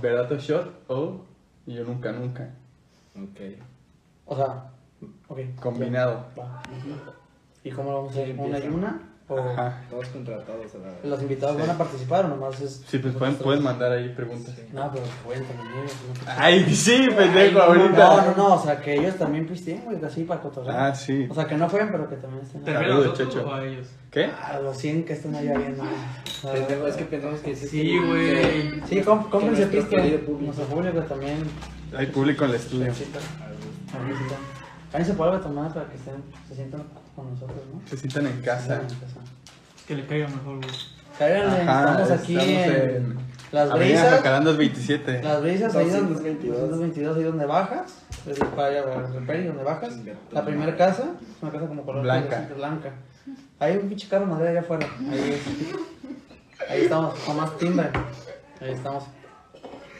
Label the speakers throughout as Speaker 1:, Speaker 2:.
Speaker 1: Berato Shot o y yo nunca, nunca.
Speaker 2: Ok.
Speaker 3: O sea, ok.
Speaker 1: Combinado.
Speaker 3: ya, va. ¿Y cómo lo vamos a hacer?
Speaker 2: ¿Quién
Speaker 3: ¿Una y
Speaker 2: empieza?
Speaker 3: una? ¿O
Speaker 1: Ajá.
Speaker 2: Todos contratados a la vez.
Speaker 3: los invitados
Speaker 1: Sí.
Speaker 3: van a participar o nomás es.?
Speaker 1: Sí, pues pueden,
Speaker 3: nosotros
Speaker 1: pueden
Speaker 3: tres?
Speaker 1: mandar ahí preguntas.
Speaker 2: Sí.
Speaker 3: No, pero que cuenten, también. ¿eh?
Speaker 1: Ay, sí, pendejo,
Speaker 3: No, no,
Speaker 1: ahorita.
Speaker 3: no, o sea, que ellos también pisteen, güey, así para cotorrear.
Speaker 1: Ah, sí.
Speaker 3: O sea, que no fueron, pero que también estén
Speaker 4: ¿Te refieres
Speaker 1: Saludos,
Speaker 4: a nosotros
Speaker 1: Checho.
Speaker 4: o a ellos?
Speaker 1: ¿Qué?
Speaker 3: A los 100 que están allá viendo. güey. La verdad.
Speaker 2: Pendejo, es que pensamos que sí.
Speaker 4: Sí, güey.
Speaker 3: Sí, comp- cómprense
Speaker 2: nuestro
Speaker 3: pistas.
Speaker 2: querido público.
Speaker 3: Nuestro público también.
Speaker 1: Hay público en el estudio.
Speaker 3: necesita. necesita. Váyanse por algo a tomar para que estén, se sientan con nosotros, ¿no?
Speaker 1: Se sientan en casa.
Speaker 4: Que le caiga mejor, güey.
Speaker 3: Cáiganle, estamos aquí en, Las
Speaker 1: Avenida
Speaker 3: Brisas.
Speaker 1: Jacarandas 27.
Speaker 3: Las brisas ahí donde
Speaker 2: 222.
Speaker 3: 222, ahí donde bajas, es decir, para allá, para el Imperio, donde bajas, la primera casa, es una casa como color
Speaker 1: Blanca.
Speaker 3: fluorescente, blanca. Hay un pinche carro de madera allá afuera. Ahí, es. ahí estamos, con más timbre. Ahí estamos.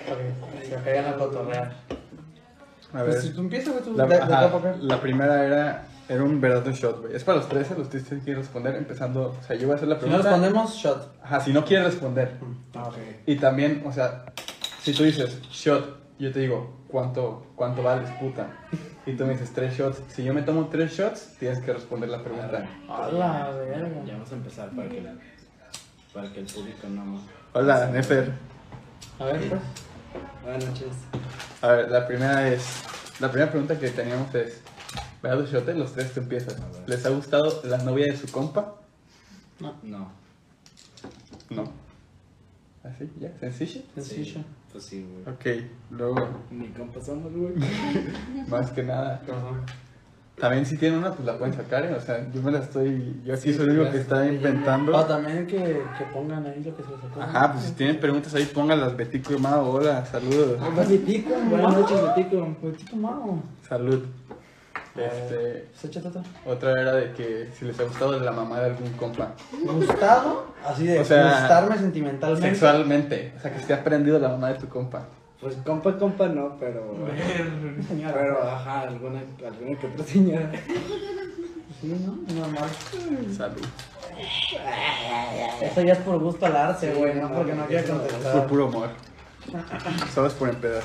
Speaker 3: Para que se caigan a cotorrear.
Speaker 1: A
Speaker 3: Pues si
Speaker 1: ver.
Speaker 3: tú empiezas, güey, tú
Speaker 1: La,
Speaker 3: de, de
Speaker 1: ajá,
Speaker 3: acá para acá.
Speaker 1: la primera era, era un verdadero shot, güey. Es para los 13, los 13 tienen que responder empezando. O sea, yo voy a hacer la
Speaker 3: Si no
Speaker 1: pregunta.
Speaker 3: respondemos, shot.
Speaker 1: Ajá, si no quieres responder.
Speaker 2: Ah,
Speaker 3: Ok.
Speaker 1: Y también, o sea, si tú dices shot, yo te digo, ¿cuánto, cuánto vales, puta? Y tú me dices tres shots. Si yo me tomo tres shots, tienes que responder la pregunta.
Speaker 3: Hola,
Speaker 2: Ya
Speaker 3: verga.
Speaker 2: vamos a empezar para que, para que el público no.
Speaker 1: Hola, Nefer.
Speaker 3: A ver, pues.
Speaker 2: Buenas noches.
Speaker 1: A ver, la primera es. La primera pregunta que teníamos es. ¿Verdad, Shote? Los tres te empiezan. ¿Les ha gustado la novia de su compa?
Speaker 2: No.
Speaker 1: No. ¿Así? ¿Ya? ¿Sencillo?
Speaker 3: Sencillo.
Speaker 2: Sí, Pues sí, güey.
Speaker 1: Ok, luego,
Speaker 2: Ni compa somos, güey.
Speaker 1: más que nada. También si tienen una, pues la pueden sacar, ¿eh? O sea, yo me la estoy. Yo aquí
Speaker 2: Sí,
Speaker 1: soy el único
Speaker 2: ya
Speaker 1: que está
Speaker 3: O
Speaker 1: inventando.
Speaker 3: también que, que pongan ahí lo que se les ocurra.
Speaker 1: Ah, Ajá, pues ah. si tienen preguntas ahí, pónganlas. Betico y Mao, hola, saludos.
Speaker 3: Pues Betico,
Speaker 2: Buenas
Speaker 3: buenas noches,
Speaker 2: noches, Betico.
Speaker 3: Betico Mao.
Speaker 1: Salud. Este.
Speaker 3: Se echa tata.
Speaker 1: Otra era de que si les ha gustado la mamá de algún compa.
Speaker 3: Gustado, así de
Speaker 1: O sea,
Speaker 3: gustarme sentimentalmente.
Speaker 1: Sexualmente. O sea, que se ha aprendido la mamá de tu compa.
Speaker 2: Pues compa, compa no, pero.
Speaker 4: Ver.
Speaker 3: Señora.
Speaker 2: Pero, ajá, alguna, alguna que otra señora.
Speaker 3: Pues Sí, ¿no? Es Normal.
Speaker 1: Salud.
Speaker 3: Eso ya es por gusto al arte,
Speaker 2: Sí,
Speaker 3: güey, no
Speaker 2: no,
Speaker 3: porque no
Speaker 2: no,
Speaker 3: quiera
Speaker 2: no,
Speaker 1: Es por
Speaker 3: contestar.
Speaker 1: puro amor. Solo es por empedar.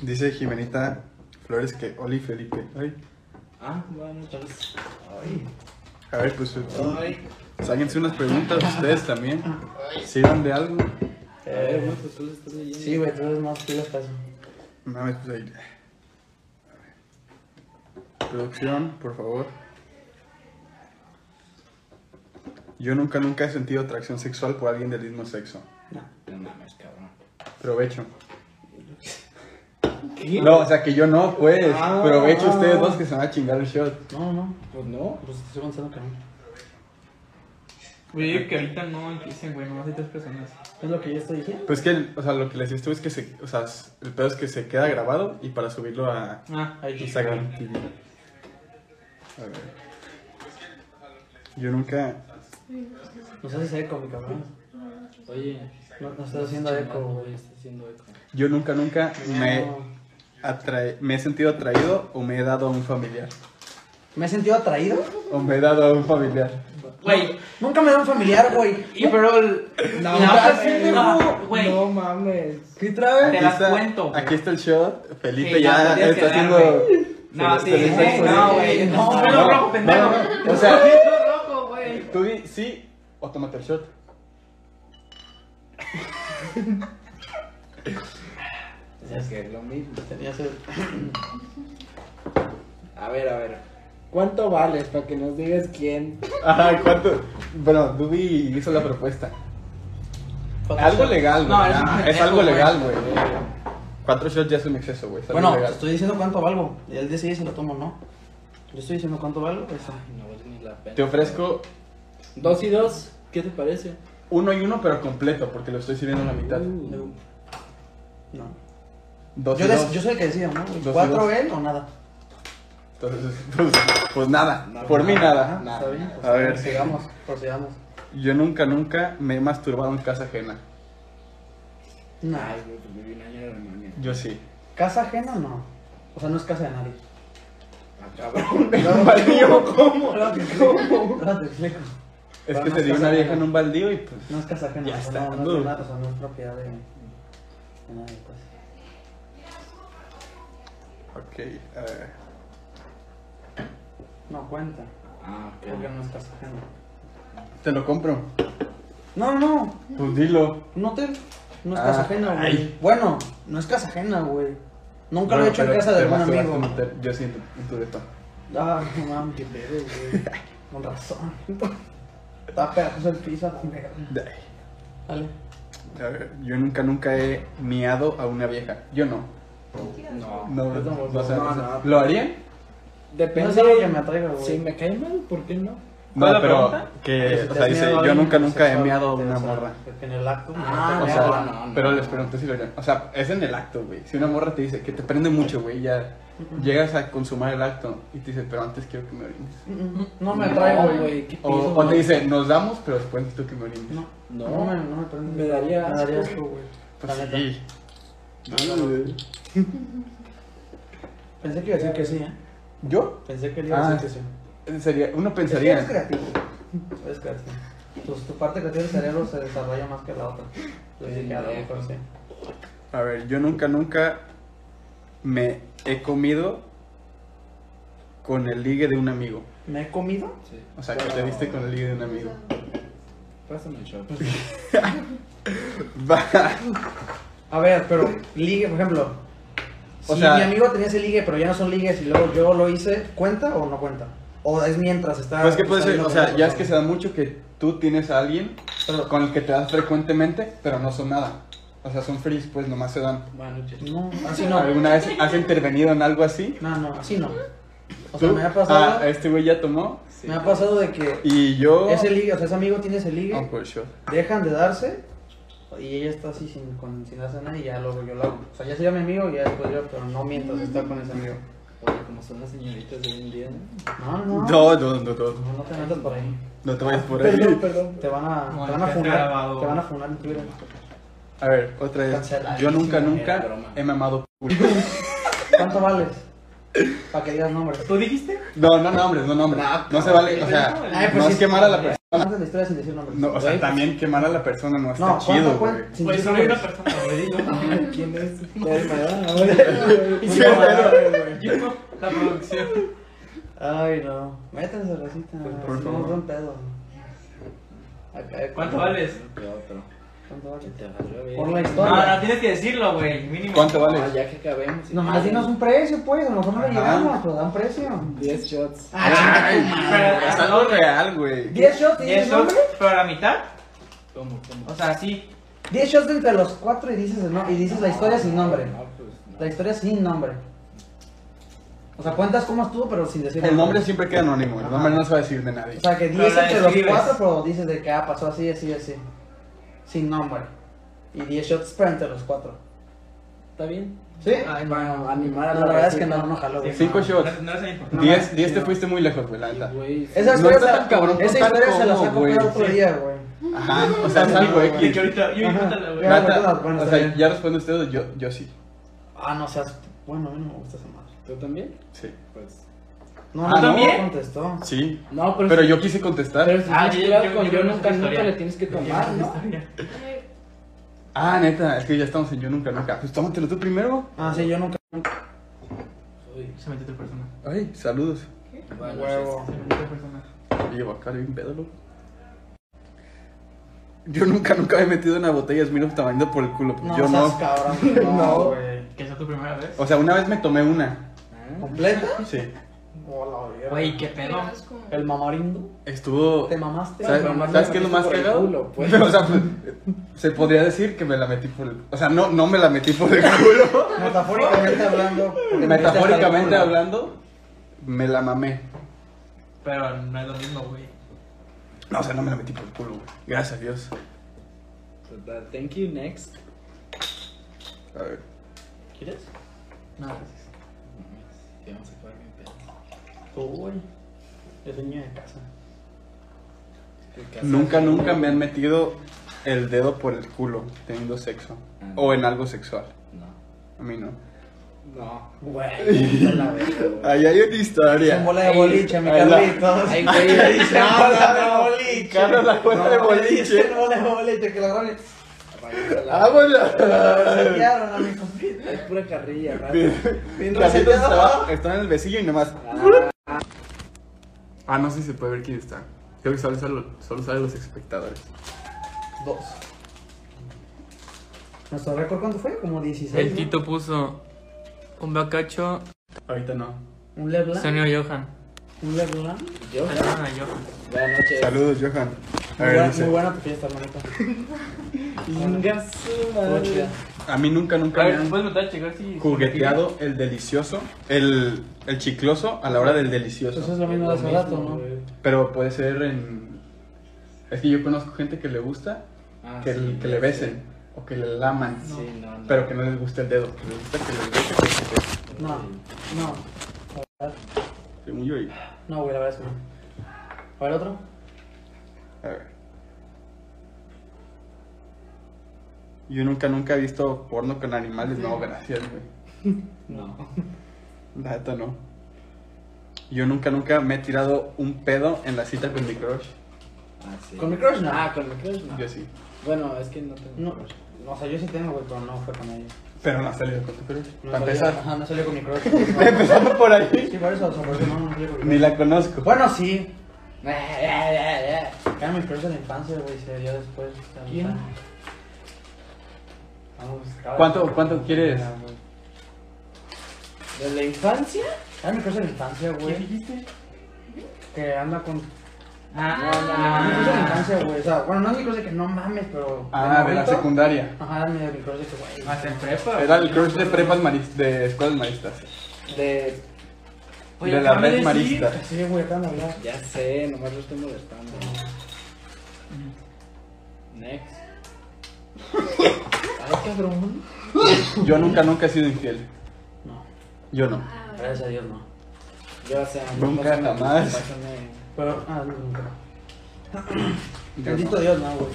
Speaker 1: Dice Jimenita Flores que Oli Felipe. Ay.
Speaker 2: Ah, buenas noches. Ay.
Speaker 1: A ver, pues tú-
Speaker 2: Ay.
Speaker 1: pues, háganse unas preguntas ustedes también. Sirvan de algo.
Speaker 2: A ver, güey, pues tú le estás leyendo.
Speaker 3: Sí, güey, tú eres más pilas para eso.
Speaker 1: Mames, pues ahí. Producción, por favor. Yo nunca, nunca he sentido atracción sexual por alguien del mismo sexo.
Speaker 2: No mames, cabrón.
Speaker 1: Provecho.
Speaker 3: ¿Qué?
Speaker 1: No, o sea que yo no, pues.
Speaker 3: Ah.
Speaker 1: Provecho ustedes dos que se van a chingar el shot.
Speaker 3: No, no,
Speaker 2: Pues no.
Speaker 3: pues estoy pensando que no.
Speaker 4: Güey, yo digo que ahorita no empiecen, güey. Nomás hay tres personas.
Speaker 3: Es lo que yo estoy diciendo.
Speaker 1: Pues que, el- o sea, lo que les dije tú es que se, o sea, s- el pedo es que se queda grabado y para subirlo a
Speaker 4: Ah, ahí sí.
Speaker 1: Instagram TV. A ver. Yo nunca.
Speaker 3: No sé si es eco, mi cabrón.
Speaker 2: Oye.
Speaker 3: No, no estás haciendo eco, güey.
Speaker 2: Está haciendo eco.
Speaker 1: Yo nunca, nunca me,
Speaker 3: No.
Speaker 1: atrae, me he sentido atraído o me he dado a un familiar.
Speaker 3: ¿Me he sentido atraído?
Speaker 1: O me he dado a un familiar.
Speaker 4: Güey.
Speaker 3: Nunca me da un familiar, güey.
Speaker 4: Y pero el...
Speaker 3: No,
Speaker 4: la otra
Speaker 3: mames,
Speaker 4: sí,
Speaker 3: no,
Speaker 4: güey.
Speaker 2: No mames.
Speaker 3: ¿Qué trae?
Speaker 4: Te
Speaker 1: Aquí
Speaker 4: las
Speaker 1: está-
Speaker 4: cuento, güey.
Speaker 1: Aquí está el shot. Felipe
Speaker 4: Sí, ya
Speaker 1: ya
Speaker 4: podías
Speaker 1: está
Speaker 4: quedar,
Speaker 1: haciendo.
Speaker 4: güey. No,
Speaker 1: se-
Speaker 4: sí,
Speaker 1: se le
Speaker 4: sí,
Speaker 1: está
Speaker 3: güey,
Speaker 1: exponiendo.
Speaker 4: no, güey.
Speaker 3: No,
Speaker 4: No,
Speaker 3: no,
Speaker 4: pelo rojo, pendejo.
Speaker 1: no, no, o sea-
Speaker 4: Pelo rojo, güey.
Speaker 1: Tú di sí o tómate el shot.
Speaker 2: O sea, que es lo mismo.
Speaker 3: Tenía sed.
Speaker 2: A ver, a ver. ¿Cuánto vales para que nos digas quién?
Speaker 1: Ajá, ¿cuánto? Bueno, Dubi hizo la propuesta. Algo legal, güey.
Speaker 4: No, es
Speaker 1: Ah,
Speaker 4: un
Speaker 1: es,
Speaker 4: pendejo,
Speaker 1: algo
Speaker 4: güey.
Speaker 1: legal, güey. Cuatro shots ya es un exceso, güey. es algo
Speaker 3: Bueno, te
Speaker 1: legal.
Speaker 3: estoy diciendo cuánto valgo. Y él decide si lo tomo o no. Yo estoy diciendo cuánto valgo. Pues, ay.
Speaker 2: No vale ni la pena.
Speaker 1: te ofrezco
Speaker 2: Dos y dos. ¿Qué te parece?
Speaker 1: uno y uno, pero completo, porque lo estoy sirviendo a la mitad.
Speaker 2: Uh,
Speaker 3: No.
Speaker 1: Dos
Speaker 3: Yo,
Speaker 1: y
Speaker 3: des-
Speaker 1: dos.
Speaker 3: yo soy el que decido, ¿no?
Speaker 1: y
Speaker 3: ¿Cuatro
Speaker 1: dos.
Speaker 3: él o nada?
Speaker 1: Entonces, pues, pues nada,
Speaker 2: Nada,
Speaker 1: por mí nada.
Speaker 2: nada.
Speaker 3: Está bien. pues,
Speaker 1: A ver.
Speaker 3: Prosigamos, prosigamos.
Speaker 1: Yo nunca, nunca me he masturbado en casa ajena.
Speaker 3: No.
Speaker 2: Ay, güey, pues viví un año en Alemania.
Speaker 1: Yo sí.
Speaker 3: ¿Casa ajena o no? O sea, no es casa de nadie.
Speaker 2: Ah, cabrón.
Speaker 1: ¿Baldío? ¿Cómo?
Speaker 3: Ahora te explico. Ahora te explico.
Speaker 1: Es
Speaker 3: Pero
Speaker 1: que
Speaker 3: no
Speaker 1: se
Speaker 3: es
Speaker 1: dio
Speaker 3: casa
Speaker 1: una vieja
Speaker 3: ajena.
Speaker 1: en un baldío y pues.
Speaker 3: No es casa ajena.
Speaker 1: Ya
Speaker 3: o sea,
Speaker 1: está,
Speaker 3: No, no es
Speaker 1: dude.
Speaker 3: de nada, o sea, no es propiedad de... de nadie, pues.
Speaker 1: Ok, a ver.
Speaker 3: No cuenta,
Speaker 5: Ah,
Speaker 3: porque
Speaker 5: ok.
Speaker 3: no estás sacando.
Speaker 1: Te lo compro.
Speaker 3: No, no,
Speaker 1: Pues dilo.
Speaker 3: no te. No es casa
Speaker 1: Ah,
Speaker 3: ajena, güey.
Speaker 1: ay.
Speaker 3: Bueno, no es casa ajena, güey. Nunca lo he hecho en
Speaker 1: pero
Speaker 3: casa de
Speaker 1: te
Speaker 3: algún
Speaker 1: masturbaste
Speaker 3: amigo.
Speaker 1: en tu- Yo siento en tu depa.
Speaker 3: Ah, no mames, qué pedo, güey. Con razón. Está pedazo el piso, la verga. Dale.
Speaker 1: A ver, yo nunca, nunca he miado a una vieja. Yo no.
Speaker 5: No.
Speaker 1: No,
Speaker 3: Yo
Speaker 1: no,
Speaker 3: tampoco.
Speaker 1: o sea,
Speaker 3: No,
Speaker 1: o sea,
Speaker 3: no.
Speaker 1: ¿Lo haría?
Speaker 3: No
Speaker 2: Depende.
Speaker 3: es algo que me atraiga, güey.
Speaker 2: Si me cae mal, ¿por qué no?
Speaker 1: No,
Speaker 4: ¿Cuál es la
Speaker 1: pero
Speaker 4: pregunta?
Speaker 1: que,
Speaker 3: Si
Speaker 1: Eh, o
Speaker 3: te
Speaker 1: sea,
Speaker 3: has
Speaker 1: dice,
Speaker 3: meado a
Speaker 1: yo
Speaker 3: alguien
Speaker 1: nunca, nunca he
Speaker 3: homosexual,
Speaker 1: meado a una
Speaker 3: o sea,
Speaker 1: morra.
Speaker 3: En el acto.
Speaker 5: Ah,
Speaker 1: O
Speaker 3: no,
Speaker 5: no,
Speaker 1: sea,
Speaker 5: no, no.
Speaker 1: pero les pregunté si lo harían. O sea, es en el acto, güey. Si una morra te dice que te prende mucho, güey, ya llegas a consumar el acto y te dice, pero antes quiero que me orines.
Speaker 3: no, no me atraigo,
Speaker 2: No,
Speaker 3: güey.
Speaker 2: ¿Qué
Speaker 1: O,
Speaker 2: piso,
Speaker 1: o te
Speaker 2: güey?
Speaker 1: dice, nos damos, pero después necesito que me orines.
Speaker 3: No. No,
Speaker 5: No.
Speaker 3: me, no me prende.
Speaker 2: Me daría
Speaker 3: Me daría
Speaker 2: asco.
Speaker 3: asco, güey.
Speaker 1: Pues
Speaker 3: La neta.
Speaker 1: sí.
Speaker 3: Pensé que iba a decir que sí, ¿eh?
Speaker 1: ¿Yo?
Speaker 3: Pensé que le iba a decir
Speaker 1: Ah,
Speaker 3: que sí.
Speaker 1: Sería, uno
Speaker 3: Es
Speaker 1: pensaría.
Speaker 3: que eres creativo. Es creativo. Pues tu parte creativa del cerebro se desarrolla más que la otra. Yo dije que a lo mejor sí.
Speaker 1: A ver, yo nunca, nunca me he comido con el ligue de un amigo.
Speaker 3: ¿Me he comido?
Speaker 5: Sí.
Speaker 1: O sea, que te diste con el ligue de un amigo.
Speaker 5: Pásame el shot.
Speaker 1: Va.
Speaker 3: A ver, pero ligue, por ejemplo.
Speaker 1: O
Speaker 3: si
Speaker 1: sea-
Speaker 3: mi amigo tenía ese ligue, pero ya no son ligues y luego yo lo hice, ¿cuenta o no cuenta? O es mientras está.
Speaker 1: Pues que puede
Speaker 3: está
Speaker 1: ser,
Speaker 3: viendo
Speaker 1: o
Speaker 3: con
Speaker 1: sea,
Speaker 3: otra
Speaker 1: ya es que se
Speaker 3: persona.
Speaker 1: da mucho que tú tienes a alguien
Speaker 3: Pero-
Speaker 1: con el que te das frecuentemente, pero no son nada. O sea, son frees, pues nomás se dan.
Speaker 5: Buenas noches.
Speaker 3: No, así no.
Speaker 1: ¿Alguna vez has intervenido en algo así?
Speaker 3: No, no, así no. O sea,
Speaker 1: ¿Tú?
Speaker 3: me ha pasado.
Speaker 1: Ah, este güey ya tomó.
Speaker 5: Sí.
Speaker 3: Me ha pasado de que
Speaker 1: Y yo.
Speaker 3: ese ligue, o sea, ese amigo tiene ese ligue.
Speaker 1: Uncle Shot.
Speaker 3: dejan de darse y ella está así sin, con, sin hacer nada y ya luego yo lo hago. O sea, ya sería mi amigo y ya después yo, pero no mientras está con ese amigo.
Speaker 5: Oye, como son las señoritas de hoy en día.
Speaker 3: No, no. Pues
Speaker 1: No, no, no, no, no.
Speaker 3: No, no te metas por ahí.
Speaker 1: No te vayas por ahí.
Speaker 2: Perdón, perdón.
Speaker 3: Te van a,
Speaker 4: No,
Speaker 3: te van a
Speaker 4: ya está
Speaker 3: funar.
Speaker 4: grabado.
Speaker 3: Te van a funar en Twitter.
Speaker 1: A ver, otra vez. Yo
Speaker 5: Canceladísimo,
Speaker 1: nunca,
Speaker 5: era
Speaker 1: nunca
Speaker 5: broma.
Speaker 1: he mamado culo.
Speaker 3: ¿Cuánto vales? Para que digas nombres.
Speaker 4: ¿Tú dijiste?
Speaker 1: No, no nombres, no nombres. No se vale, o sea,
Speaker 4: Ay,
Speaker 3: pues
Speaker 1: no es quemar a la persona.
Speaker 3: Antes la historia sin decir nombres.
Speaker 1: No, o sea,
Speaker 3: Güey,
Speaker 1: también quemar a la persona no está
Speaker 3: No,
Speaker 1: chido,
Speaker 3: ¿cuánto,
Speaker 1: güey.
Speaker 3: cuánto? Sin
Speaker 4: Pues
Speaker 3: decir
Speaker 4: solo hay una
Speaker 3: nombres.
Speaker 4: persona, güey, digo.
Speaker 2: ¿Quién es?
Speaker 4: Y
Speaker 1: Sí,
Speaker 4: se va
Speaker 1: pero-
Speaker 4: a ver, güey. Yo, la producción.
Speaker 3: Ay, no. Métanse a racita.
Speaker 4: Pues,
Speaker 1: por
Speaker 3: Por
Speaker 1: favor.
Speaker 3: favor. No, pedo. Acá,
Speaker 4: ¿Cuánto vales?
Speaker 5: Pero otro.
Speaker 3: ¿Cuánto vales?
Speaker 5: Que te valga bien.
Speaker 3: Por la
Speaker 4: No,
Speaker 3: historia.
Speaker 4: no, tienes que decirlo, güey, mínimo.
Speaker 1: ¿Cuánto vale?
Speaker 5: Ah, ya que acabemos.
Speaker 3: Nomás dinos un precio, pues. A lo mejor no le
Speaker 1: Ajá.
Speaker 3: llegamos, pero dan precio.
Speaker 2: 10 shots.
Speaker 3: Ah,
Speaker 4: Pero,
Speaker 1: Es algo real, güey.
Speaker 3: 10 shots,
Speaker 4: ¿Y
Speaker 3: dices el
Speaker 4: eso?
Speaker 3: nombre.
Speaker 4: ¿Pero a la mitad?
Speaker 5: ¿Cómo, cómo?
Speaker 4: O sea, sí.
Speaker 3: 10 shots de entre los 4 y dices, el no- y dices la historia sin nombre.
Speaker 5: No, pues no.
Speaker 3: La historia sin nombre. O sea, cuentas cómo estuvo, pero sin decir
Speaker 1: El nombre siempre queda anónimo, el
Speaker 3: Ajá.
Speaker 1: nombre no se va a decir de nadie.
Speaker 3: O sea, que
Speaker 4: Pero
Speaker 3: 10
Speaker 4: la
Speaker 3: entre los
Speaker 4: describes.
Speaker 3: 4, pero dices de que ah, pasó así, así, así. Sin nombre. Y 10 shots, pero entre los 4.
Speaker 2: ¿Está bien?
Speaker 3: ¿Sí?
Speaker 4: Ay,
Speaker 2: Para animar
Speaker 3: No,
Speaker 2: a
Speaker 3: la verdad es que
Speaker 2: raza.
Speaker 3: no, no jaló. güey.
Speaker 1: Ah, Cinco
Speaker 4: no,
Speaker 1: shots.
Speaker 4: No, no es el mismo.
Speaker 3: No,
Speaker 1: Diez,
Speaker 3: no,
Speaker 1: diez te
Speaker 3: no.
Speaker 1: fuiste muy lejos, güey, la neta.
Speaker 2: Güey,
Speaker 3: Esa
Speaker 1: No
Speaker 3: historia,
Speaker 1: está
Speaker 3: se-
Speaker 1: tan cabrón
Speaker 3: esa
Speaker 1: contar
Speaker 3: historia se la
Speaker 1: cómo,
Speaker 3: saco
Speaker 1: güey.
Speaker 3: para otro
Speaker 4: Sí.
Speaker 3: día, güey.
Speaker 1: Ajá, o sea, es algo
Speaker 4: Y
Speaker 1: X.
Speaker 4: que ahorita, yo
Speaker 3: Ajá.
Speaker 4: ahorita la voy
Speaker 1: La
Speaker 4: a-
Speaker 1: neta,
Speaker 3: Bueno,
Speaker 1: o
Speaker 3: está
Speaker 1: sea,
Speaker 3: bien.
Speaker 1: ya responde ustedes, yo, yo sí.
Speaker 3: Ah, no seas. Bueno, a mí no me gusta esa madre.
Speaker 2: ¿tú también?
Speaker 1: Sí.
Speaker 5: Pues.
Speaker 3: No,
Speaker 1: Ah,
Speaker 3: no, no
Speaker 4: ¿también?
Speaker 3: contestó.
Speaker 1: Sí.
Speaker 2: No, pero,
Speaker 1: Pero yo quise contestar.
Speaker 2: pero si
Speaker 4: Ah,
Speaker 2: estás
Speaker 4: yo-
Speaker 2: claro
Speaker 4: yo-
Speaker 2: con
Speaker 4: yo
Speaker 2: yo,
Speaker 4: conozco
Speaker 2: nunca,
Speaker 4: esa
Speaker 2: nunca
Speaker 4: historia.
Speaker 2: le tienes que
Speaker 4: Yo
Speaker 2: tomar,
Speaker 4: conozco
Speaker 2: ¿no?
Speaker 4: esa historia.
Speaker 1: Ah, neta, es que ya estamos en yo nunca, nunca. Pues tómatelo tú primero.
Speaker 3: Ah, sí, yo nunca.
Speaker 5: Uy,
Speaker 4: Se metió otra persona.
Speaker 1: Ay, saludos.
Speaker 5: buenas
Speaker 3: Huevo.
Speaker 5: noches.
Speaker 4: Se metió otra persona.
Speaker 1: Oye, Bacario, bien pedo, loco. Yo nunca, nunca me he metido en una botella de Smirnoff tamarindo por el culo. Pues
Speaker 3: No,
Speaker 1: yo
Speaker 3: seas
Speaker 1: no.
Speaker 3: cabrón.
Speaker 2: No.
Speaker 3: No, güey.
Speaker 4: ¿Que sea tu primera vez?
Speaker 1: O sea, una vez me tomé una.
Speaker 5: Ah,
Speaker 3: ¿Completa?
Speaker 1: Sí.
Speaker 3: Hola, güey.
Speaker 4: Güey, qué pedo.
Speaker 3: El mamarindo.
Speaker 1: Estuvo.
Speaker 3: ¿Te mamaste?
Speaker 1: ¿Sabes,
Speaker 2: Pero más
Speaker 1: ¿sabes
Speaker 2: me
Speaker 1: qué es lo
Speaker 2: metiste
Speaker 1: más
Speaker 2: por el
Speaker 1: cagado?
Speaker 2: culo, pues.
Speaker 1: Pero, o sea, pues, se podría decir que me la metí por el. O sea, no, no me la metí por el culo.
Speaker 3: Metafóricamente hablando. porque
Speaker 1: Metafóricamente
Speaker 3: te metiste
Speaker 1: hablando, me la mamé.
Speaker 4: Pero no es lo mismo, güey.
Speaker 1: No, o sea, no me la metí por el culo, güey. Gracias a Dios.
Speaker 5: total, Thank you, next.
Speaker 1: A ver.
Speaker 5: ¿Quieres?
Speaker 4: No, pues gracias.
Speaker 5: Sí, vamos a acabar bien pedo.
Speaker 3: hasta el culo. Tú, güey. Yo soy niño de casa.
Speaker 5: ¿Qué casas?
Speaker 1: Nunca, nunca me han metido el dedo por el culo teniendo sexo.
Speaker 2: Ah.
Speaker 1: O en algo sexual.
Speaker 5: No.
Speaker 1: A mí no.
Speaker 5: No.
Speaker 3: Güey. no la veo.
Speaker 1: Ahí hay una historia.
Speaker 3: Son bola de boliche, mi
Speaker 1: Ahí la-
Speaker 3: Carlitos.
Speaker 2: Ay, güey.
Speaker 3: Dicen bola de boliche.
Speaker 1: Carlos, la bola de
Speaker 3: No,
Speaker 1: boliche.
Speaker 3: Dicen bola de boliche, que la agarran y-
Speaker 5: payasa.
Speaker 1: ¡Vámonos!
Speaker 3: Rasearon a mi compita. Es pura carrilla, raza.
Speaker 1: Bien racitos estaba- Estaba en el besillo y nomás. Ah, no sé si se puede ver quién está. Creo que solo salen solo salen los espectadores.
Speaker 3: Dos. ¿Nuestro récord cuánto fue? Como 16.
Speaker 4: El
Speaker 3: ¿no?
Speaker 4: Tito puso un bacacho,
Speaker 1: Ahorita no.
Speaker 3: Un Leblanc.
Speaker 4: Sonia Johan.
Speaker 3: Un Leblanc.
Speaker 5: Yo.
Speaker 4: Ah, Johan.
Speaker 5: Buenas noches.
Speaker 1: Saludos, Johan. A
Speaker 3: Muy,
Speaker 1: ver,
Speaker 3: buena,
Speaker 1: dice,
Speaker 3: muy buena tu fiesta, manito.
Speaker 5: Inga su
Speaker 3: Estuvo
Speaker 5: madre.
Speaker 3: chida.
Speaker 1: A mí nunca,
Speaker 4: A
Speaker 1: nunca me
Speaker 4: ver,
Speaker 1: han
Speaker 4: puedes matar a checar si.
Speaker 1: jugueteado el delicioso, el, el chicloso a la hora del
Speaker 3: Eso
Speaker 1: delicioso.
Speaker 3: es lo mismo de hace
Speaker 5: Lo
Speaker 3: rato,
Speaker 5: mismo,
Speaker 3: ¿no?
Speaker 5: güey.
Speaker 1: Pero puede ser en. Es que yo conozco gente que le gusta
Speaker 5: Ah,
Speaker 1: que,
Speaker 5: sí,
Speaker 1: que le
Speaker 5: sí.
Speaker 1: besen o que le laman,
Speaker 5: Sí, no, no.
Speaker 1: pero que no les guste el dedo. Que les gusta que les besen. que les besen.
Speaker 3: No, no.
Speaker 1: Según yo, y-
Speaker 3: No, güey, la verdad es que no. A ver, otro.
Speaker 1: A ver. Yo nunca, nunca he visto porno con animales. No, gracias, güey.
Speaker 5: No.
Speaker 1: La neta no. Yo nunca, nunca me he tirado un pedo en la cita con mi crush.
Speaker 5: Ah, sí.
Speaker 3: Con mi crush, no. Ah, con mi crush, no.
Speaker 1: Yo sí.
Speaker 5: Bueno, es que no tengo.
Speaker 3: No, o sea, yo sí tengo, güey, pero no fue con ella.
Speaker 1: Pero no has salido con tu crush.
Speaker 3: No
Speaker 1: Para
Speaker 3: salió-
Speaker 1: empezar.
Speaker 3: Ajá, no salió con mi crush.
Speaker 1: Empezando por ahí.
Speaker 3: Sí, por eso, o sea, por eso no, no salió con mi
Speaker 1: Ni
Speaker 3: crush.
Speaker 1: la conozco.
Speaker 3: Bueno, sí. Eh, eh, eh, eh. Era mi crush de la infancia, güey, se dio después. o sea,
Speaker 5: ¿Quién?
Speaker 3: Vamos, cabrón.
Speaker 1: ¿Cuánto- cuánto quieres?
Speaker 3: ¿De la infancia? Era mi crush de la infancia, güey.
Speaker 4: dijiste?
Speaker 3: Que anda con Mi crush de la
Speaker 4: Ah,
Speaker 3: infancia, güey. O sea, bueno, no es mi crush de que no mames, pero.
Speaker 1: Ah,
Speaker 3: de
Speaker 1: de la
Speaker 3: momento-
Speaker 1: secundaria.
Speaker 3: Ajá, era mi, mi crush de que, güey.
Speaker 4: más Ah, en prepa.
Speaker 1: Era el crush de prepas maristas, de escuelas maristas.
Speaker 3: De.
Speaker 1: de la red marista.
Speaker 3: Sí, güey, acaban de hablar.
Speaker 5: Ya sé, nomás lo estoy molestando. Next.
Speaker 3: Ay, cabrón.
Speaker 1: Yo nunca, nunca he sido infiel.
Speaker 3: No. Ah,
Speaker 1: Yo no.
Speaker 3: Gracias a Dios, no.
Speaker 5: Yo sé,
Speaker 1: Nunca,
Speaker 5: pásame-
Speaker 1: jamás.
Speaker 5: pásame-
Speaker 3: Pero, ah, no, nunca.
Speaker 1: Yo
Speaker 3: Bendito
Speaker 1: no.
Speaker 3: Dios, no, güey.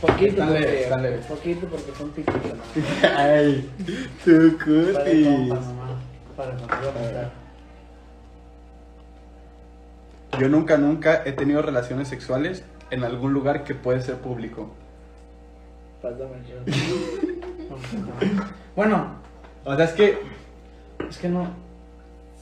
Speaker 5: Poquito,
Speaker 1: Están
Speaker 5: porque-
Speaker 1: leves, están leves.
Speaker 5: Poquito porque son piquitos. ¿no?
Speaker 1: Ay, tu
Speaker 3: Para de
Speaker 1: cutis.
Speaker 3: compas, mamá. Para de compas, voy a apuntar.
Speaker 1: Yo nunca, nunca he tenido relaciones sexuales en algún lugar que puede ser público.
Speaker 5: Pásame el shot.
Speaker 3: Bueno,
Speaker 1: O sea, es que
Speaker 3: es que no.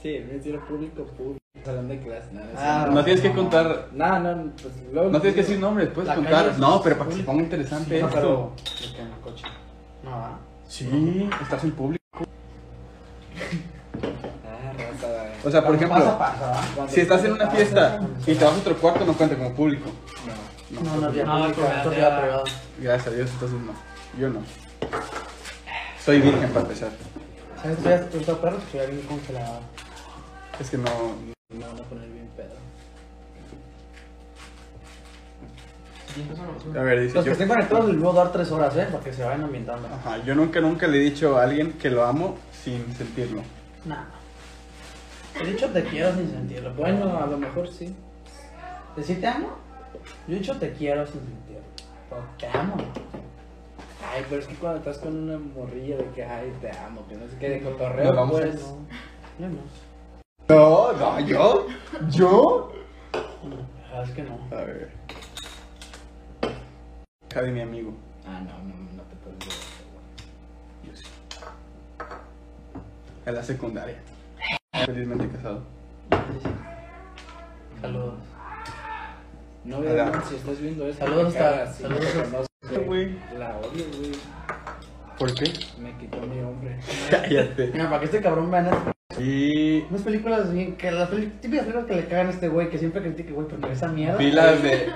Speaker 5: Sí, me hicieron público, público. Salón de clase, nada.
Speaker 3: Ah,
Speaker 1: no tienes que contar,
Speaker 5: Nada, no, pues luego.
Speaker 1: no tienes que decir nombres, puedes
Speaker 3: La calle
Speaker 1: contar.
Speaker 3: es
Speaker 1: No, pero para que se
Speaker 3: público.
Speaker 1: ponga interesante
Speaker 3: No,
Speaker 1: esto.
Speaker 3: pero. Me quedé en el coche. No, va.
Speaker 1: Sí, estás en público.
Speaker 5: Ah, raza, güey.
Speaker 1: O sea, por
Speaker 3: Cuando Pasa,
Speaker 1: ejemplo,
Speaker 3: pasa, va.
Speaker 5: Cuando
Speaker 1: si estás en
Speaker 5: pasa,
Speaker 1: una fiesta y te vas a otro cuarto, no cuenta como público.
Speaker 5: No.
Speaker 1: No,
Speaker 3: No, no,
Speaker 1: no.
Speaker 3: ya.
Speaker 4: No,
Speaker 3: No,
Speaker 4: como
Speaker 3: esto
Speaker 4: la-
Speaker 3: ya privado.
Speaker 1: Gracias a Dios, entonces no. Yo no. Soy virgen para empezar.
Speaker 3: ¿Sabes? Tú ya te gusta perro, estoy bien congelado.
Speaker 1: Es que no.
Speaker 5: Me van a poner bien pedo.
Speaker 1: A ver, dice
Speaker 3: Los que
Speaker 1: yo.
Speaker 3: estén conectados les voy a dar tres horas, ¿eh? Para que se vayan ambientando.
Speaker 1: Ajá, yo nunca, nunca le he dicho a alguien que lo amo sin sentirlo.
Speaker 3: Nah. He dicho te quiero sin sentirlo.
Speaker 5: Bueno,
Speaker 3: Bueno,
Speaker 5: a lo mejor sí.
Speaker 3: ¿decir te amo? Yo he dicho te quiero sin sentirlo. Pero te amo.
Speaker 5: Ay, pero es que cuando estás con una morrilla de que, ay, te amo, que no sé qué, de cotorreo,
Speaker 1: Nos vamos a-
Speaker 5: pues.
Speaker 3: Yo no.
Speaker 1: No, no, yo. ¿Yo?
Speaker 3: La verdad es que no.
Speaker 1: A ver. Javi, mi amigo.
Speaker 5: Ah, no, no, no te puedes ver.
Speaker 1: Yo sí. En la secundaria. Felizmente casado.
Speaker 3: Saludos.
Speaker 5: No,
Speaker 1: Hola.
Speaker 5: no, si estás viendo esto.
Speaker 3: Saludos
Speaker 5: me
Speaker 3: a-
Speaker 5: cagas, sí,
Speaker 3: saludos
Speaker 5: me
Speaker 3: a-
Speaker 5: conoces,
Speaker 1: güey.
Speaker 5: La odio, güey.
Speaker 1: ¿Por qué?
Speaker 5: Me quitó mi hombre.
Speaker 1: Cállate.
Speaker 3: Mira, para que este cabrón vea Netflix.
Speaker 1: Y
Speaker 3: unas películas bien, que las peli- típicas películas que le cagan a este güey, que siempre critica, güey, porque esa mierda.
Speaker 1: vi las de.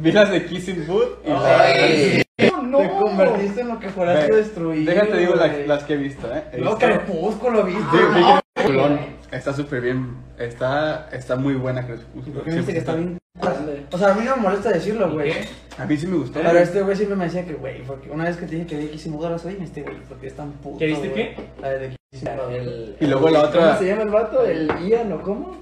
Speaker 1: Vi las de Kissing Booth y la.
Speaker 3: Ay. No, no.
Speaker 1: Te
Speaker 3: Te
Speaker 1: convertiste
Speaker 3: convertiste en lo que
Speaker 1: juraste
Speaker 3: juraste
Speaker 1: Ve,
Speaker 3: destruir.
Speaker 1: Déjate digo la- las que he visto, eh. He
Speaker 3: No,
Speaker 1: visto-
Speaker 3: crepúsculo,
Speaker 1: Sí,
Speaker 3: viste. Ah,
Speaker 1: vi que- culón. Está súper bien. Está, está muy buena Crepúsculo.
Speaker 3: Porque me dice que está bien.
Speaker 5: Dale.
Speaker 3: O sea, a mí no me molesta decirlo, güey.
Speaker 1: A mí sí me gustó.
Speaker 3: Pero este güey siempre me decía que, güey, porque una vez que te dije que vi que hicimos horas hoy, me este güey, porque es tan puto.
Speaker 4: ¿Qué viste
Speaker 3: güey. La de que hicimos
Speaker 5: El-
Speaker 1: Y luego la otra-
Speaker 5: ¿Cómo se llama el vato? ¿El Ian o cómo?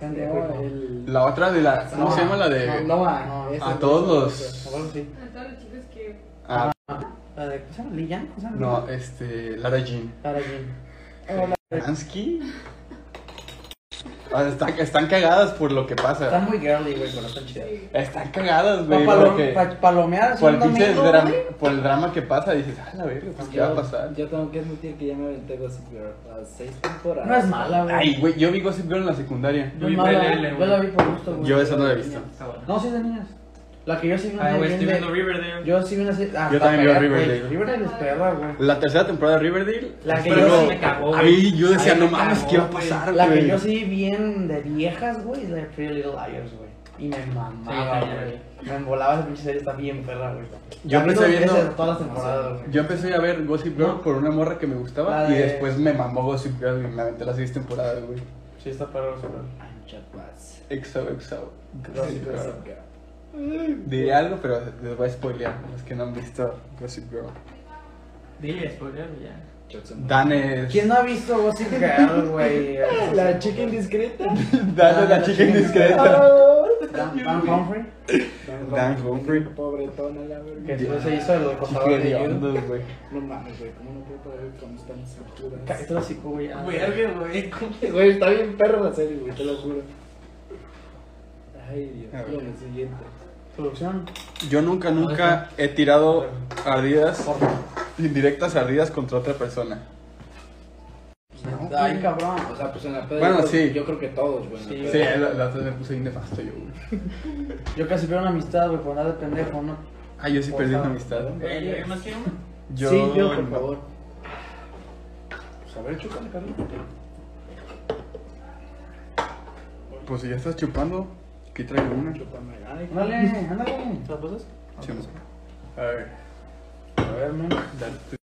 Speaker 5: No,
Speaker 3: el.
Speaker 5: el...
Speaker 1: La otra de la. ¿Cómo se llama la de.? Ah.
Speaker 5: No, Noah,
Speaker 3: Ah, no, este-
Speaker 5: ese
Speaker 1: a
Speaker 5: no,
Speaker 1: todos
Speaker 5: ese
Speaker 1: los.
Speaker 5: no.
Speaker 3: Bueno, sí.
Speaker 6: A todos los chicos que
Speaker 3: este-
Speaker 1: Ah,
Speaker 3: La de. ¿Cómo se llama? ¿Lillian? ¿Cómo se llama?
Speaker 1: no, este. Lara Jean.
Speaker 3: Para Jim.
Speaker 1: Lansky. O sea, están, Ah, están cagadas por lo que
Speaker 3: Están
Speaker 1: pasa.
Speaker 3: muy girly, güey, pero están chidas.
Speaker 1: Están cagadas,
Speaker 3: Pa
Speaker 1: güey.
Speaker 3: palo-
Speaker 1: porque-
Speaker 3: pa- palomear,
Speaker 1: por el
Speaker 3: un
Speaker 1: pinche
Speaker 3: domingo,
Speaker 1: drama-
Speaker 3: güey.
Speaker 1: por el drama que pasa, dices, ah, la verga, pues, ¿qué va a pasar?
Speaker 5: Yo tengo que admitir que ya me aventé Gossip Girl a seis temporadas.
Speaker 3: No es mala, güey.
Speaker 1: Ay, güey, yo vi Gossip Girl en la secundaria.
Speaker 3: No
Speaker 4: Uy,
Speaker 3: es mala,
Speaker 4: vele,
Speaker 3: yo
Speaker 4: güey.
Speaker 3: la vi por gusto, güey.
Speaker 1: Yo esa no la he visto.
Speaker 4: Está bueno.
Speaker 3: No, sí es de niñas. La que yo sí vi una
Speaker 4: Ah, güey,
Speaker 3: serie
Speaker 4: estoy
Speaker 3: bien
Speaker 4: viendo
Speaker 3: de-
Speaker 4: Riverdale.
Speaker 3: Yo sí vi una serie... Ah,
Speaker 1: Yo
Speaker 3: está
Speaker 1: también veo
Speaker 3: perra, güey.
Speaker 1: Riverdale.
Speaker 3: Riverdale es perra, güey.
Speaker 1: La tercera temporada de Riverdale.
Speaker 3: La que
Speaker 4: Pero
Speaker 3: yo
Speaker 4: sí
Speaker 3: sí...
Speaker 4: me cagó,
Speaker 1: A
Speaker 4: güey.
Speaker 1: mí yo decía,
Speaker 4: Ay,
Speaker 1: no
Speaker 4: me
Speaker 1: mames,
Speaker 4: cagó,
Speaker 1: ¿qué va a
Speaker 4: güey.
Speaker 1: pasar,
Speaker 3: La que
Speaker 1: güey?
Speaker 3: yo sí bien de viejas, güey, es la de Pretty Little Liars, güey. Y me mamaba,
Speaker 4: Sí,
Speaker 3: güey. Me embolaba esa pinche serie, está bien perra, güey.
Speaker 1: Yo
Speaker 3: La vi
Speaker 1: empecé
Speaker 3: dos
Speaker 1: viendo-
Speaker 3: veces Todas las temporadas, güey.
Speaker 1: Yo empecé a ver Gossip Girl por una morra que me gustaba
Speaker 3: Ah. La de-
Speaker 1: y después me mamó Gossip Girl y me aventé las seis temporadas, güey.
Speaker 3: Sí, está perra, güey.
Speaker 5: Ancha paz.
Speaker 1: Exo, exo. Gossip
Speaker 5: Gossip
Speaker 1: Girl.
Speaker 5: Girl.
Speaker 1: Diré algo, pero les voy a spoilear los que no han visto Gossip Girl.
Speaker 4: Dile, spoiler, ya.
Speaker 5: Jackson.
Speaker 1: Dan es.
Speaker 3: ¿Quién no ha visto Gossip Girl, güey?
Speaker 5: La chica indiscreta.
Speaker 1: Dan
Speaker 3: Ah,
Speaker 1: es la chica indiscreta.
Speaker 3: Dan, Dan Humphrey.
Speaker 1: Dan Humphrey.
Speaker 5: Pobretona, la
Speaker 3: Que
Speaker 5: verga.
Speaker 3: después se hizo el acosador
Speaker 1: Qué
Speaker 3: de You.
Speaker 1: hediondo, güey.
Speaker 5: No mames, güey. ¿Cómo no puedo pagar con tan seguras?
Speaker 3: Cállate los hocico, güey. ah, ya.
Speaker 4: Verga, güey. ¿cómo?
Speaker 5: Güey, está bien perro la serie, güey. Te lo juro. Ay, Dios. Bueno, siguiente.
Speaker 3: Producción.
Speaker 1: Yo nunca, nunca he tirado ardidas,
Speaker 3: Por favor.
Speaker 1: indirectas ardidas contra otra persona.
Speaker 3: Ay, cabrón.
Speaker 5: O sea, pues en la peda.
Speaker 1: Bueno,
Speaker 5: yo creo-
Speaker 1: sí.
Speaker 5: Yo creo que todos, güey. en la
Speaker 3: Sí.
Speaker 5: peda.
Speaker 1: Sí, la, la otra vez me puse bien nefasto yo, güey.
Speaker 3: Yo casi pierdo una amistad, güey, por andar de pendejo, ¿no?
Speaker 1: Ah, yo sí
Speaker 3: Por
Speaker 1: perdí una
Speaker 3: favor.
Speaker 1: amistad.
Speaker 4: Eh, ¿Más que uno?
Speaker 1: Yo,
Speaker 5: sí, yo, por
Speaker 1: no.
Speaker 5: favor. Pues a ver, chúcale, Carlos.
Speaker 1: Pues si ya estás chupando, aquí traigo una.
Speaker 5: Chúpame. Ay,
Speaker 3: Ándale, ándale. ¿Las cosas?
Speaker 1: Sí. A ver,
Speaker 3: A ver, men.
Speaker 1: dale tú.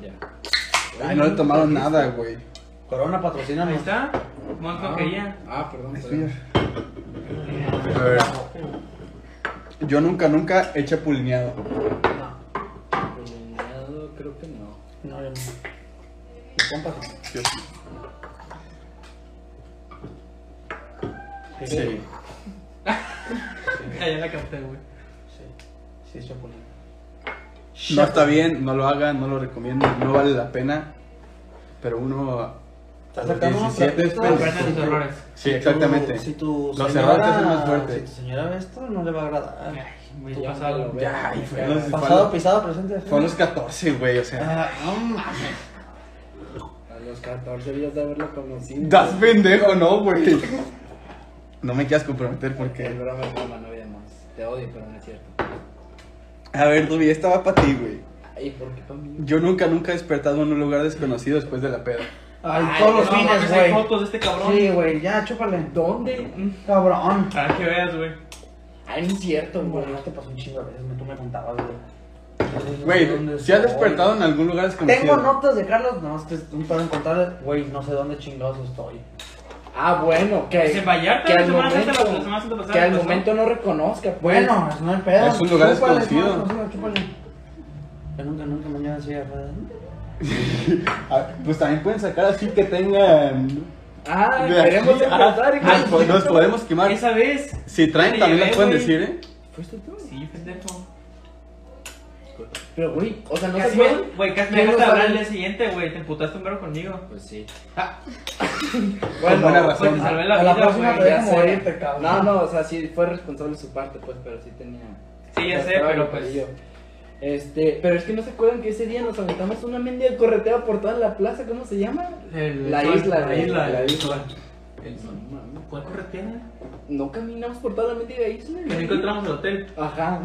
Speaker 5: Ya.
Speaker 1: Ay, no le tomaron nada, güey.
Speaker 3: Corona patrocina
Speaker 4: Ahí
Speaker 3: mi
Speaker 4: está. Monco quería.
Speaker 5: Ah, perdón.
Speaker 1: Es
Speaker 5: perdón.
Speaker 1: tuya. A ver. Yo nunca, nunca he chapulineado.
Speaker 5: Alineado, creo que no.
Speaker 3: No, yo no. Mi compa sí.
Speaker 1: Yo sí. Sí.
Speaker 4: Ah, ya la capté, güey.
Speaker 3: Sí. Sí, es chapulín.
Speaker 1: No está bien, no lo hagan, no lo recomiendo, no vale la pena. Pero uno a
Speaker 3: ¿Estás
Speaker 1: los
Speaker 3: sacando unos
Speaker 1: 17 es
Speaker 3: trapitos?
Speaker 1: pens-
Speaker 4: Aprendan sus errores.
Speaker 1: Sí,
Speaker 3: Si tu-
Speaker 1: exactamente.
Speaker 3: Si tu
Speaker 1: Los errores te hacen más fuerte.
Speaker 3: Si tu señora ve esto, no le va a agradar.
Speaker 4: Ay, güey,
Speaker 5: Tú
Speaker 4: ya
Speaker 5: ándalo,
Speaker 4: pasado.
Speaker 5: güey.
Speaker 1: Ya, y fue
Speaker 5: Me
Speaker 1: a los-
Speaker 5: caga.
Speaker 3: Pasado, pisado, presente.
Speaker 1: Fue a los 14, güey, o sea.
Speaker 3: Ah, no mames.
Speaker 5: A los 14 días de haberlo conocido.
Speaker 1: Das pendejo, ¿no, güey? No me quieras comprometer
Speaker 5: Que el
Speaker 1: porque...
Speaker 5: broma es broma, no había más. Te odio, pero no es cierto.
Speaker 1: A ver, Dubi, esta va para ti, güey.
Speaker 5: Ay, ¿por qué para mí?
Speaker 1: Yo nunca, nunca he despertado en un lugar desconocido después de la peda.
Speaker 3: Ay, todos los
Speaker 4: no, mames,
Speaker 3: fines,
Speaker 4: hay
Speaker 3: güey.
Speaker 4: fotos de este cabrón.
Speaker 3: Sí, güey, ya, chúpale.
Speaker 5: ¿Dónde?
Speaker 3: Cabrón.
Speaker 4: Para que veas, güey.
Speaker 5: Ay, no es cierto, güey.
Speaker 3: Bueno, no te pasó un chingo de veces, me- tú me contabas, güey.
Speaker 1: Güey, si has despertado en algún lugar
Speaker 3: Tengo
Speaker 1: desconocido.
Speaker 3: notas de Carlos, no, es que es un pedo encontrar, güey, no sé dónde chingados estoy.
Speaker 5: Ah, bueno, que.
Speaker 4: Pues en Vallarta,
Speaker 5: que
Speaker 4: la
Speaker 5: al
Speaker 4: semana
Speaker 5: momento,
Speaker 4: pasada, la semana pasada
Speaker 5: que al
Speaker 4: pasó.
Speaker 5: momento no reconozca. pues.
Speaker 3: Bueno, es- no hay pedo.
Speaker 1: Es un lugar
Speaker 3: Chúpale,
Speaker 1: desconocido.
Speaker 3: no, desconocido, chúpale. Yo nunca, nunca mañana sí, ¿verdad?
Speaker 1: Ah, Pues también pueden sacar así que tengan...
Speaker 5: Ah,
Speaker 1: De aquí
Speaker 5: queremos
Speaker 1: a-
Speaker 5: empezar. hijo
Speaker 1: Ah,
Speaker 5: de-
Speaker 1: pues, Nos podemos quemar.
Speaker 4: Esa vez.
Speaker 1: Si traen,
Speaker 4: Te
Speaker 1: también
Speaker 4: llevé,
Speaker 1: las pueden
Speaker 4: güey.
Speaker 1: decir, ¿eh?
Speaker 5: ¿Fuiste tú?
Speaker 4: Sí, pendejo.
Speaker 5: Pero, güey, o sea, no se
Speaker 4: Casi
Speaker 5: puede.
Speaker 4: me- Güey, casi me
Speaker 5: ¿Quién
Speaker 4: dejaste
Speaker 5: lo sabe?
Speaker 4: hablar el día siguiente, güey. Te emputaste un verbo conmigo.
Speaker 5: Pues sí.
Speaker 4: Ah,
Speaker 1: Con buena
Speaker 4: pues
Speaker 1: razón.
Speaker 4: te salvé la
Speaker 3: A la
Speaker 4: vida,
Speaker 3: próxima
Speaker 4: güey.
Speaker 3: te
Speaker 5: Ya
Speaker 3: dejo
Speaker 5: sé.
Speaker 3: morirte, cabrón.
Speaker 5: No, no, o sea, sí fue responsable su parte, pues, pero sí tenía.
Speaker 4: Sí, ya sé,
Speaker 5: Estaba
Speaker 4: pero
Speaker 5: mi
Speaker 4: pues.
Speaker 5: pelillo. Este, pero es que no se acuerdan que ese día nos aventamos una mendiga corretea por toda la plaza, ¿cómo se llama?
Speaker 4: pues, el-
Speaker 5: La
Speaker 4: sol,
Speaker 5: isla,
Speaker 4: La
Speaker 5: güey,
Speaker 4: isla,
Speaker 5: la
Speaker 4: el
Speaker 5: isla.
Speaker 4: sol. El sol. ¿Cuál corretea?
Speaker 5: No caminamos por toda la mendiga isla.
Speaker 4: Que no encontramos el hotel.
Speaker 5: Ajá,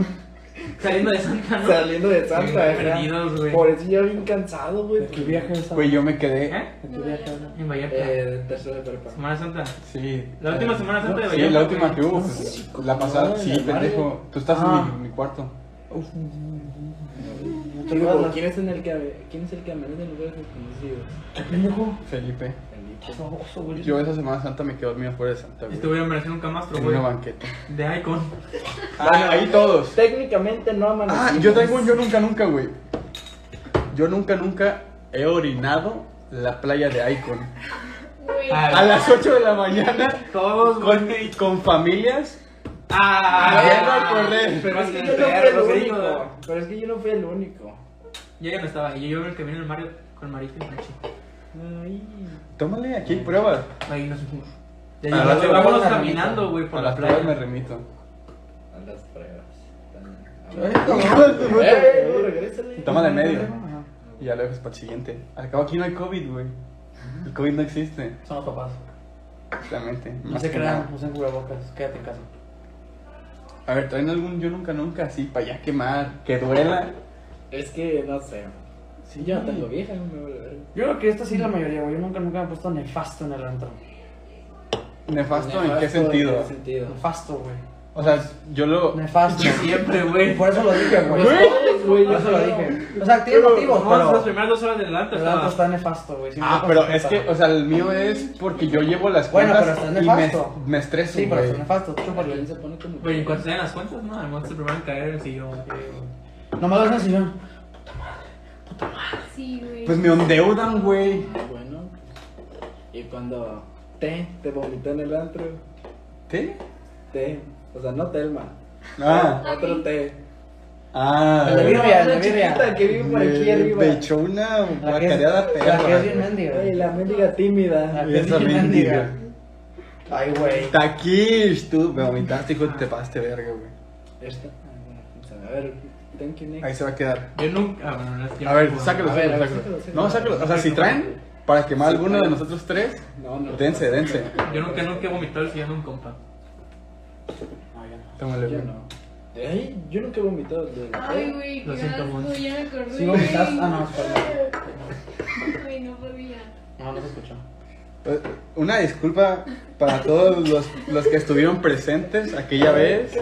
Speaker 4: Saliendo de Santa, ¿no?
Speaker 5: saliendo de
Speaker 4: Sí,
Speaker 5: Santa, ajá.
Speaker 4: perdidos, güey.
Speaker 5: Por eso ya bien cansado, güey.
Speaker 3: ¿De qué viaje es?
Speaker 1: Güey, yo me quedé...
Speaker 4: ¿Eh?
Speaker 3: ¿De qué viaje es?
Speaker 4: En Vallarta.
Speaker 5: Eh, de tercero de prepa.
Speaker 4: Semana Santa.
Speaker 1: Sí.
Speaker 4: La última Semana Santa de
Speaker 1: Sí, la
Speaker 4: Vallarta,
Speaker 1: última
Speaker 4: güey.
Speaker 1: que hubo. pues, La pasada, sí, pendejo. Tú estás
Speaker 3: Ah.
Speaker 1: en mi- mi cuarto.
Speaker 5: Digo, ¿quién es en el que quién es el que amanece en lugares desconocidos?
Speaker 3: ¿Qué pendejo?
Speaker 1: Felipe.
Speaker 5: Felipe.
Speaker 3: Oso, güey.
Speaker 1: Yo esa Semana Santa me quedé dormido fuera de Santa, güey.
Speaker 4: Estuve en Operación Camastro,
Speaker 1: En
Speaker 4: güey.
Speaker 1: una banqueta.
Speaker 4: De Icon.
Speaker 1: Ah, ahí todos.
Speaker 5: Técnicamente no amanecimos.
Speaker 1: Ah, yo traigo un yo nunca, nunca, güey. Yo nunca, nunca he orinado la playa de Icon. A las 8 de la mañana,
Speaker 4: Todos,
Speaker 1: con, con familias. Yendo a
Speaker 4: Ah,
Speaker 1: correr.
Speaker 5: Pero es que yo no fui el
Speaker 4: Perro,
Speaker 5: único.
Speaker 4: gringo.
Speaker 5: Pero es que yo no fui el único.
Speaker 4: Yo ya no estaba ahí. Yo iba en el camino del Mario con Marito y Nacho. Ay.
Speaker 1: Tómale, aquí hay pruebas.
Speaker 4: Ahí nos fuimos. Ya
Speaker 1: A
Speaker 4: llegamos,
Speaker 1: las
Speaker 4: güey, vámonos
Speaker 3: pruebas,
Speaker 4: caminando, güey, por
Speaker 1: A
Speaker 4: la
Speaker 1: las pruebas me
Speaker 4: playa.
Speaker 1: remito.
Speaker 5: A las pruebas. eh,
Speaker 1: Toma de medio. Y ya lo dejas para el siguiente. Al cabo aquí no hay COVID, güey. El COVID no existe,
Speaker 3: Son los papás.
Speaker 1: exactamente.
Speaker 3: No se crean, usen cubrebocas, quédate en casa.
Speaker 1: A ver, traen algún yo nunca, nunca así, para ya quemar, que duela.
Speaker 5: Es que no sé. Si yo no tengo vieja, no me voy a ver.
Speaker 3: Yo creo que esta sí es la mayoría, güey. Yo nunca, nunca me he puesto nefasto en el antro.
Speaker 1: Nefasto, ¿en qué sentido?
Speaker 5: ¿En qué sentido?
Speaker 3: Nefasto, güey.
Speaker 1: O sea, yo lo.
Speaker 3: Nefasto.
Speaker 4: Siempre, güey.
Speaker 3: Por eso lo dije, güey.
Speaker 4: Güey, güey,
Speaker 3: Por
Speaker 4: yo
Speaker 3: eso lo dije. O sea, tiene motivos,
Speaker 4: No, las
Speaker 3: pero.
Speaker 4: primeras dos horas del antro
Speaker 3: El antro
Speaker 4: estaba.
Speaker 3: está nefasto, güey. Sí me
Speaker 1: Ah,
Speaker 3: da
Speaker 1: pero
Speaker 3: cuenta.
Speaker 1: es que, o sea, el mío es porque yo llevo las
Speaker 3: Bueno,
Speaker 1: cuentas
Speaker 3: pero está
Speaker 1: y me,
Speaker 3: nefasto.
Speaker 1: me estreso,
Speaker 3: Sí, pero
Speaker 1: güey.
Speaker 3: está nefasto,
Speaker 5: Porque él
Speaker 3: chúpale.
Speaker 5: se pone como.
Speaker 4: Güey, en cuanto se den las cuentas, no, además se primero en caer en el sillón.
Speaker 3: No me hagas en el sillón.
Speaker 6: Sí, güey.
Speaker 1: Pues me endeudan, güey.
Speaker 5: Ah, Bueno. Y cuando te, te vomitó en el antro.
Speaker 1: ¿Qué?
Speaker 5: Te. O sea, no Telma.
Speaker 1: Ah,
Speaker 5: Otro te.
Speaker 1: ah. eh,
Speaker 3: El de birria, el de
Speaker 5: Una
Speaker 3: birria.
Speaker 5: chiquita que vive por aquí arriba.
Speaker 1: Pechona,
Speaker 3: La que es-
Speaker 1: guacareada
Speaker 3: la que es bien
Speaker 1: perra.
Speaker 3: mendiga.
Speaker 5: Ay,
Speaker 3: güey.
Speaker 5: la mendiga tímida.
Speaker 3: La que es
Speaker 1: Esa
Speaker 3: bien mendiga.
Speaker 1: mendiga.
Speaker 3: Ay, güey.
Speaker 1: Taquish, tú me vomitaste, hijo, te pasaste verga, güey.
Speaker 5: Esta. A ver, thank you,
Speaker 1: Ahí
Speaker 5: next.
Speaker 1: se va a quedar.
Speaker 4: Yo nunca. Ah, bueno, las
Speaker 1: A ver, sácalo,
Speaker 5: A ver,
Speaker 1: sácalo,
Speaker 5: a ver,
Speaker 1: sácalo.
Speaker 5: sácalo, sácalo.
Speaker 1: No, sácalo. O sea, si traen, para quemar
Speaker 5: Sí,
Speaker 1: alguno de
Speaker 5: traen.
Speaker 1: nosotros tres,
Speaker 5: No, no.
Speaker 1: dense, dense.
Speaker 4: Yo nunca, nunca he vomitado el sillón de un compa.
Speaker 1: Tómale,
Speaker 5: Yo
Speaker 1: güey.
Speaker 5: no. Ay, yo nunca he vomitado de la
Speaker 6: Ay, güey,
Speaker 4: Lo
Speaker 6: qué
Speaker 4: siento mucho.
Speaker 6: asco, ya me acordé.
Speaker 3: Si vomitas. Ah, no, espera.
Speaker 6: Ay, no podía.
Speaker 3: No, no se escuchó.
Speaker 1: Pues, Una disculpa para todos los, los que estuvieron presentes aquella vez.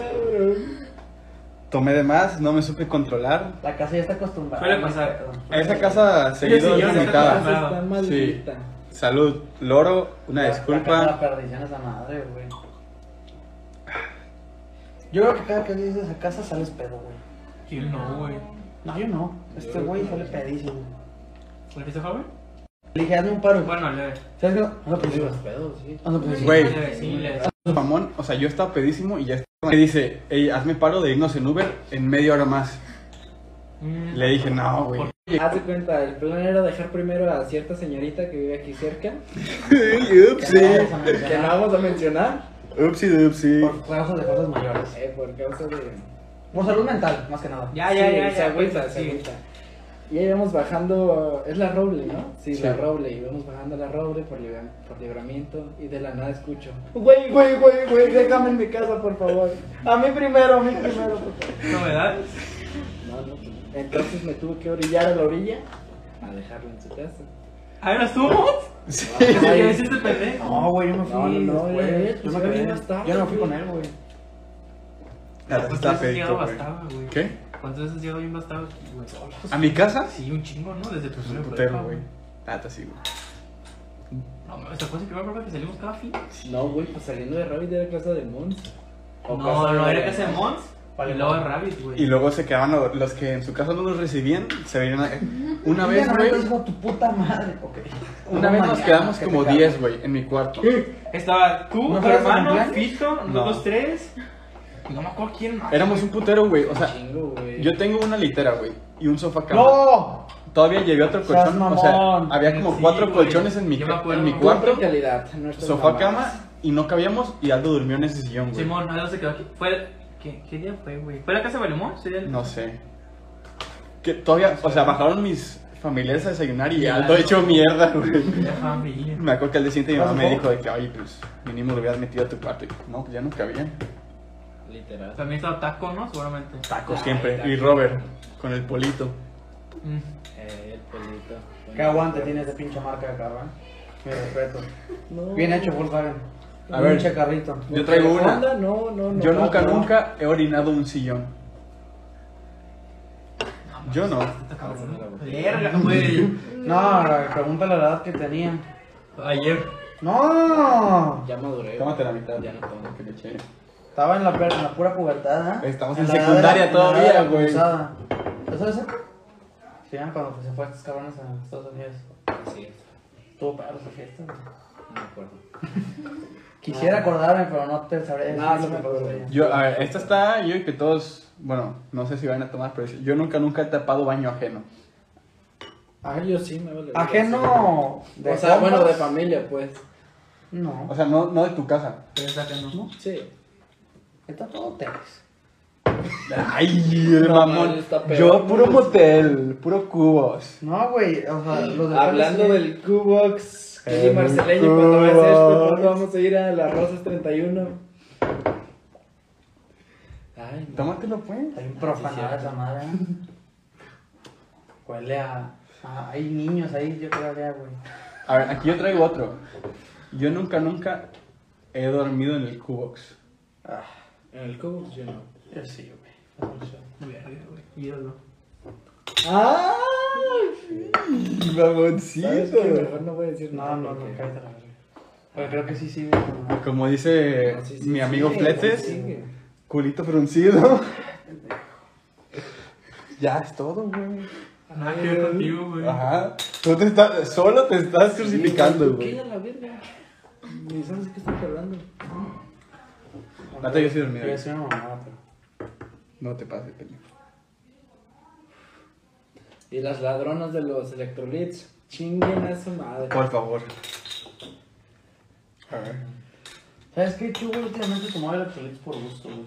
Speaker 1: Tomé de más, no me supe controlar.
Speaker 3: La casa ya está acostumbrada.
Speaker 4: Suele pasar.
Speaker 1: Esa casa seguido
Speaker 4: sí, yo
Speaker 1: es
Speaker 4: sé que
Speaker 1: vomitada.
Speaker 4: pasa.
Speaker 5: Está maldita.
Speaker 1: Salud, Loro, una
Speaker 3: La, la
Speaker 1: disculpa.
Speaker 3: perdición es la madre, güey. Yo creo que cada que dices a casa sales pedo, güey.
Speaker 4: ¿Quién no, güey?
Speaker 3: No, yo no. Este güey sale pedísimo.
Speaker 4: ¿La viste joven?
Speaker 3: Le dije, hazme un paro.
Speaker 4: Bueno, le.
Speaker 3: ¿Sabes qué? No, pues sí,
Speaker 5: Los pedos, sí.
Speaker 3: No, pues sí.
Speaker 1: Güey.
Speaker 4: le- Sí, le.
Speaker 1: Mamón, o sea, yo estaba pedísimo y ya estaba. Me dice, hey, hazme paro de irnos en Uber en media hora más.
Speaker 4: Mm.
Speaker 1: Le dije, no, güey.
Speaker 5: Haz de cuenta, el plan era dejar primero a cierta señorita que vive aquí cerca,
Speaker 1: Upsi,
Speaker 5: que no vamos a mencionar,
Speaker 1: upsi, upsi.
Speaker 3: Por causas de cosas mayores.
Speaker 5: eh, por causa de...
Speaker 3: Por salud mental, más que nada.
Speaker 4: Ya, ya,
Speaker 5: Sí,
Speaker 4: ya.
Speaker 5: se
Speaker 4: ya,
Speaker 5: agüita,
Speaker 4: güey,
Speaker 5: se
Speaker 4: sí.
Speaker 5: agüita. Y ahí vamos bajando, es la Roble, ¿no? Sí,
Speaker 1: Sí.
Speaker 5: la Roble, y vamos bajando la Roble por, libra- por libramiento, y de la nada escucho, güey, güey, güey, güey, déjame en mi casa, por favor. A mí primero, a mí primero, por favor.
Speaker 4: Novedad.
Speaker 5: No, no, entonces me tuve que orillar a la orilla a dejarlo en su casa.
Speaker 4: ¿Ahí las tuvimos?
Speaker 1: Sí.
Speaker 4: ¿Qué me hiciste pendejo?
Speaker 3: No, güey, yo me fui.
Speaker 5: No, no, no,
Speaker 3: después.
Speaker 5: güey,
Speaker 3: Yo
Speaker 5: pues ya
Speaker 3: me fui
Speaker 5: bien más tarde,
Speaker 3: Yo no me fui
Speaker 5: güey.
Speaker 3: con él, güey.
Speaker 1: La
Speaker 4: ¿Cuántas
Speaker 1: está
Speaker 4: veces has llegado
Speaker 1: pedito, güey.
Speaker 4: bastaba, güey?
Speaker 1: ¿Qué?
Speaker 4: ¿Cuántas veces has llegado bien bastado aquí, güey?
Speaker 1: ¿A mi casa?
Speaker 4: Sí, un chingo, ¿no? Desde tu
Speaker 1: Pues un
Speaker 4: primera
Speaker 1: putero,
Speaker 4: prepa,
Speaker 1: güey. Tata, sí, güey.
Speaker 4: No, me ¿te acuerdas que primera prueba que salimos cada fin?
Speaker 5: No, güey, pues saliendo de Rabbit era casa de Mons. O
Speaker 4: No,
Speaker 5: casa
Speaker 4: no,
Speaker 5: de-
Speaker 4: era casa de Mons y luego de Rabbit, güey.
Speaker 1: Y luego se quedaban lo- los que en su casa no los recibían, se venían a- Una
Speaker 3: Y
Speaker 1: vez,
Speaker 3: ya no
Speaker 1: güey,
Speaker 3: me dijo tu puta madre. Ok.
Speaker 1: una vez nos
Speaker 3: Mañana,
Speaker 1: quedamos
Speaker 3: que
Speaker 1: como
Speaker 3: te cagas.
Speaker 1: 10, güey, en mi cuarto.
Speaker 4: Estaba tú,
Speaker 3: ¿No
Speaker 4: tu
Speaker 3: fueron
Speaker 4: hermano,
Speaker 3: cumpleaños?
Speaker 4: Fito, nosotros
Speaker 1: No.
Speaker 4: tres. Y No me acuerdo quién más.
Speaker 1: Éramos un putero, güey, o sea,
Speaker 5: Chingo, güey.
Speaker 1: yo tengo una litera, güey, y un sofá cama.
Speaker 3: ¡No!
Speaker 1: Todavía llevé otro
Speaker 3: Seas
Speaker 1: colchón, o sea,
Speaker 3: mamón.
Speaker 1: había como
Speaker 4: Sí,
Speaker 1: cuatro
Speaker 4: güey.
Speaker 1: colchones en mi,
Speaker 4: Yo me
Speaker 1: ca-
Speaker 4: acuerdo.
Speaker 1: en mi
Speaker 5: Cuarto
Speaker 1: cuarto,
Speaker 5: calidad, no estás
Speaker 1: sofá
Speaker 5: mamando.
Speaker 1: cama, y no cabíamos, y Aldo durmió en ese sillón, güey.
Speaker 4: Simón, Aldo se quedó aquí. Fue, ¿qué, ¿Qué día fue, güey? ¿Fue la casa de Valemón? ¿Sí, el...
Speaker 1: No sé. Que todavía, o sea, bajaron mis familiares a desayunar y
Speaker 4: Ya,
Speaker 1: Aldo
Speaker 4: no.
Speaker 1: hecho mierda, güey.
Speaker 4: La familia.
Speaker 1: Me acuerdo que al día siguiente mi mamá
Speaker 3: ¿Pasó?
Speaker 1: me dijo de que, oye, pues, mínimo lo hubieras metido a tu cuarto. Y, no, pues ya no cabían.
Speaker 5: Literal.
Speaker 4: También estaba Taco, ¿no? Seguramente.
Speaker 1: Tacos
Speaker 5: Ay,
Speaker 1: siempre.
Speaker 5: tacos.
Speaker 1: Y Robert, con el polito.
Speaker 4: Mm.
Speaker 5: Eh, el pelito. Bueno,
Speaker 3: Qué aguante tiene esa pinche marca de carro, eh. Mi respeto.
Speaker 5: No.
Speaker 3: Bien hecho, Volkswagen.
Speaker 1: A ver.
Speaker 3: Pinche carrito.
Speaker 1: Yo traigo
Speaker 5: ¿Qué
Speaker 1: una.
Speaker 5: onda? No, no, no.
Speaker 1: Yo nunca,
Speaker 5: no.
Speaker 1: nunca he orinado un sillón. Yo no.
Speaker 4: Verga, güey.
Speaker 3: No, pregúntale la edad que tenía.
Speaker 4: Ayer.
Speaker 3: ¡No!
Speaker 5: Ya maduré.
Speaker 1: Tómate la mitad.
Speaker 5: Ya no tomo.
Speaker 1: Que le eché.
Speaker 3: Estaba en la, per- en la pura pubertad, ¿eh?
Speaker 1: Estamos en
Speaker 3: la edad de
Speaker 1: secundaria
Speaker 3: la- en la edad de
Speaker 1: todavía,
Speaker 3: la
Speaker 1: güey.
Speaker 3: cruzada. ¿Eso sabes? Sí, ya cuando se fue estos cabrones a Estados Unidos.
Speaker 5: Sí,
Speaker 3: Estuvo perro esa fiesta, güey.
Speaker 5: no me acuerdo.
Speaker 3: Quisiera acordarme, pero no te sabré.
Speaker 5: No,
Speaker 3: decir,
Speaker 5: no me acuerdo.
Speaker 3: güey.
Speaker 1: Yo, a ver, esta está, yo y que todos, bueno, no sé si van a tomar, pero dice, yo nunca, nunca he tapado baño ajeno.
Speaker 5: Ah, yo sí, me vale.
Speaker 3: Ajeno de
Speaker 5: O sea, bueno, de
Speaker 3: compas.
Speaker 5: familia, pues.
Speaker 3: No,
Speaker 1: O sea, no, no de tu casa.
Speaker 3: es ajeno, ¿no?
Speaker 5: Sí.
Speaker 3: Está todo tenis.
Speaker 1: Ay, el
Speaker 5: No,
Speaker 1: mamón.
Speaker 5: mal, está peor.
Speaker 1: Yo, puro motel, puro cubos.
Speaker 3: No, güey, o sea, los de
Speaker 5: Hablando
Speaker 3: tenis,
Speaker 5: del Q-Box, Kelly
Speaker 1: El
Speaker 5: Marceleño, cuando veas esto,
Speaker 1: Q-Box.
Speaker 5: pronto vamos a ir a las Rosas 31. Ay, no.
Speaker 1: Tómatelo, pues.
Speaker 3: Está bien profanada esa madre. ¿eh?
Speaker 5: Huele a.
Speaker 3: Ah, hay niños ahí, yo creo que, güey.
Speaker 1: A ver, aquí yo traigo otro. Yo nunca, nunca he dormido en el Q-Box.
Speaker 5: En el Q-Box, yo no.
Speaker 3: Yo sí, güey.
Speaker 4: Verga, güey. Ídolo.
Speaker 5: ¡Ah! ¿Sabes qué?
Speaker 1: Mamoncito.
Speaker 5: Mejor no voy a decir
Speaker 3: No,
Speaker 5: nada.
Speaker 3: no, no,
Speaker 5: porque-
Speaker 3: cállate a la verga. Pues
Speaker 4: Ah.
Speaker 3: creo que sí, sí, güey. no.
Speaker 1: Como dice
Speaker 5: No, Ah, sí, sí,
Speaker 1: mi
Speaker 5: sí,
Speaker 1: amigo
Speaker 5: sí,
Speaker 1: Fletes,
Speaker 5: sí, sí.
Speaker 1: culito fruncido. ya es todo, güey.
Speaker 4: Nada que ver contigo, güey.
Speaker 1: Ajá. Tú te estás, solo te estás crucificando,
Speaker 5: ¿Qué
Speaker 1: güey.
Speaker 5: a la verga? Ni sabes de qué estás hablando.
Speaker 1: Nata, yo sí dormí,
Speaker 3: Yo
Speaker 1: güey.
Speaker 3: sí una mamada, pero.
Speaker 1: No te pases, pendejo.
Speaker 5: Y las ladronas de los electrolits, chinguen a su madre.
Speaker 1: Por favor. A ver.
Speaker 3: ¿Sabes qué? Yo, güey, últimamente tomaba electrolitos por gusto, güey.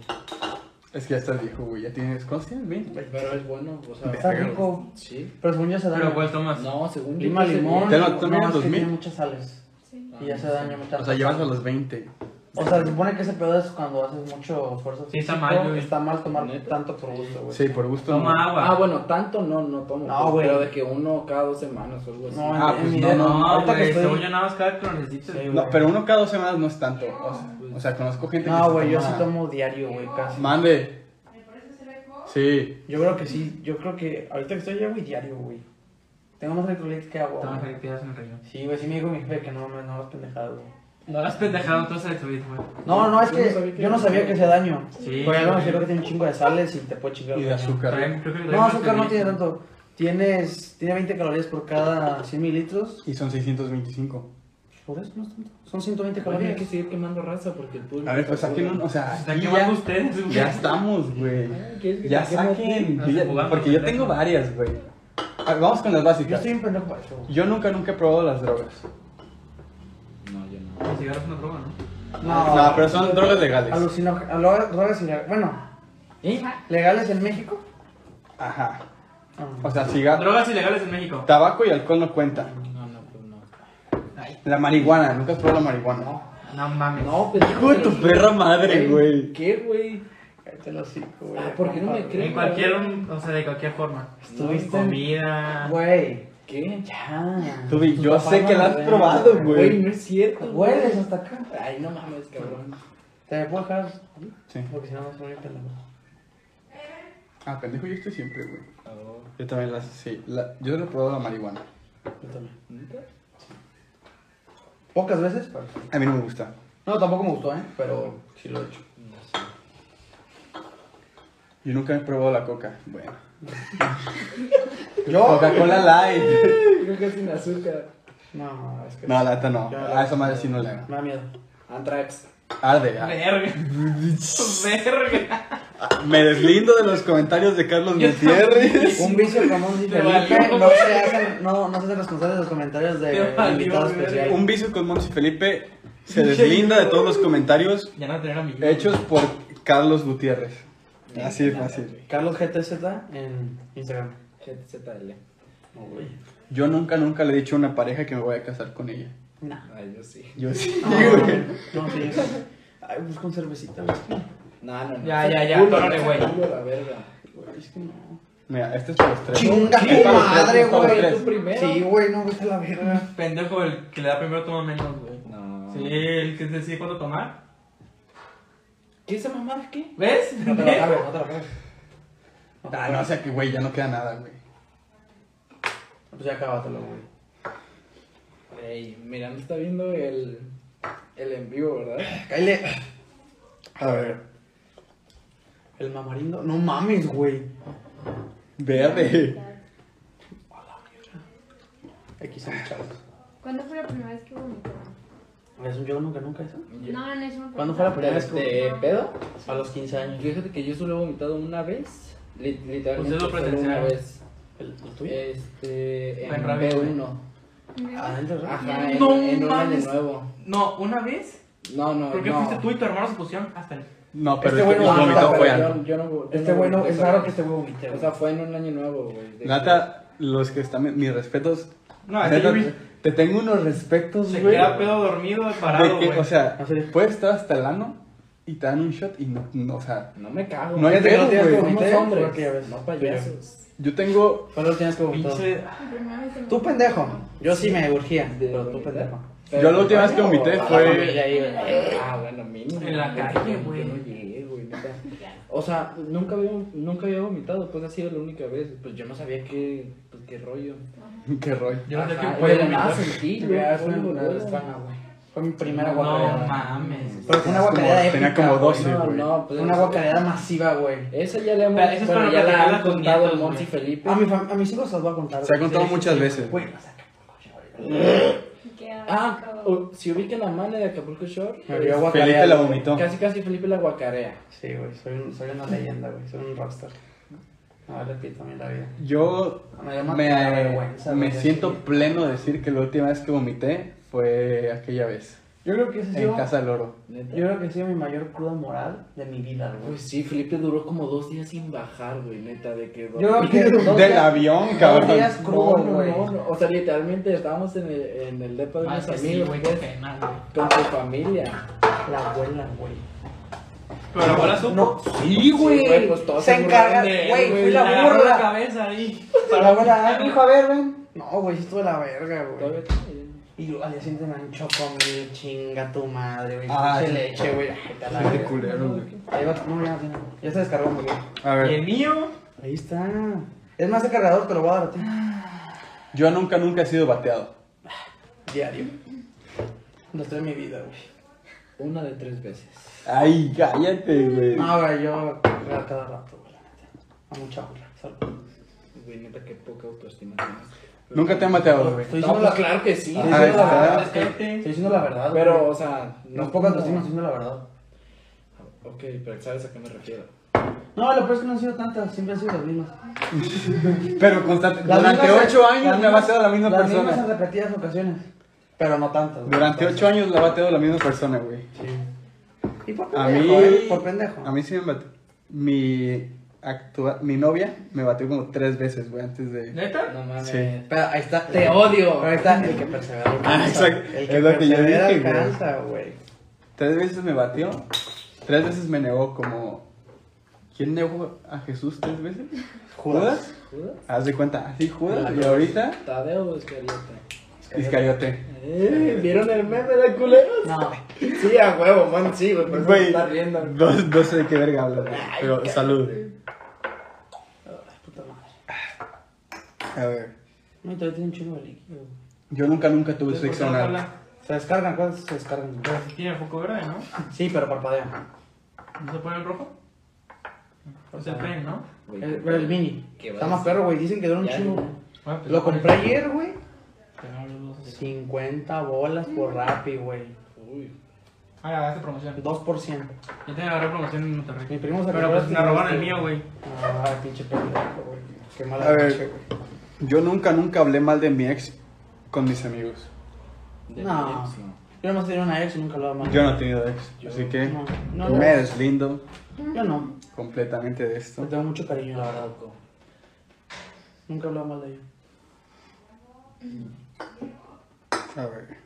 Speaker 1: Es que ya estás viejo, güey. ¿Ya tienes consciente, güey?
Speaker 5: Pero es bueno, o sea.
Speaker 3: Está rico,
Speaker 5: Sí.
Speaker 3: pero según yo se daña.
Speaker 4: Pero pues, ¿cuál tomas?
Speaker 5: No, según yo,
Speaker 3: Lima,
Speaker 5: pues,
Speaker 3: limón.
Speaker 1: ¿Te lo
Speaker 3: no,
Speaker 1: tomas en
Speaker 3: es que
Speaker 1: 2000?
Speaker 3: Tiene muchas sales.
Speaker 6: Sí.
Speaker 3: Y
Speaker 4: Ah,
Speaker 3: ya se daña muchas
Speaker 1: O sea, llevas a los 20.
Speaker 3: O sea, se supone que ese pedo es cuando haces mucho esfuerzo.
Speaker 4: Sí, está
Speaker 3: físico,
Speaker 4: mal, güey.
Speaker 3: Está mal tomar
Speaker 5: ¿Neta?
Speaker 3: tanto por gusto, güey.
Speaker 1: Sí, por gusto. no.
Speaker 4: Toma agua.
Speaker 5: Ah, bueno, tanto no, no tomo.
Speaker 3: No,
Speaker 5: pues,
Speaker 3: güey.
Speaker 5: Pero de que uno cada dos semanas o algo así.
Speaker 3: No,
Speaker 1: Ah,
Speaker 3: en-
Speaker 1: pues
Speaker 3: en mi
Speaker 1: no,
Speaker 3: idea,
Speaker 1: no,
Speaker 4: No,
Speaker 3: Ahorita que
Speaker 4: güey,
Speaker 3: estoy-
Speaker 4: según yo nada más cada vez que lo necesites.
Speaker 3: Sí,
Speaker 4: güey.
Speaker 1: No, pero uno cada dos semanas no es tanto. O sea, o sea, conozco gente que.
Speaker 3: No,
Speaker 1: se
Speaker 3: güey, yo sí
Speaker 1: toma-
Speaker 3: tomo diario, güey, casi.
Speaker 1: Mande.
Speaker 6: ¿Me parece ser el
Speaker 1: Sí.
Speaker 3: Yo creo que sí, yo creo que ahorita que estoy ya, güey, diario, güey. Tengo más electrolitos que agua.
Speaker 4: Toma,
Speaker 3: güey.
Speaker 4: que te das un riñón.
Speaker 3: Sí, güey, sí me dijo mi jefe que no, no, no, las pendejadas, güey.
Speaker 4: No las pendejado entonces de tu vida, güey.
Speaker 3: No, no, es
Speaker 5: Yo
Speaker 3: que
Speaker 5: no sabía que-
Speaker 3: yo no sabía que hacía daño.
Speaker 4: Sí.
Speaker 3: Pero ya no me
Speaker 4: güey.
Speaker 3: creo que tiene un chingo de sales y te puede chingar.
Speaker 1: Y
Speaker 3: el
Speaker 1: de
Speaker 3: riñón.
Speaker 1: azúcar.
Speaker 4: Trae- creo que trae
Speaker 3: No,
Speaker 4: más
Speaker 3: azúcar no
Speaker 4: de
Speaker 3: tiene
Speaker 4: mil.
Speaker 3: tanto. Tienes, tiene 20 calorías por cada 100 mililitros.
Speaker 1: Y son 625.
Speaker 3: Por eso no es tanto. Son 120
Speaker 5: Oye, hay
Speaker 3: calorías.
Speaker 5: que seguir quemando raza porque el público.
Speaker 1: A ver, pues saquen un. O sea,
Speaker 4: Está
Speaker 1: aquí
Speaker 4: quemando
Speaker 1: ya,
Speaker 4: ustedes, güey.
Speaker 1: ya estamos, güey.
Speaker 5: Ah, ¿quieres que
Speaker 1: Ya
Speaker 5: te queme a ti?
Speaker 1: saquen.
Speaker 4: No
Speaker 1: yo ya-
Speaker 4: se jugando,
Speaker 1: porque yo
Speaker 4: pendejo.
Speaker 1: tengo varias, güey. A ver, vamos con las básicas.
Speaker 3: Yo estoy un pendejo para eso. güey.
Speaker 1: Yo nunca, nunca he probado las drogas.
Speaker 5: No, yo no.
Speaker 4: Los cigarros no droga, ¿no?
Speaker 1: No, pero son drogas legales.
Speaker 3: Alucino, alo- drogas ilegales. Bueno,
Speaker 5: ¿Y?
Speaker 3: legales en México.
Speaker 1: Ajá.
Speaker 3: Ah.
Speaker 1: O sea, cigarro.
Speaker 4: Drogas ilegales en México.
Speaker 1: Tabaco y alcohol no cuenta.
Speaker 5: No, no, pues no.
Speaker 1: La marihuana, nunca has probado la marihuana.
Speaker 4: No mames.
Speaker 5: No, pues.
Speaker 1: Hijo de tu perra madre, güey.
Speaker 5: ¿Qué, güey?
Speaker 3: Cállate el hocico, güey.
Speaker 5: Ah, ¿por qué no me crees?
Speaker 4: En cualquier, o sea, de cualquier forma.
Speaker 3: Estuviste-
Speaker 4: Comida.
Speaker 3: Güey,
Speaker 5: ¿Qué?
Speaker 3: ya.
Speaker 1: Tubi, yo
Speaker 3: papás
Speaker 1: sé que
Speaker 3: no
Speaker 1: la has
Speaker 3: ven,
Speaker 1: probado,
Speaker 5: Güey,
Speaker 1: güey.
Speaker 5: no es cierto.
Speaker 3: Hueles hasta acá.
Speaker 5: Ay, no mames, cabrón.
Speaker 3: Te puedo dejar,
Speaker 1: Sí.
Speaker 3: porque si no, no soy un pendejo.
Speaker 1: Ah, pendejo, yo estoy siempre, güey. Yo también las. Sí, la- yo no he probado la marihuana.
Speaker 3: Yo también. Pocas veces, pero.
Speaker 1: A mí no me gusta.
Speaker 3: No, tampoco me gustó, ¿eh? Pero sí lo he hecho.
Speaker 1: Yo nunca he probado la coca. Bueno.
Speaker 3: ¿Yo?
Speaker 1: Coca-Cola Light.
Speaker 5: Creo que es sin azúcar.
Speaker 3: No, es que.
Speaker 1: No, la neta no.
Speaker 3: Yo
Speaker 1: A esa madre sí no le hago.
Speaker 3: Me da miedo.
Speaker 5: Antrax.
Speaker 1: Arde. ah.
Speaker 4: Verga. Verga.
Speaker 1: Me deslindo de los comentarios de Carlos
Speaker 4: Yo
Speaker 1: Gutiérrez.
Speaker 3: Un vicio común y
Speaker 4: Te
Speaker 3: Felipe
Speaker 4: valió,
Speaker 3: no se hacen, no, no se hacen responsables de los comentarios de
Speaker 4: Te valió,
Speaker 3: invitados
Speaker 4: güey.
Speaker 3: especiales.
Speaker 1: Un vicio con Monsi Felipe se deslinda de todos los comentarios
Speaker 4: Ya no tener a mi
Speaker 1: hechos por Carlos Gutiérrez. Así de fácil.
Speaker 3: Carlos GTZ en Instagram.
Speaker 5: GZL.
Speaker 1: Yo nunca, nunca le he dicho a una pareja que me voy a casar con ella.
Speaker 3: No.
Speaker 5: Ay, yo sí.
Speaker 1: Yo sí,
Speaker 3: No,
Speaker 1: güey.
Speaker 3: no, sí. sí. Ay, pues con cervecita, güey.
Speaker 5: No, no, no.
Speaker 4: Ya, ya, ya,
Speaker 5: Culo,
Speaker 4: tórale, güey.
Speaker 5: culo, la verga.
Speaker 3: Güey, es que no.
Speaker 1: Mira, este es para los tres.
Speaker 3: Chinga tu
Speaker 1: Es para los tres, este
Speaker 3: madre,
Speaker 1: es para los
Speaker 3: güey,
Speaker 1: tres.
Speaker 5: tú primero.
Speaker 3: Sí, güey, no, vete a la verga.
Speaker 4: Pendejo, el que le da primero toma menos, güey.
Speaker 5: No.
Speaker 4: Sí, el que decide cuándo tomar.
Speaker 5: ¿Qué esa mamada qué?
Speaker 4: ¿Ves?
Speaker 3: No te la acabes, no te la acabes.
Speaker 1: Ah, no, o sea que, güey, ya no queda nada, güey.
Speaker 3: Pues ya acábatelo, güey.
Speaker 5: Ey, mira, no está viendo el, el en vivo, ¿verdad?
Speaker 3: Cállate. A ver. El mamarindo. No mames, güey.
Speaker 1: Verde.
Speaker 3: Aquí son chavos.
Speaker 6: ¿Cuándo fue la primera vez que vomitó?
Speaker 3: ¿Es un yo nunca, nunca eso?
Speaker 6: No, no es una
Speaker 3: ¿Cuándo fue la primera vez que
Speaker 5: ¿Este pedo?
Speaker 3: A los 15 años.
Speaker 5: Fíjate que yo solo he vomitado una vez. li- literalmente
Speaker 4: Pues es lo
Speaker 5: solo
Speaker 4: presencial.
Speaker 5: una vez.
Speaker 3: ¿El, el tuyo?
Speaker 5: Este. En
Speaker 4: En rabia,
Speaker 5: B1.
Speaker 6: ¿Verdad?
Speaker 3: Adentro, ¿no?
Speaker 5: Ajá, en,
Speaker 4: No
Speaker 5: en una de
Speaker 4: mames.
Speaker 5: nuevo.
Speaker 4: No, una vez,
Speaker 5: No, no,
Speaker 4: porque
Speaker 5: no.
Speaker 4: fuiste tú y tu hermano se pusieron hasta el.
Speaker 1: No, pero
Speaker 5: Este
Speaker 1: el
Speaker 5: güey
Speaker 1: que
Speaker 5: no vomita,
Speaker 1: vomitó fue
Speaker 5: pero
Speaker 1: Aldo.
Speaker 5: yo- yo no vo- yo
Speaker 3: Este
Speaker 5: no
Speaker 3: güey no,
Speaker 5: vomité,
Speaker 3: es
Speaker 5: pero-
Speaker 3: raro que este güey vomite.
Speaker 5: O sea, fue en un año nuevo, güey. de
Speaker 1: Nata, los que están. Mis respetos.
Speaker 4: No,
Speaker 1: Neta,
Speaker 4: ese Ah, güey
Speaker 1: te tengo unos respetos,
Speaker 4: se
Speaker 1: güey.
Speaker 4: queda pedo dormido, parado,
Speaker 1: De que,
Speaker 4: güey.
Speaker 1: o sea,
Speaker 3: Así es.
Speaker 1: puedes estar hasta el ano y te dan un shot y no, no, o sea,
Speaker 5: que- No me cago.
Speaker 1: No hay
Speaker 5: güey,
Speaker 1: pedo,
Speaker 5: tienes
Speaker 1: güey.
Speaker 5: que vomitar,
Speaker 3: Somos
Speaker 5: hombres,
Speaker 3: hombres, ya ves.
Speaker 5: No payasos.
Speaker 1: yo tengo.
Speaker 3: Solo tienes que vomitar.
Speaker 4: pinche.
Speaker 6: Mi primera vez en-
Speaker 3: Tú pendejo. Yo sí me urgía,
Speaker 5: De
Speaker 3: pero tú
Speaker 5: vomitar.
Speaker 3: pendejo.
Speaker 1: Yo la última vez que vomité
Speaker 3: Toda la
Speaker 1: Fue-
Speaker 3: familia ahí, güey.
Speaker 5: Ah, bueno, mínimo.
Speaker 4: En la
Speaker 5: güey,
Speaker 4: calle,
Speaker 5: yo no-
Speaker 4: güey.
Speaker 5: Yo no llegué, güey. neta. O sea, nunca había, nunca había vomitado, pues ha sido la única vez. Pues yo no sabía qué, pues, qué rollo.
Speaker 1: Qué rollo.
Speaker 4: Yo no sé
Speaker 5: Ajá,
Speaker 4: qué
Speaker 5: y
Speaker 4: puede
Speaker 5: de la nada
Speaker 4: vomitar.
Speaker 5: sentí, güey.
Speaker 3: Ya, fue
Speaker 5: algo,
Speaker 3: una
Speaker 5: güey.
Speaker 3: guacamaya, güey. Fue mi primera
Speaker 4: No
Speaker 3: guacareada.
Speaker 4: mames.
Speaker 3: Pero fue una
Speaker 1: Como-
Speaker 3: guacareada épica.
Speaker 1: tenía como
Speaker 3: güey.
Speaker 1: 12.
Speaker 5: No,
Speaker 1: güey.
Speaker 5: no, pues
Speaker 3: Una guacareada masiva, güey.
Speaker 5: Esa ya la hemos,
Speaker 4: Pero esa es
Speaker 5: bueno,
Speaker 4: para
Speaker 5: ya la
Speaker 4: platicarla
Speaker 5: han
Speaker 4: con
Speaker 5: contado
Speaker 4: nietos,
Speaker 5: el Monty
Speaker 4: güey.
Speaker 5: Felipe.
Speaker 3: A, Ah, mi fam- a mis hijos se las voy a contar.
Speaker 1: Se ha
Speaker 3: güey.
Speaker 1: contado
Speaker 3: Sí,
Speaker 1: muchas
Speaker 3: sí,
Speaker 1: veces.
Speaker 3: Güey, o sea,
Speaker 6: que era
Speaker 5: Ah,
Speaker 6: acabado.
Speaker 5: o- si ubican la mano de Acapulco Shore, pues,
Speaker 3: me vio guacareada.
Speaker 1: Felipe la
Speaker 3: güey.
Speaker 1: vomitó.
Speaker 5: casi casi Felipe la guacarea.
Speaker 3: Sí, güey, soy, un- soy una leyenda, güey. Soy un rockstar. No, le pito a mí la vida.
Speaker 1: Yo
Speaker 3: Me da más
Speaker 1: me,
Speaker 3: pena vergüenza,
Speaker 1: me
Speaker 3: güey,
Speaker 1: siento
Speaker 3: así.
Speaker 1: pleno de decir que la última vez que vomité fue aquella vez,
Speaker 3: Pues Yo creo que ese ha
Speaker 1: en
Speaker 3: sido.
Speaker 1: Casa del Oro.
Speaker 5: Neta.
Speaker 3: Yo creo que ha sido mi mayor cruda moral de mi vida, güey.
Speaker 5: Pues sí, Felipe duró como dos días sin bajar, güey, neta, de que...
Speaker 3: Yo creo que. dos
Speaker 1: Del
Speaker 3: días-
Speaker 1: avión,
Speaker 3: Dos
Speaker 1: cabrón.
Speaker 3: días
Speaker 5: No,
Speaker 3: crudo,
Speaker 5: no,
Speaker 3: güey.
Speaker 5: no, no, o sea, literalmente estábamos en el, en el depa de
Speaker 4: Ah,
Speaker 5: unos
Speaker 4: es que sí,
Speaker 5: amigos, pues.
Speaker 4: güey, qué pena, güey.
Speaker 5: con tu familia.
Speaker 3: La abuela, güey.
Speaker 4: Pero la bola supo.
Speaker 3: No,
Speaker 1: Sí,
Speaker 5: Sí, güey, pues todos
Speaker 3: se
Speaker 5: se
Speaker 3: encarga,
Speaker 5: burlaron
Speaker 4: De-
Speaker 3: güey, fui la
Speaker 4: le agarró la
Speaker 3: burla.
Speaker 4: cabeza ahí.
Speaker 3: La abuela, "Ay, hijo, a ver, ven. No, güey, sí estuvo la verga, güey.
Speaker 5: Todavía-
Speaker 3: Y yo al día siguiente me ancho conmigo, chinga tu madre, güey.
Speaker 1: Ah,
Speaker 3: Pinche
Speaker 1: sí.
Speaker 3: leche, güey. Ay, te la
Speaker 1: Qué
Speaker 3: verga.
Speaker 1: culero, güey.
Speaker 3: Ahí va, no, ya, ya, ya se descargó, güey.
Speaker 1: A
Speaker 4: Y el
Speaker 1: ver,
Speaker 4: mío.
Speaker 3: Ahí está. Es más, el cargador te lo voy a dar a ti.
Speaker 1: yo nunca, nunca he sido bateado.
Speaker 3: Diario. Lo estoy en mi vida, güey.
Speaker 5: Una de tres veces.
Speaker 1: Ay, cállate, güey.
Speaker 3: No, güey, Ah, yo a cada rato, güey, la neta. A mucha burla. solo.
Speaker 5: Güey, neta, qué poca autoestima tienes.
Speaker 1: Nunca te han Ah, bateado, güey.
Speaker 3: Estoy
Speaker 5: No,
Speaker 3: diciendo
Speaker 5: pues
Speaker 3: la
Speaker 5: claro que sí.
Speaker 3: Estoy
Speaker 1: Ahí
Speaker 3: diciendo la
Speaker 1: está.
Speaker 3: verdad.
Speaker 4: Rescate.
Speaker 3: Estoy diciendo la verdad, güey.
Speaker 5: Pero, o sea,
Speaker 3: Ah, No es poca
Speaker 5: como-
Speaker 3: autoestima, estoy diciendo la verdad.
Speaker 5: Ok, pero ¿sabes a qué me refiero?
Speaker 3: No, lo peor es que no han sido tantas, siempre han sido las mismas.
Speaker 1: Pero constante,
Speaker 3: Las
Speaker 1: durante
Speaker 3: mismas-
Speaker 1: ocho
Speaker 3: las
Speaker 1: años me ha
Speaker 3: mismas-
Speaker 1: bateado la misma
Speaker 3: Las mismas
Speaker 1: persona.
Speaker 3: en repetidas ocasiones, pero no tantas.
Speaker 1: Durante ocho años la ha bateado la misma persona, güey.
Speaker 3: ¿Y por
Speaker 1: A
Speaker 3: pendejo?
Speaker 1: mí-
Speaker 3: eh? Por pendejo.
Speaker 1: A mí sí me bateó. Mi, actua- mi novia me bateó como tres veces, güey, antes de...
Speaker 4: ¿Neta?
Speaker 5: No mames.
Speaker 1: Sí.
Speaker 3: Pero ahí está.
Speaker 5: Te odio.
Speaker 3: Pero ahí está el que persevera alcanza.
Speaker 1: Ah, exacto.
Speaker 3: El que
Speaker 1: Es lo que yo
Speaker 3: persevera
Speaker 1: dije, güey.
Speaker 3: alcanza, güey.
Speaker 1: Tres veces me batió, tres veces me negó como... ¿Quién negó a Jesús tres veces? ¿Judas?
Speaker 5: ¿Judas?
Speaker 1: Haz de cuenta, así Judas, y ahorita
Speaker 5: Tadeo Iscariote.
Speaker 1: Iscariote.
Speaker 5: Eh, ¿Vieron el meme de culeros?
Speaker 3: No.
Speaker 5: Sí, a huevo, man, sí, güey, por
Speaker 3: Pues
Speaker 5: eso me
Speaker 1: Güey,
Speaker 5: está riendo.
Speaker 1: no, no sé de qué verga hablas, güey, pero salud.
Speaker 3: Puta madre.
Speaker 1: A ver,
Speaker 3: No, todavía tiene un chingo de líquido. güey.
Speaker 1: yo nunca, nunca tuve sexo
Speaker 4: Porque no
Speaker 1: anal.
Speaker 4: habla.
Speaker 3: Se descargan, ¿cuántas se descargan?
Speaker 4: Pero sí Tiene foco verde, ¿no?
Speaker 3: Sí, pero parpadean.
Speaker 4: ¿No se pone en rojo? Es el pen, ¿no?
Speaker 5: Güey,
Speaker 3: El, el mini.
Speaker 5: Qué
Speaker 3: Está
Speaker 5: vas.
Speaker 3: más perro, güey. Dicen que dura un
Speaker 5: Ya,
Speaker 3: chingo.
Speaker 5: ya.
Speaker 4: Bueno, pues,
Speaker 3: Lo compré ayer, güey.
Speaker 4: Pero no lo sé.
Speaker 3: 50 bolas por Rappi, güey.
Speaker 5: Uy.
Speaker 4: Ah, ya agarraste promoción.
Speaker 3: 2%.
Speaker 4: Yo también agarré promoción en Monterrey.
Speaker 3: Mi primo se
Speaker 4: Pero pues me robaron el mío, güey.
Speaker 3: Ah, pinche pendejo, güey. Qué mala
Speaker 1: A ver.
Speaker 3: leche, güey.
Speaker 1: Yo nunca, nunca hablé mal de mi ex con mis amigos.
Speaker 5: de
Speaker 3: No.
Speaker 5: Philips,
Speaker 3: Yo nomás tenía una ex y nunca hablaba mal.
Speaker 1: Yo no he tenido ex, así que
Speaker 3: No, no, no.
Speaker 1: me deslindo
Speaker 3: Yo no.
Speaker 1: completamente de
Speaker 3: Le
Speaker 1: esto.
Speaker 3: tengo mucho cariño, la verdad. Nunca hablaba mal de ella.
Speaker 1: A ver.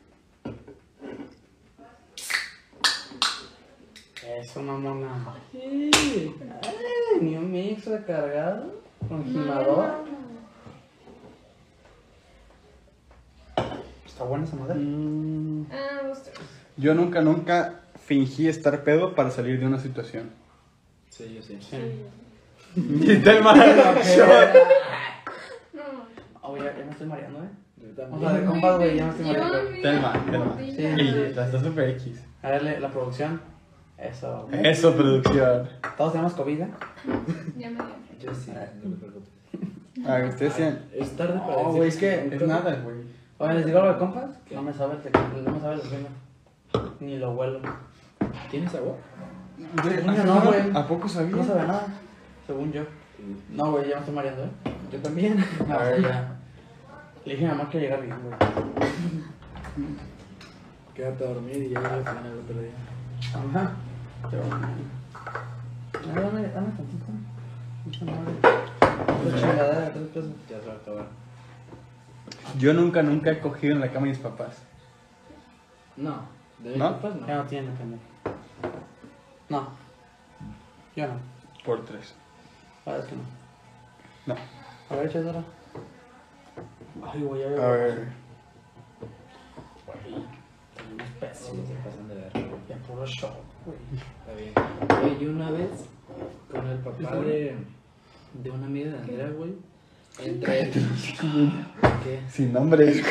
Speaker 3: Eso, mamona. Sí. Ay, Ni un mix recargado con gimador. Está buena esa madre.
Speaker 1: Mm,
Speaker 6: Ah, vos tres.
Speaker 1: Yo nunca, nunca fingí estar pedo para salir de una situación.
Speaker 5: Sí, yo sí.
Speaker 1: Y te mareas.
Speaker 3: Oye,
Speaker 6: No.
Speaker 3: Oh, ya me estoy mareando, ¿eh?
Speaker 5: Yo
Speaker 3: O
Speaker 5: también.
Speaker 3: sea, de compas, güey, ya me estoy mareando.
Speaker 6: Yo, mira,
Speaker 1: Telma, Telma.
Speaker 6: Sí.
Speaker 1: Y la está super X.
Speaker 3: A ver, le- la producción. Eso. güey.
Speaker 1: Eso, producción.
Speaker 3: Todos tenemos COVID, ¿eh?
Speaker 6: Ya me dio.
Speaker 5: Yo sí, no te preocupes.
Speaker 1: A ver, ustedes sean.
Speaker 5: Es tarde para
Speaker 3: No,
Speaker 5: decir
Speaker 3: güey, es que
Speaker 1: Es nada, güey.
Speaker 3: Oye, les digo algo de compas. No me sabe el tequila, no me sabe el tequila. Ni lo huelo.
Speaker 5: ¿Tienes agua?
Speaker 1: Güey,
Speaker 3: No, güey.
Speaker 1: ¿A poco sabía?
Speaker 3: No sabe nada, según Mm. yo. No, güey, ya me estoy mareando, ¿eh?
Speaker 5: Yo también.
Speaker 3: A ver, ya.
Speaker 5: Le dije a mamá que llegara bien, güey. Quédate a dormir y ya llegué al final el otro día.
Speaker 3: Ajá. mm, A ver, dame, dame tantito. Esta madre. Esta Pues chingadera de tres pesos.
Speaker 5: Ya se va a acabar.
Speaker 1: Yo nunca, nunca he cogido en la cama de mis papás.
Speaker 5: No, de mis
Speaker 1: ¿No?
Speaker 5: papás no.
Speaker 3: Ya no tiene, pendejo. No. Yo no.
Speaker 1: Por tres.
Speaker 3: La verdad es que no.
Speaker 1: No.
Speaker 3: A ver, Chedora. Ay, güey, ya
Speaker 1: A
Speaker 3: veo.
Speaker 1: ver.
Speaker 3: Unos pesos.
Speaker 5: Sí, se pasan de verga.
Speaker 3: Ya puro show, güey.
Speaker 5: Está bien. Güey, yo una vez con el papá de, de una amiga de Andrea, güey. Entre. ¿Qué?
Speaker 1: Sin nombre.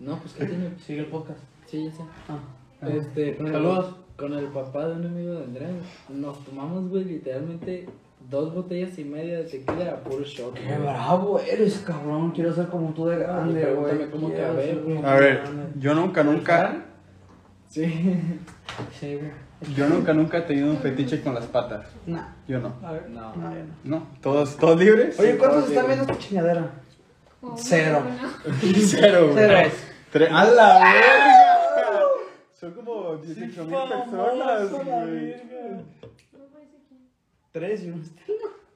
Speaker 5: No, pues que tiene.
Speaker 3: Sigue el podcast.
Speaker 5: Sí, ya sé.
Speaker 3: Ah.
Speaker 5: Este, con el,
Speaker 3: Saludos.
Speaker 5: con el papá de un amigo de Andrea, nos tomamos, güey, literalmente dos botellas y media de tequila a puro shot.
Speaker 3: Qué
Speaker 5: güey.
Speaker 3: bravo eres, cabrón. Quiero ser como tú de grande,
Speaker 5: Pregúntame
Speaker 3: güey.
Speaker 5: cómo te
Speaker 3: Quiero
Speaker 5: ves,
Speaker 3: ser
Speaker 5: güey.
Speaker 3: como
Speaker 1: A
Speaker 3: tú de
Speaker 1: ver,
Speaker 3: grande.
Speaker 1: yo nunca, nunca.
Speaker 5: Sí.
Speaker 3: Sí, güey.
Speaker 1: Yo nunca, nunca he tenido un fetiche con las patas.
Speaker 3: Nah.
Speaker 1: Yo no.
Speaker 3: A ver.
Speaker 5: No.
Speaker 3: No, yo no.
Speaker 1: No. ¿Todos, todos libres?
Speaker 3: Oye, ¿cuántos
Speaker 5: todos
Speaker 3: están
Speaker 5: libres.
Speaker 3: viendo esta chingadera?
Speaker 6: Oh,
Speaker 3: Cero.
Speaker 6: bueno.
Speaker 1: Cero, güey.
Speaker 3: Tres.
Speaker 1: Tres. ¡A la verga! Son como 18 mil personas, güey.
Speaker 6: No puede ser que-
Speaker 3: Tres y uno está.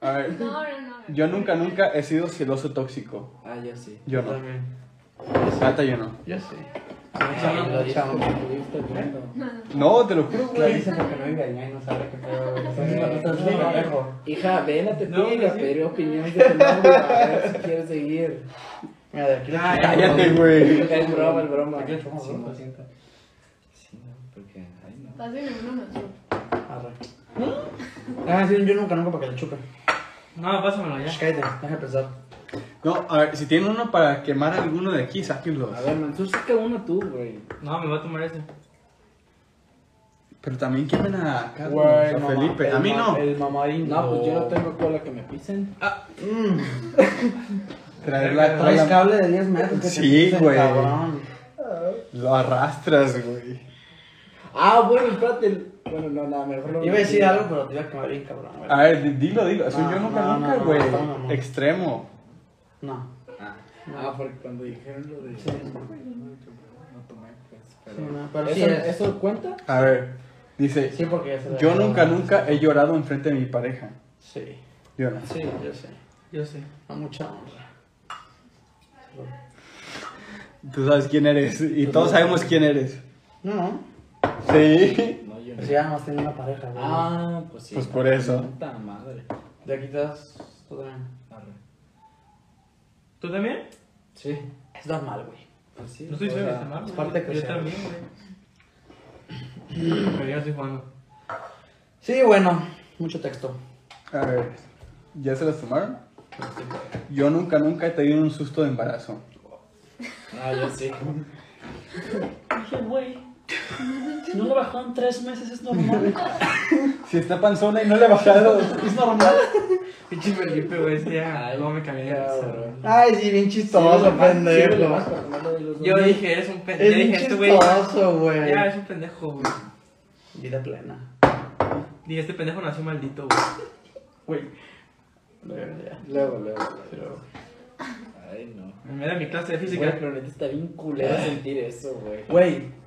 Speaker 1: A ver.
Speaker 6: No, no, no.
Speaker 1: Yo nunca, nunca he sido celoso tóxico.
Speaker 5: Ah, yo sí.
Speaker 1: Yo no.
Speaker 4: También.
Speaker 1: Nata, yo no.
Speaker 4: Yo sí.
Speaker 5: Ay,
Speaker 3: Ay,
Speaker 5: lo
Speaker 3: lo
Speaker 5: dices
Speaker 3: chamo.
Speaker 5: porque tuviste viendo.
Speaker 1: No, te lo juro,
Speaker 3: ¿Eh? Lo
Speaker 1: güey.
Speaker 3: dice porque no vive allá y no sabe qué pedo. güey. Estás-
Speaker 5: Sí.
Speaker 3: estás haciendo
Speaker 5: No.
Speaker 3: pendejo.
Speaker 5: Hija, ven a te
Speaker 4: No,
Speaker 5: pide
Speaker 4: no
Speaker 5: a
Speaker 4: sé.
Speaker 5: pedir opiniones de tu novio a ver si quieres seguir.
Speaker 3: Mira, de aquí.
Speaker 4: Ay,
Speaker 1: Cállate, güey.
Speaker 5: Es broma, es broma.
Speaker 3: Aquí le chupamos,
Speaker 5: Sí,
Speaker 3: ¿no?
Speaker 5: no.
Speaker 3: Lo siento.
Speaker 5: Sí, no, porque. Ay, no.
Speaker 6: Estás bien, hermano, no.
Speaker 3: Arre. Ah, sí, yo nunca, nunca para que le chupe.
Speaker 4: No, pásamelo ya.
Speaker 3: Shh, Cállate, déjame pensar.
Speaker 1: No, a ver, si tienen uno para quemar alguno de aquí, sáquenlo.
Speaker 5: A ver, Mansur, saca uno tú, güey.
Speaker 4: No, me voy a tomar ese.
Speaker 1: Pero también quemen a Carlos,
Speaker 3: Güey,
Speaker 1: a
Speaker 3: mamá,
Speaker 1: Felipe.
Speaker 3: el
Speaker 1: A mí
Speaker 3: ma-
Speaker 1: no.
Speaker 3: El mamadín.
Speaker 5: No, pues yo no tengo cola que me pisen.
Speaker 1: Traerla, traerla.
Speaker 3: Traes cable de 10 metros. que te
Speaker 1: Sí,
Speaker 3: pisen,
Speaker 1: güey.
Speaker 3: cabrón.
Speaker 1: Lo arrastras, güey.
Speaker 5: Ah, bueno, espérate. Bueno, no, nada, mejor lo
Speaker 3: Iba a decir algo, pero te iba a quemar bien, cabrón. güey.
Speaker 1: A ver, di- dilo, dilo. Eso
Speaker 3: No,
Speaker 1: yo nunca,
Speaker 3: no,
Speaker 1: nunca,
Speaker 3: no,
Speaker 1: güey.
Speaker 3: no, no, no.
Speaker 1: Extremo.
Speaker 3: No.
Speaker 5: Ah, porque cuando dijeron lo de. No tomé, pues.
Speaker 3: Sí,
Speaker 5: Pero...
Speaker 3: no, pero sí
Speaker 5: ¿Eso,
Speaker 3: es.
Speaker 5: ¿Eso cuenta?
Speaker 1: A ver, dice,
Speaker 3: Sí, porque ya se
Speaker 1: yo nunca, nunca he llorado enfrente de mi pareja.
Speaker 3: Sí,
Speaker 1: Yo no.
Speaker 3: sí, yo sé.
Speaker 4: Yo sí.
Speaker 3: A mucha honra.
Speaker 1: Tú sabes quién eres y
Speaker 3: Pues
Speaker 1: todos sabemos quién eres.
Speaker 3: No, no.
Speaker 1: Sí.
Speaker 5: No, yo no.
Speaker 3: Pues ya nada más tenía una pareja, güey.
Speaker 5: Ah, pues sí.
Speaker 1: Pues por eso.
Speaker 5: Puta madre.
Speaker 3: De aquí te das. Tú también.
Speaker 5: Arre.
Speaker 4: ¿Tú también?
Speaker 5: Sí.
Speaker 3: Es normal, güey.
Speaker 5: Pues sí.
Speaker 4: No estoy
Speaker 5: o
Speaker 4: diciendo que
Speaker 5: sea,
Speaker 4: esté mal.
Speaker 3: es
Speaker 4: güey.
Speaker 3: parte de
Speaker 4: Yo
Speaker 3: crecer.
Speaker 4: también, güey. Pero yo no estoy jugando.
Speaker 3: Sí, bueno. Mucho texto.
Speaker 1: A ver, ¿ya se las tomaron? Yo nunca, nunca he tenido un susto de embarazo.
Speaker 5: No, yo sí.
Speaker 3: Dije, güey. No lo bajó en tres meses, es normal.
Speaker 1: Si está panzona y no le ha bajado.
Speaker 3: es normal.
Speaker 4: Pinche Felipe, güey, ese ya.
Speaker 5: Ay,
Speaker 4: No me cagué de risa, güey.
Speaker 5: cabrón.
Speaker 3: Ay, sí, bien chistoso, pendejo.
Speaker 4: Yo dije, eres un pendejo.
Speaker 3: es bien
Speaker 4: Dije, este güey.
Speaker 3: chistoso, güey.
Speaker 4: Ya, es un pendejo, güey.
Speaker 3: Vida plena.
Speaker 4: Dije, este pendejo nació maldito, güey.
Speaker 3: Güey. Luego, ya.
Speaker 5: Luego, luego.
Speaker 3: Pero.
Speaker 5: Ay, no.
Speaker 4: En medio de mi clase de física.
Speaker 5: Güey, pero neta está bien culero sentir eso, güey.
Speaker 3: Güey.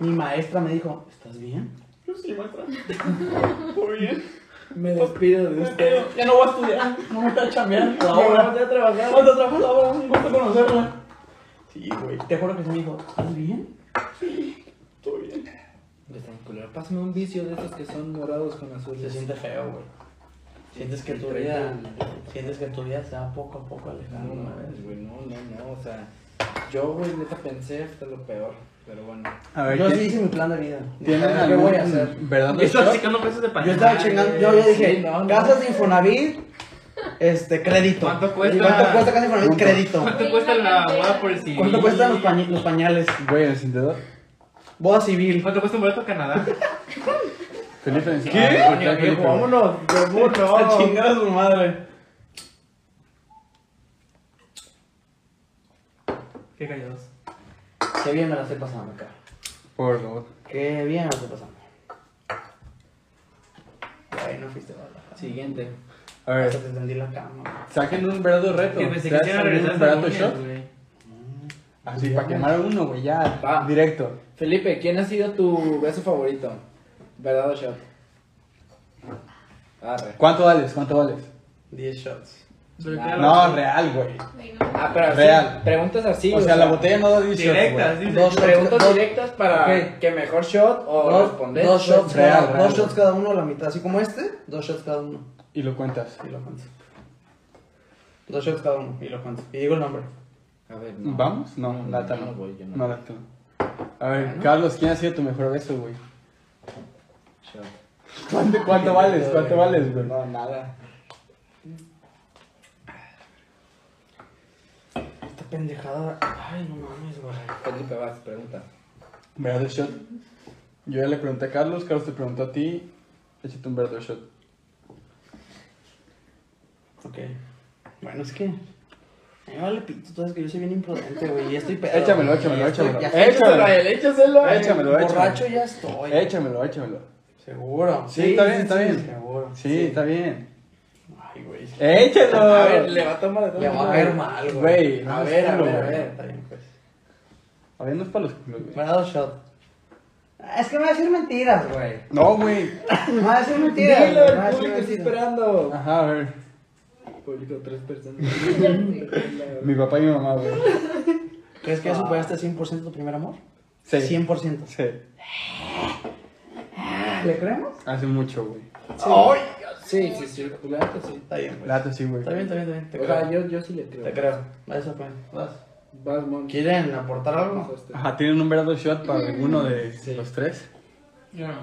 Speaker 3: Mi maestra me dijo, ¿estás bien?
Speaker 4: Yo sí, maestra. Muy bien.
Speaker 5: Me despido de usted.
Speaker 3: Ya no voy a estudiar, no me voy a chambear. La
Speaker 5: Ahora
Speaker 3: hora.
Speaker 5: vamos a trabajar.
Speaker 3: ¿Cuánto trabajo la hora? ¿Cuánto conocerla? Sí, güey. Te juro que se me dijo, ¿estás bien?
Speaker 5: Güey, Está bien culero. Pásame un vicio de esos que son morados con
Speaker 3: Se
Speaker 5: azules.
Speaker 3: siente feo, güey. Sientes que tu vida. Sientes que tu vida se va poco a poco
Speaker 5: Ah, No
Speaker 3: alejando, güey.
Speaker 5: mames, güey. No, no, no. O sea, yo, güey, neta pensé hasta lo peor. Pero bueno.
Speaker 1: A ver,
Speaker 3: Yo
Speaker 1: ¿tien-
Speaker 3: sí hice mi plan de vida.
Speaker 1: ¿tienen
Speaker 3: ¿Qué
Speaker 1: algún
Speaker 3: voy a hacer?
Speaker 1: ¿Verdad?
Speaker 4: Yo estaba
Speaker 1: doctor?
Speaker 4: checando precios de pan.
Speaker 3: Yo estaba chingando, yo ya dije,
Speaker 5: Sí, no, no.
Speaker 3: casas de Infonavit, este, crédito.
Speaker 4: ¿Cuánto cuesta?
Speaker 3: ¿Cuánto cuesta casa de Infonavit?
Speaker 1: Punto.
Speaker 3: Crédito.
Speaker 4: ¿Cuánto cuesta la boda por civil?
Speaker 3: ¿Cuánto cuestan los, pañi- los pañales?
Speaker 1: Güey, el encendedor.
Speaker 3: Boda civil.
Speaker 4: ¿Cuánto cuesta un boleto a Canadá?
Speaker 1: Felipe, ¿Qué?
Speaker 4: Coño, viejo,
Speaker 5: vámonos. ¿Cómo
Speaker 3: A chingar a su madre.
Speaker 4: Qué callados.
Speaker 3: Qué bien me la estoy pasando acá.
Speaker 1: Por favor.
Speaker 3: Qué bien me la estoy pasando. Ay, no fuiste bala.
Speaker 5: Siguiente.
Speaker 1: A
Speaker 3: Hasta
Speaker 1: ver,
Speaker 3: te tendí la cama.
Speaker 1: saquen un verdadero reto.
Speaker 4: Que pensé
Speaker 1: O sea,
Speaker 4: que te iban a
Speaker 1: saquen
Speaker 4: regresar
Speaker 1: un
Speaker 4: hasta
Speaker 1: verdadero
Speaker 4: lunes,
Speaker 1: shot.
Speaker 4: güey.
Speaker 1: Así, para quemar a uno, güey, ya.
Speaker 5: Va.
Speaker 1: Directo.
Speaker 5: Felipe, ¿quién ha sido tu beso favorito? ¿Verdad o shot? Arre.
Speaker 1: ¿Cuánto vales? ¿Cuánto vales?
Speaker 3: 10 shots.
Speaker 4: Pero
Speaker 5: Ah,
Speaker 4: claro,
Speaker 1: No, real, güey.
Speaker 6: Ay, no.
Speaker 5: Ah, pero así,
Speaker 1: Real.
Speaker 5: preguntas así.
Speaker 1: O sea, la botella no da 10 shots,
Speaker 4: Directas,
Speaker 1: güey.
Speaker 4: dice.
Speaker 3: Dos
Speaker 5: Preguntas
Speaker 3: shots.
Speaker 5: directas para
Speaker 3: Ok.
Speaker 5: que mejor shot o
Speaker 3: Dos,
Speaker 5: responder.
Speaker 3: dos shots,
Speaker 1: Real,
Speaker 3: cada,
Speaker 1: real.
Speaker 3: dos shots cada uno, la mitad. Así como este, dos shots cada uno.
Speaker 1: Y lo cuentas.
Speaker 3: Y lo cuento. Dos shots cada uno. Y lo cuento. Y digo el nombre.
Speaker 5: A ver, no.
Speaker 1: ¿Vamos? No,
Speaker 5: No,
Speaker 1: lata
Speaker 5: no,
Speaker 1: no.
Speaker 5: güey, yo no.
Speaker 1: No, lata no. A ver, Carlos, ¿quién ha sido tu mejor beso, güey?
Speaker 5: Shot.
Speaker 1: ¿Cuánto, cuánto vales? ¿Cuánto vales, güey?
Speaker 5: No, nada.
Speaker 3: Esta pendejada. Ay, no mames, güey.
Speaker 5: Felipe, vas, pregunta.
Speaker 1: Verdadero shot. Yo ya le pregunté a Carlos, Carlos te preguntó a ti. Échate un verdadero shot.
Speaker 3: Ok. Bueno, es que. A mí me vale pito, tú sabes que yo soy bien imprudente, güey. Ya estoy pedo.
Speaker 1: Échamelo,
Speaker 3: güey,
Speaker 1: échamelo,
Speaker 3: ya estoy-
Speaker 1: échamelo.
Speaker 3: ya estoy-
Speaker 1: Échamelo.
Speaker 5: Échaselo a él, échaselo a él.
Speaker 1: Échamelo,
Speaker 3: Borracho
Speaker 1: échamelo.
Speaker 3: ya estoy.
Speaker 1: Échamelo, échamelo.
Speaker 3: Seguro.
Speaker 1: Sí, está bien, está bien.
Speaker 3: Seguro.
Speaker 1: Sí, está bien.
Speaker 3: Ay, güey.
Speaker 1: Eh, ¡Échalo!
Speaker 5: A ver, le va a tomar
Speaker 3: Le va a
Speaker 5: ver.
Speaker 3: ver mal,
Speaker 1: Güey,
Speaker 3: güey.
Speaker 1: no
Speaker 5: A
Speaker 1: es
Speaker 5: ver, a
Speaker 1: culo,
Speaker 5: ver, a
Speaker 1: güey.
Speaker 5: ver.
Speaker 3: Está bien, pues.
Speaker 1: A ver, no es para los culos, güey.
Speaker 3: Bueno, dos shots. Ah, Es que me va a decir mentiras, güey.
Speaker 1: No, güey.
Speaker 3: Me va a decir mentiras. güey,
Speaker 5: Dilo,
Speaker 3: me va a
Speaker 5: el
Speaker 3: decir
Speaker 5: público está
Speaker 3: mentiras. Ah.
Speaker 5: esperando.
Speaker 1: Ajá, a ver.
Speaker 5: Público, tres personas.
Speaker 1: Mi papá y mi mamá, güey.
Speaker 3: ¿Crees que ya superaste 100% tu primer amor?
Speaker 1: Ah. Sí.
Speaker 3: 100%.
Speaker 1: Sí.
Speaker 3: ¿Le creemos?
Speaker 1: Hace mucho, güey.
Speaker 5: Sí, sí, sí, la neta sí.
Speaker 3: Está bien, güey.
Speaker 1: Lata, sí, güey.
Speaker 3: Está bien, está bien, está bien. Te
Speaker 5: O
Speaker 3: creo.
Speaker 5: sea, yo, yo sí le
Speaker 3: Te
Speaker 5: creo.
Speaker 3: creo. Vas, papá. Vas.
Speaker 5: Vas, Mon. este.
Speaker 3: ¿Quieren aportar algo?
Speaker 1: Ajá, ¿tienen un verdadero shot para alguno de los tres?
Speaker 4: Yo no.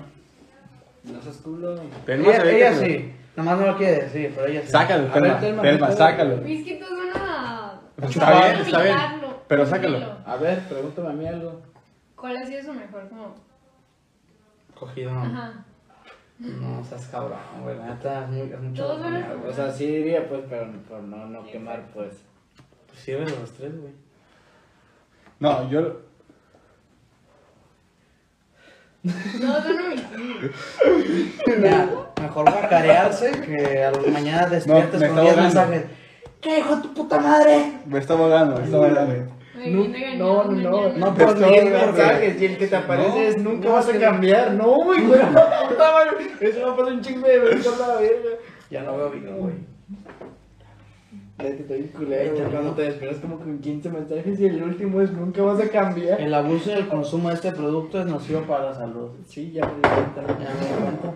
Speaker 5: No seas culo.
Speaker 1: Telma se ve
Speaker 3: ella
Speaker 1: que-
Speaker 3: sí. Nomás no lo quiere decir, pero ella sí.
Speaker 1: Sácalo,
Speaker 5: A
Speaker 1: Telma.
Speaker 5: ver, Telma,
Speaker 1: Telma,
Speaker 5: sácalo.
Speaker 1: sácalo.
Speaker 6: Es que todos van a.
Speaker 1: Pues
Speaker 6: van
Speaker 1: Está
Speaker 6: a
Speaker 1: bien, está bien.
Speaker 6: imitarlo.
Speaker 1: Pero sácalo.
Speaker 5: A ver, pregúntame a mí algo.
Speaker 6: ¿Cuál ha sido su mejor? Como.
Speaker 3: Cogido.
Speaker 6: Ajá.
Speaker 3: No, estás cabrón, güey. La neta, es, muy, es mucho.
Speaker 6: Todos van a
Speaker 3: comer,
Speaker 5: O
Speaker 3: güey.
Speaker 5: sea, sí diría, pues, pero por no, no quemar, pues.
Speaker 3: Pues sirve los tres, güey.
Speaker 1: No, yo.
Speaker 6: Todos van a omitir.
Speaker 3: Ya, mejor guacarearse que a la mañana
Speaker 1: No,
Speaker 3: despiertes
Speaker 1: me
Speaker 3: con
Speaker 1: está
Speaker 3: 10
Speaker 1: ahogando.
Speaker 3: mensajes. ¿Qué hijo de tu puta madre?
Speaker 1: Me estaba ahogando, me estaba ahogando.
Speaker 6: Ay,
Speaker 5: No,
Speaker 6: bien regañado
Speaker 5: no, no,
Speaker 6: mañana.
Speaker 5: no,
Speaker 1: Te
Speaker 5: por
Speaker 1: estoy
Speaker 5: mil
Speaker 1: hablando.
Speaker 5: mensajes y el que te aparece es nunca vas a cambiar. No, güey, güey, puta madre. Eso me pasa un chingo de verga, la verga.
Speaker 3: Ya no veo bien, güey.
Speaker 5: Es que estoy bien culero,
Speaker 3: Ahí
Speaker 5: güey.
Speaker 3: te
Speaker 5: Cuando
Speaker 3: mando.
Speaker 5: te despiertas como con 15 mensajes y el último es nunca vas a cambiar.
Speaker 3: El abuso y el consumo de este producto es nocivo para la salud.
Speaker 5: Sí, ya me di cuenta.
Speaker 3: Ya me di cuenta.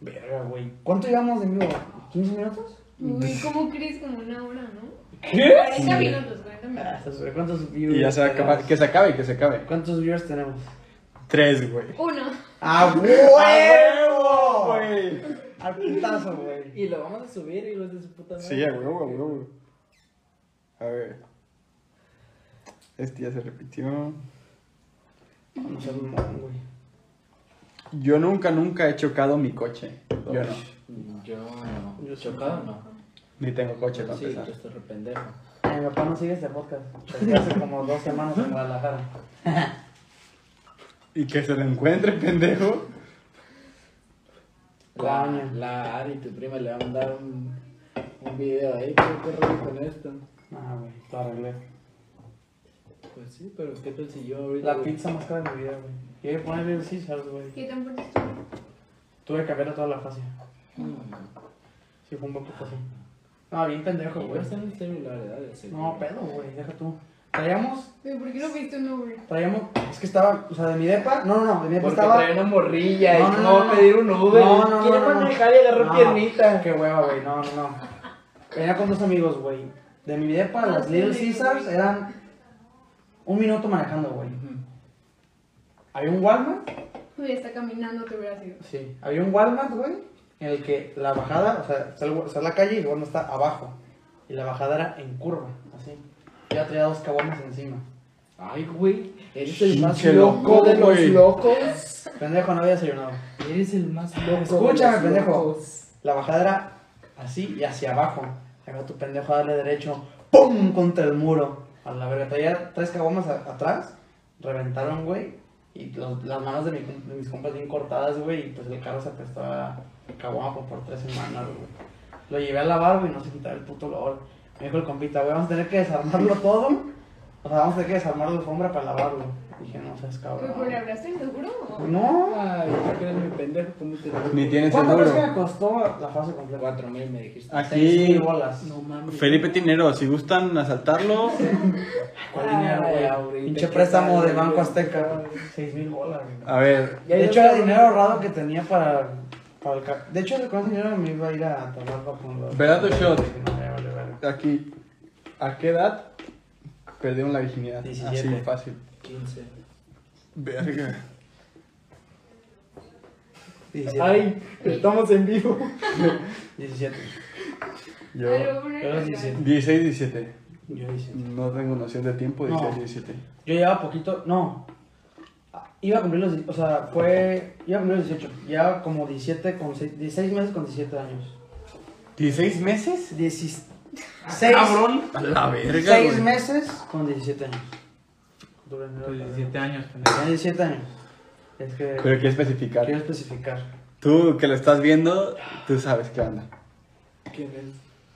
Speaker 3: Verga, güey. ¿Cuánto llevamos de vivo? ¿15 minutos?
Speaker 6: Uy, ¿cómo crees? Como una hora, ¿no? ¿Qué? 40 minutos, 40 minutos.
Speaker 3: Ah, ¿Cuántos viewers?
Speaker 1: Y ya se va a
Speaker 3: tenemos?
Speaker 1: acabar. Que se acabe, que se acabe.
Speaker 3: ¿Cuántos viewers tenemos?
Speaker 1: Tres, güey.
Speaker 6: Uno.
Speaker 3: ¡A huevo!
Speaker 5: Oh.
Speaker 3: Al putazo, güey.
Speaker 5: Y lo vamos a subir, hijos de su puta madre.
Speaker 1: Sí, a huevo, a huevo. A ver. Este ya se repitió.
Speaker 3: No seas mamón, güey.
Speaker 1: Yo nunca, nunca he chocado mi coche. Yo no.
Speaker 5: Yo no.
Speaker 3: Yo sí.
Speaker 5: chocado no?
Speaker 1: Ni tengo coche para
Speaker 5: Sí,
Speaker 1: empezar.
Speaker 5: yo estoy re pendejo.
Speaker 3: Ay, Mi papá no sigue este podcast. Desde hace como dos semanas en Guadalajara.
Speaker 1: Y que se lo encuentre, pendejo.
Speaker 5: La,
Speaker 3: Coño.
Speaker 5: la Ari, tu prima, le va a mandar un, un video ahí. ¿Qué qué rollo con esto?
Speaker 3: Ah, güey, lo arreglé.
Speaker 5: Pues sí, pero ¿qué tal si yo ahorita.
Speaker 3: La pizza más cara de mi vida, güey. Quiero ponerle el Caesars, güey.
Speaker 6: ¿Qué tan fuerte estuvo?
Speaker 3: Tuve que cambiar a toda la fase.
Speaker 5: Mm,
Speaker 3: Sí, fue un buen putazo. No, bien pendejo,
Speaker 5: Voy a
Speaker 3: güey.
Speaker 5: estar en el celular, ¿verdad? De seguro.
Speaker 3: No, pedo, güey, deja tú. Traíamos,
Speaker 6: Pero, ¿Por qué no pediste un Uber?
Speaker 3: traíamos, es que estaba, o sea, de mi depa, no, no, no, de mi depa
Speaker 5: Porque
Speaker 3: estaba.
Speaker 5: trae una morrilla
Speaker 3: No,
Speaker 5: y
Speaker 3: no,
Speaker 5: no va
Speaker 3: no,
Speaker 5: a pedir un Uber.
Speaker 3: No, no,
Speaker 5: Quiere
Speaker 3: no, no, no.
Speaker 5: manejar y agarró
Speaker 3: No.
Speaker 5: piernita.
Speaker 3: Qué hueva, güey, no, no, no. Venía con dos amigos, güey. De mi depa, las Little Caesars eran un minuto manejando, güey. Había un Walmart,
Speaker 6: Uy, está caminando, te hubiera sido.
Speaker 3: sí, había un Walmart, güey, en el que la bajada, o sea, está, el- está la calle y el Walmart está abajo. Y la bajada era en curva, así. Yo ya traía dos cabones encima.
Speaker 5: Ay, güey. Eres el más
Speaker 1: Pinche
Speaker 5: loco,
Speaker 1: loco,
Speaker 5: de los
Speaker 1: güey.
Speaker 5: locos.
Speaker 3: Pendejo, no había desayunado.
Speaker 5: Eres el más loco. de
Speaker 3: Escúchame,
Speaker 5: los
Speaker 3: pendejo.
Speaker 5: locos.
Speaker 3: La bajada era así y hacia abajo. Ahí va tu pendejo a darle derecho. ¡Pum! Contra el muro. A la verga. Traía tres cabomas a- atrás. Reventaron, güey. Y los- las manos de, mi cum- de mis compas bien cortadas, güey. Y pues el carro se apestó a caboma por, por tres semanas, güey. Lo llevé a lavar, güey, no se quitaba el puto olor. Me dijo el compita, güey, vamos a tener que desarmarlo todo. O sea, vamos a tener que desarmar la alfombra para lavarlo. Dije, no seas
Speaker 6: Güey,
Speaker 3: cabrón.
Speaker 6: ¿pero le hablaste en seguro?
Speaker 3: No.
Speaker 5: Ay, tú que eres mi pendejo, ¿cómo te digo?
Speaker 1: Ni tienes
Speaker 3: ¿Cuánto crees que me
Speaker 1: seguro.
Speaker 3: costó la fase completa?
Speaker 5: Cuatro mil me dijiste.
Speaker 3: Seis
Speaker 1: Aquí,
Speaker 3: mil bolas.
Speaker 5: No mames.
Speaker 1: Felipe Tinero, si gustan asaltarlo,
Speaker 3: ¿Cuál
Speaker 5: Ay,
Speaker 3: dinero, güey?
Speaker 5: ahorita
Speaker 3: Pinche
Speaker 5: que
Speaker 3: préstamo
Speaker 5: sale,
Speaker 3: de Banco
Speaker 5: güey.
Speaker 3: Azteca, güey. Seis mil bolas, güey.
Speaker 1: a ver,
Speaker 5: Ya
Speaker 3: De
Speaker 5: yo
Speaker 3: hecho, era
Speaker 5: creo-
Speaker 3: dinero ahorrado que tenía para, para el ca- De hecho, con ese dinero me iba a ir a tomar vacuna.
Speaker 1: ¿Verdad tu shot?
Speaker 3: Dije, no, ya vale, vale.
Speaker 1: aquí, ¿a qué edad perdieron la virginidad?
Speaker 3: 17.
Speaker 1: Así, fácil.
Speaker 5: 15.
Speaker 1: Verga.
Speaker 3: Diecisiete.
Speaker 5: Ay, estamos en vivo.
Speaker 3: 17.
Speaker 1: Yo,
Speaker 6: Ah, le voy a poner
Speaker 3: yo los
Speaker 6: el regalo.
Speaker 3: 17.
Speaker 1: 16, 17.
Speaker 3: Yo 17.
Speaker 1: No tengo noción de tiempo,
Speaker 3: No.
Speaker 1: 16, 17.
Speaker 3: Yo llevaba poquito. No. Ah, Iba a cumplir los. die- O sea, fue. Iba a cumplir los 18. Llevaba como 17 con 6, 16 meses con 17 años.
Speaker 1: ¿16 meses?
Speaker 3: 16.
Speaker 4: Cabrón.
Speaker 1: A la verga,
Speaker 3: 6
Speaker 1: güey.
Speaker 3: meses con 17 años. Duré enero,
Speaker 4: Pues
Speaker 3: febrero.
Speaker 4: 17 años,
Speaker 3: Tenía
Speaker 4: pendejo.
Speaker 3: 17 años. Es que.
Speaker 1: Pero hay que especificar.
Speaker 3: Quiero especificar.
Speaker 1: Tú que lo estás viendo, tú sabes qué onda.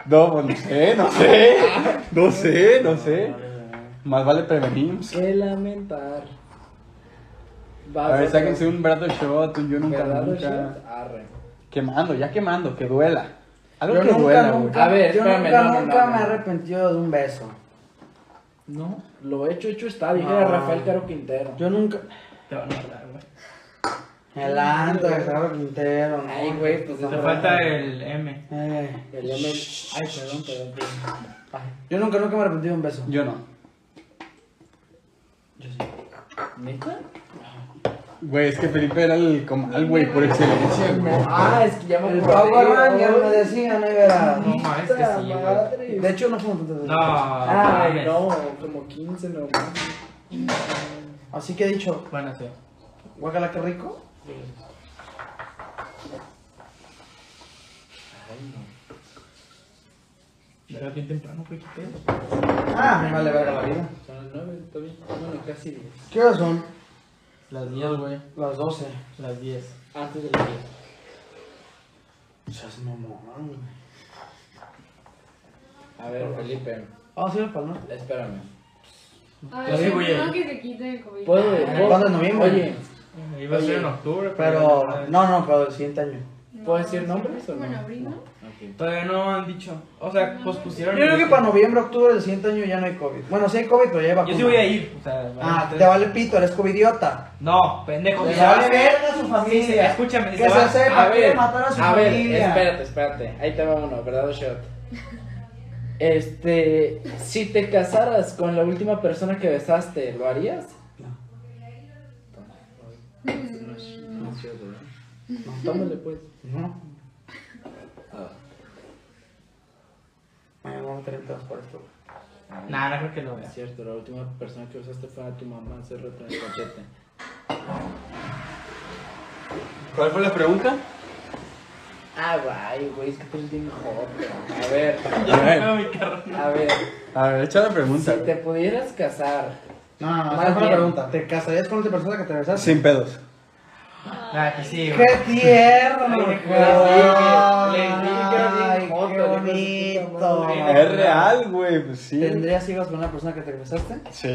Speaker 1: No, pues, no sé, no sé. No sé, no sé. Más vale prevenir.
Speaker 5: Qué lamentar.
Speaker 1: A ver, sáquense un brato shot, un yo nunca, nunca.
Speaker 5: Arre.
Speaker 1: Quemando, ya quemando, que duela. Algo
Speaker 3: Yo
Speaker 1: que
Speaker 3: nunca,
Speaker 1: duela, güey.
Speaker 3: nunca,
Speaker 5: A ver,
Speaker 3: yo
Speaker 5: espérame,
Speaker 3: nunca,
Speaker 5: no, no,
Speaker 3: nunca
Speaker 5: no,
Speaker 3: me he
Speaker 5: no.
Speaker 3: arrepentido de un beso.
Speaker 5: No, lo hecho, hecho está. Dijera
Speaker 3: No.
Speaker 5: Rafael Caro Quintero.
Speaker 3: Yo nunca.
Speaker 4: Te van a matar, güey.
Speaker 3: El antro de Gerardo Quintero. no.
Speaker 5: Ay, güey, pues
Speaker 3: Te
Speaker 4: Te
Speaker 5: no.
Speaker 4: falta el M.
Speaker 3: Eh,
Speaker 5: El hombre- Ay, perdón, perdón. perdón.
Speaker 3: ay. Yo nunca, nunca me he arrepentido de un beso.
Speaker 1: Yo no.
Speaker 3: Yo sí.
Speaker 5: ¿Neta?
Speaker 1: Güey, es que Felipe era el comal, güey, por excelencia, güey.
Speaker 5: Ah, es que ya me
Speaker 3: El
Speaker 5: acordé,
Speaker 3: Power Man,
Speaker 5: güey.
Speaker 3: ya me decían, ahí verás.
Speaker 4: No, ma, es que
Speaker 5: Puta
Speaker 4: sí, güey.
Speaker 5: madre.
Speaker 3: De hecho, no fuimos tantas veces.
Speaker 4: No,
Speaker 5: Ay,
Speaker 4: Ah, mames.
Speaker 5: ah, no, como 15 no. mames.
Speaker 3: Así que he dicho,
Speaker 4: Bueno, sí.
Speaker 3: guacala, qué rico.
Speaker 4: Pero bien temprano, güey, qué pedo.
Speaker 3: Ah, me vale verga la vida.
Speaker 5: Son las 9, está bien. Bueno, casi 10.
Speaker 3: ¿Qué horas son?
Speaker 4: Las 10, güey.
Speaker 3: Las 12.
Speaker 4: Las 10.
Speaker 5: Antes de las 10.
Speaker 3: Seas mamón. güey.
Speaker 5: A ver, Felipe,
Speaker 3: Vamos a ir para el norte.
Speaker 5: espérame.
Speaker 6: Ay,
Speaker 4: Lo
Speaker 6: sí,
Speaker 4: digo ya.
Speaker 6: no, que se quite el COVID.
Speaker 5: ¿Puedo?
Speaker 3: ¿cuándo
Speaker 5: puedo-
Speaker 3: en noviembre?
Speaker 5: Oye,
Speaker 4: Eh, Iba a ser
Speaker 5: Oye,
Speaker 4: en octubre,
Speaker 3: Pero, no, no, pero el siguiente año.
Speaker 6: No,
Speaker 5: ¿puedo decir
Speaker 6: sí,
Speaker 5: nombres
Speaker 6: es
Speaker 5: o
Speaker 6: como en
Speaker 5: no?
Speaker 6: abril, ¿no?
Speaker 4: Todavía no han dicho. O sea, pues
Speaker 3: Yo
Speaker 4: pusieron.
Speaker 3: creo que para noviembre, octubre del siguiente año ya no hay COVID. Bueno, sí hay COVID, pero ya hay vacuna.
Speaker 4: Yo sí voy a ir. O sea,
Speaker 3: Ah,
Speaker 4: vale.
Speaker 3: te vale pito, eres covidiota.
Speaker 4: No, pendejo.
Speaker 3: Le
Speaker 4: se va a
Speaker 3: vale
Speaker 4: hacer.
Speaker 3: verga a su
Speaker 4: Sí, se-
Speaker 3: familia.
Speaker 4: Escúchame,
Speaker 3: Que
Speaker 4: se
Speaker 3: se
Speaker 4: va a
Speaker 3: sepa, quiere matar a su
Speaker 5: a ver,
Speaker 3: familia.
Speaker 5: espérate, espérate. Ahí te va uno, ¿verdad, Shot? Este, si te casaras con la última persona que besaste, ¿lo harías? No. Tómale pues.
Speaker 3: No. Me voy a meter en todas por esto.
Speaker 4: Nah, no creo que lo vea.
Speaker 5: Cierto, la última persona que besaste fue a tu mamá, se rota el cachete.
Speaker 1: ¿Cuál fue la pregunta?
Speaker 5: Ah, guay, güey, es que tú eres bien joven. A ver,
Speaker 1: A ver,
Speaker 4: mi carro.
Speaker 5: a ver,
Speaker 1: a ver, echa la pregunta.
Speaker 5: si te pudieras casar,
Speaker 3: No, no, no,
Speaker 5: Más
Speaker 3: esa fue la
Speaker 5: bien.
Speaker 3: pregunta. ¿Te casarías con otra persona que te besaste?
Speaker 1: Sin pedos.
Speaker 4: Nah, Ah, que sí, güey.
Speaker 3: ¡Qué tierno!
Speaker 5: Ay,
Speaker 3: güey!
Speaker 5: le dije que era
Speaker 3: Ay,
Speaker 5: bien
Speaker 3: qué
Speaker 5: joto, le dije,
Speaker 3: bonito!
Speaker 5: puta madre.
Speaker 1: Es real, güey, pues sí.
Speaker 3: ¿Tendrías hijos con una persona que te besaste?
Speaker 1: Sí.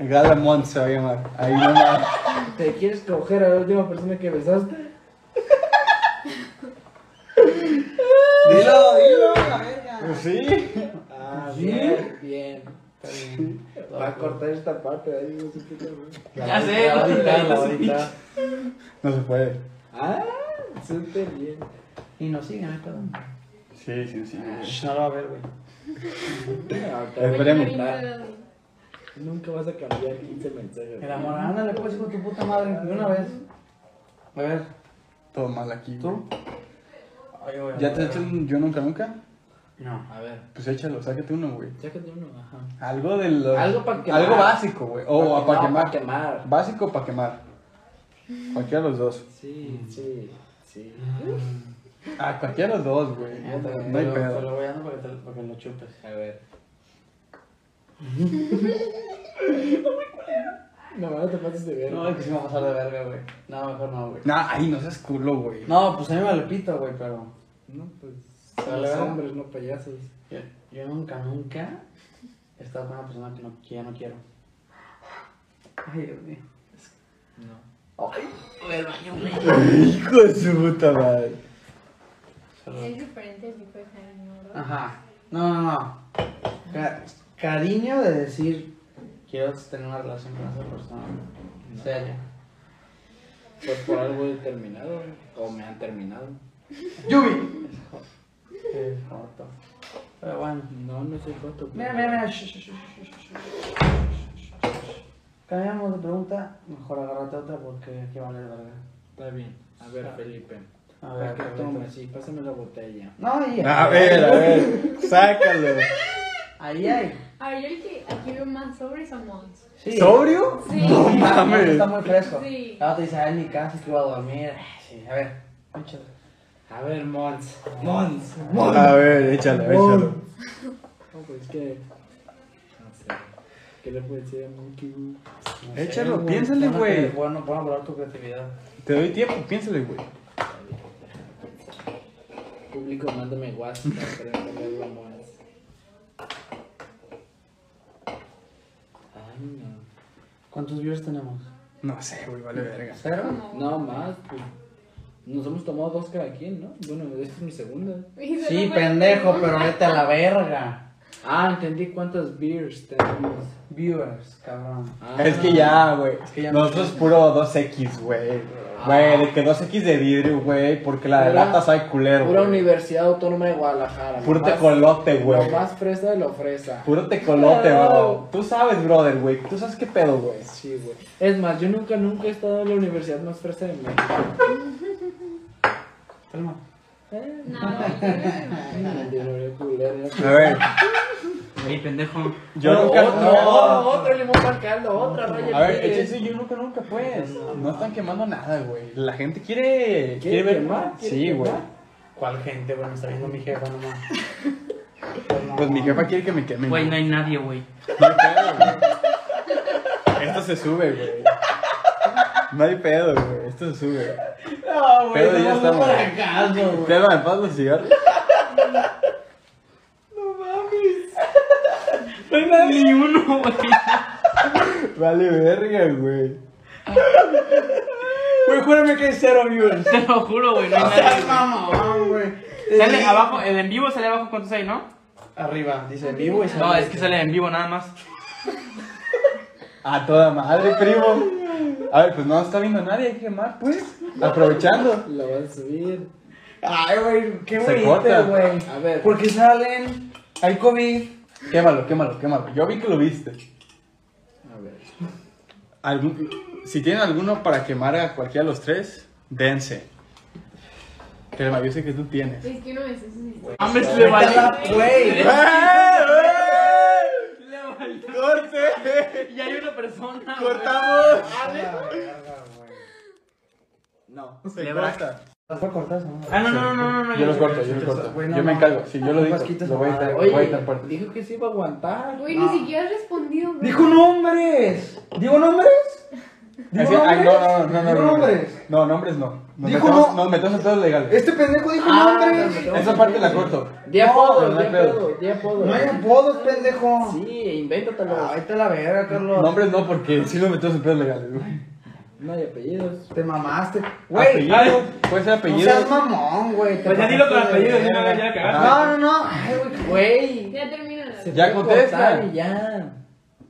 Speaker 1: Galamont se va a llamar. Ahí no más.
Speaker 5: ¿te quieres coger a la última persona que besaste?
Speaker 1: Dilo, dilo, la verga. Pues sí.
Speaker 5: Ah, bien, bien. Está bien. Va a cortar esta parte de ahí, no sé qué cabrón.
Speaker 4: Ya sé,
Speaker 3: La
Speaker 4: güey,
Speaker 3: ahorita, la
Speaker 4: la
Speaker 3: ahorita.
Speaker 1: No se puede.
Speaker 5: Ah, súper bien.
Speaker 3: Y nos siguen, ¿eh? cabrón?
Speaker 1: Sí, sí, sí.
Speaker 3: Shh, No lo va a ver, güey.
Speaker 6: Oye,
Speaker 1: Espera.
Speaker 5: Ahorita
Speaker 1: Esperemos.
Speaker 6: ahorita-
Speaker 5: Nunca vas a cambiar 15 mensajes.
Speaker 3: El amor, ándale, pues, hijo de tu puta madre, de una vez. A ver,
Speaker 1: Todo mal aquí. güey.
Speaker 3: ¿tú? Ay, güey,
Speaker 1: ¿Ya
Speaker 3: a
Speaker 1: te
Speaker 3: ver.
Speaker 1: has hecho un yo nunca nunca?
Speaker 3: No.
Speaker 5: A ver,
Speaker 1: Pues échalo, sácate uno, güey.
Speaker 5: sácate uno, ajá.
Speaker 1: Algo de los...
Speaker 5: Algo pa' quemar.
Speaker 1: Algo básico, güey. O
Speaker 5: Pa'
Speaker 1: para quemar.
Speaker 5: quemar, pa' quemar.
Speaker 1: Básico para quemar. Cualquiera de los dos.
Speaker 5: Sí, sí, sí.
Speaker 1: Ah, cualquiera de los dos, güey.
Speaker 3: Ya te-
Speaker 1: No hay
Speaker 3: te lo- Te
Speaker 1: pedo.
Speaker 3: lo voy dando para que, te- para que lo chupes.
Speaker 5: A ver. No, no te pases de ver.
Speaker 3: No, es que sí me va a pasar de verga, güey. No, mejor no, güey.
Speaker 1: Nah, ay, no seas culo, güey.
Speaker 3: No, pues a mí me lo pito, güey, pero.
Speaker 5: No, pues.
Speaker 3: A
Speaker 5: A
Speaker 3: los
Speaker 5: los hombres, no payasos.
Speaker 3: Yo, yo nunca, nunca he estado con una persona que, no, que ya no quiero. Ay, Dios mío.
Speaker 4: No.
Speaker 3: Ay, voy al baño, güey.
Speaker 1: Hijo de su puta madre.
Speaker 3: Perdón.
Speaker 6: Es diferente el tipo de cariño, ¿verdad?
Speaker 3: Ajá. No, no, no. Ca- cariño de decir, quiero tener una relación con esa persona. Seria.
Speaker 5: Pues por algo he terminado. O me han terminado.
Speaker 3: ¡Yubi! Qué joto. Pero bueno.
Speaker 5: No, no soy foto.
Speaker 3: Mira, mira, mira. Shh, shh, shh, shh, shh, shh, shh. Cambiamos de pregunta. Mejor agárrate otra porque aquí vale verga.
Speaker 5: Está bien. A ver, Felipe.
Speaker 3: A
Speaker 5: Para
Speaker 3: ver,
Speaker 5: que
Speaker 3: ahorita-
Speaker 5: tome, sí, pásame la botella.
Speaker 3: No, ya.
Speaker 1: A ver, a ver. Sácalo.
Speaker 3: Ahí hay.
Speaker 6: A ver, yo el que aquí veo más sobre es a Mons.
Speaker 3: Sí.
Speaker 1: ¿Sobrio?
Speaker 6: Sí.
Speaker 1: No
Speaker 3: Ah, no,
Speaker 1: mames.
Speaker 3: Está muy fresco.
Speaker 6: Sí.
Speaker 3: La otra dice, ah, en mi casa es que iba a dormir. Ah, Sí, a ver. Échale.
Speaker 5: A ver, Mons. Mons. Mons.
Speaker 1: A ver, échalo, échalo.
Speaker 5: No, pues que. No sé. ¿Qué le puedo decir a Monkey? güey?
Speaker 3: No sé,
Speaker 1: Échalo,
Speaker 3: güey.
Speaker 1: piénsale,
Speaker 3: Pon a-
Speaker 1: güey.
Speaker 3: Bueno, pon a volar tu creatividad.
Speaker 1: Te doy tiempo, piénsale, güey.
Speaker 5: Público, mándame WhatsApp para preguntarle a Mons. Ay, no.
Speaker 3: ¿Cuántos views tenemos?
Speaker 1: No sé, güey, vale verga.
Speaker 3: ¿Cero?
Speaker 6: Como-
Speaker 5: No más, pues. Nos hemos tomado dos cada quien, ¿no? Bueno, esta es mi segunda.
Speaker 6: Y se
Speaker 3: Sí,
Speaker 6: lo fue-
Speaker 3: pendejo, pero vete a la verga.
Speaker 5: Ah, entendí cuántas beers tenemos.
Speaker 3: Viewers, cabrón.
Speaker 5: Ah,
Speaker 1: Es que ya, Ah. güey.
Speaker 3: que ya no
Speaker 1: Nosotros puro 2X, güey. Güey, de que 2X de vidrio, güey. Porque la de
Speaker 5: Pura-
Speaker 1: lata sabe culero.
Speaker 5: Pura
Speaker 1: güey.
Speaker 5: Universidad Autónoma de Guadalajara.
Speaker 1: Puro
Speaker 5: lo más-
Speaker 1: tecolote,
Speaker 5: Lo
Speaker 1: güey.
Speaker 5: más fresa de lo fresa.
Speaker 1: Puro tecolote,
Speaker 5: No.
Speaker 1: bro. Tú sabes, brother, güey. Tú sabes qué pedo, güey.
Speaker 5: Sí, güey. Es más, yo nunca, nunca he estado en la universidad más fresa de México.
Speaker 3: Calma.
Speaker 6: No, no,
Speaker 1: A ver,
Speaker 4: Ey, pendejo.
Speaker 1: yo
Speaker 5: Pero
Speaker 1: nunca.
Speaker 5: otro,
Speaker 1: No.
Speaker 5: otro limón para caldo, otra raya.
Speaker 1: A ver,
Speaker 5: Pérez.
Speaker 1: échense yo nunca, nunca, pues. No están quemando nada, güey. La gente quiere.
Speaker 5: ¿Quiere
Speaker 1: Quiere ver
Speaker 5: quemar? ¿Quiere
Speaker 1: Sí, güey.
Speaker 5: quemar?
Speaker 3: ¿Cuál gente, güey? Me está viendo mi jefa nomás. no,
Speaker 1: Pues mi
Speaker 3: mames.
Speaker 1: jefa quiere que me quemen.
Speaker 4: Güey, no
Speaker 1: güey.
Speaker 4: hay nadie, güey.
Speaker 1: No hay pedo, güey. Esto se sube, güey. No hay pedo, güey. Esto se sube.
Speaker 3: No, Ah, güey.
Speaker 1: Pero
Speaker 3: no,
Speaker 1: ya
Speaker 3: no
Speaker 1: estamos.
Speaker 3: para casa, güey.
Speaker 1: Esteban, ¿pasas los cigarros?
Speaker 4: Ni uno, güey.
Speaker 1: Vale verga, güey. Güey, júrame que hay cero viewers.
Speaker 4: Te lo juro, güey. No hay
Speaker 3: No
Speaker 4: nadie.
Speaker 3: seas
Speaker 4: güey.
Speaker 3: mamón, güey.
Speaker 4: Sale abajo, el en vivo sale abajo cuántos hay, ¿no?
Speaker 3: Arriba, dice en vivo y sale.
Speaker 4: No, es que sale en vivo nada más.
Speaker 1: A toda madre, primo. A ver, pues no está viendo nadie, hay que quemar, pues. Aprovechando.
Speaker 5: Lo van a subir.
Speaker 3: Ay, güey, qué
Speaker 1: Se
Speaker 3: bonito,
Speaker 1: corta.
Speaker 3: güey.
Speaker 5: A ver.
Speaker 3: Porque salen. Hay COVID.
Speaker 1: Quémalo, quémalo, quémalo. Yo vi que lo viste.
Speaker 5: A ver.
Speaker 1: Algún- si tienen alguno para quemar a cualquiera de los tres, dense. Crema, yo sé que tú tienes. ¡Eh,
Speaker 6: es que uno de esos es
Speaker 4: Mames, le
Speaker 3: Vete a
Speaker 4: valió.
Speaker 3: Ah, la- Güey.
Speaker 4: Le valió.
Speaker 1: ¡Corte!
Speaker 4: Y hay una persona. güey.
Speaker 1: ¡Cortamos!
Speaker 5: No.
Speaker 1: Se corta.
Speaker 3: ¿Las puedo cortar, no?
Speaker 4: Ah, no, no, no, no, no, no.
Speaker 1: Yo lo corto, yo lo corto.
Speaker 3: Güey, no,
Speaker 1: Yo me
Speaker 3: no.
Speaker 1: encargo. Si yo lo digo,
Speaker 3: Vasquitas,
Speaker 1: lo voy a editar-
Speaker 5: Oye,
Speaker 1: voy a editar fuerte.
Speaker 5: dijo que se iba a aguantar.
Speaker 6: Güey,
Speaker 3: No.
Speaker 6: ni siquiera has respondido, güey.
Speaker 3: ¡Dijo nombres! ¿Digo nombres? ¿Digo
Speaker 1: Así, ay,
Speaker 3: nombres?
Speaker 1: no, no, no, no,
Speaker 3: ¿Digo
Speaker 1: no, no, no.
Speaker 3: nombres?
Speaker 1: No, nombres no. Nos
Speaker 3: Dijo
Speaker 1: metemos,
Speaker 3: no.
Speaker 1: nos metemos en todos los legales.
Speaker 3: Este pendejo dijo
Speaker 5: Ah,
Speaker 3: nombres.
Speaker 5: no, no, no.
Speaker 1: Esa parte la corto.
Speaker 5: Di
Speaker 3: No,
Speaker 5: apodos,
Speaker 1: no
Speaker 5: di
Speaker 1: hay pedo.
Speaker 5: apodos, di apodos.
Speaker 3: No hay apodos, pendejo.
Speaker 5: Sí, invéntatelo.
Speaker 3: Ay, te la verga, Carlos.
Speaker 1: Nombres no, porque sí nos metemos en pedos legales, güey.
Speaker 5: No hay apellidos.
Speaker 3: Te mamaste. Güey,
Speaker 1: Apellido,
Speaker 4: a ver.
Speaker 1: puede ser
Speaker 3: no
Speaker 1: apellido.
Speaker 3: seas mamón, güey. te
Speaker 4: Pues ya dilo con
Speaker 3: pasaste de
Speaker 4: apellido, ya no
Speaker 3: verga.
Speaker 4: ya la cagaste.
Speaker 3: No, no, no. Ay, güey.
Speaker 5: Güey.
Speaker 6: Ya termina la.
Speaker 5: se
Speaker 1: Ya
Speaker 5: puede
Speaker 1: contesta.
Speaker 5: cortar y ya.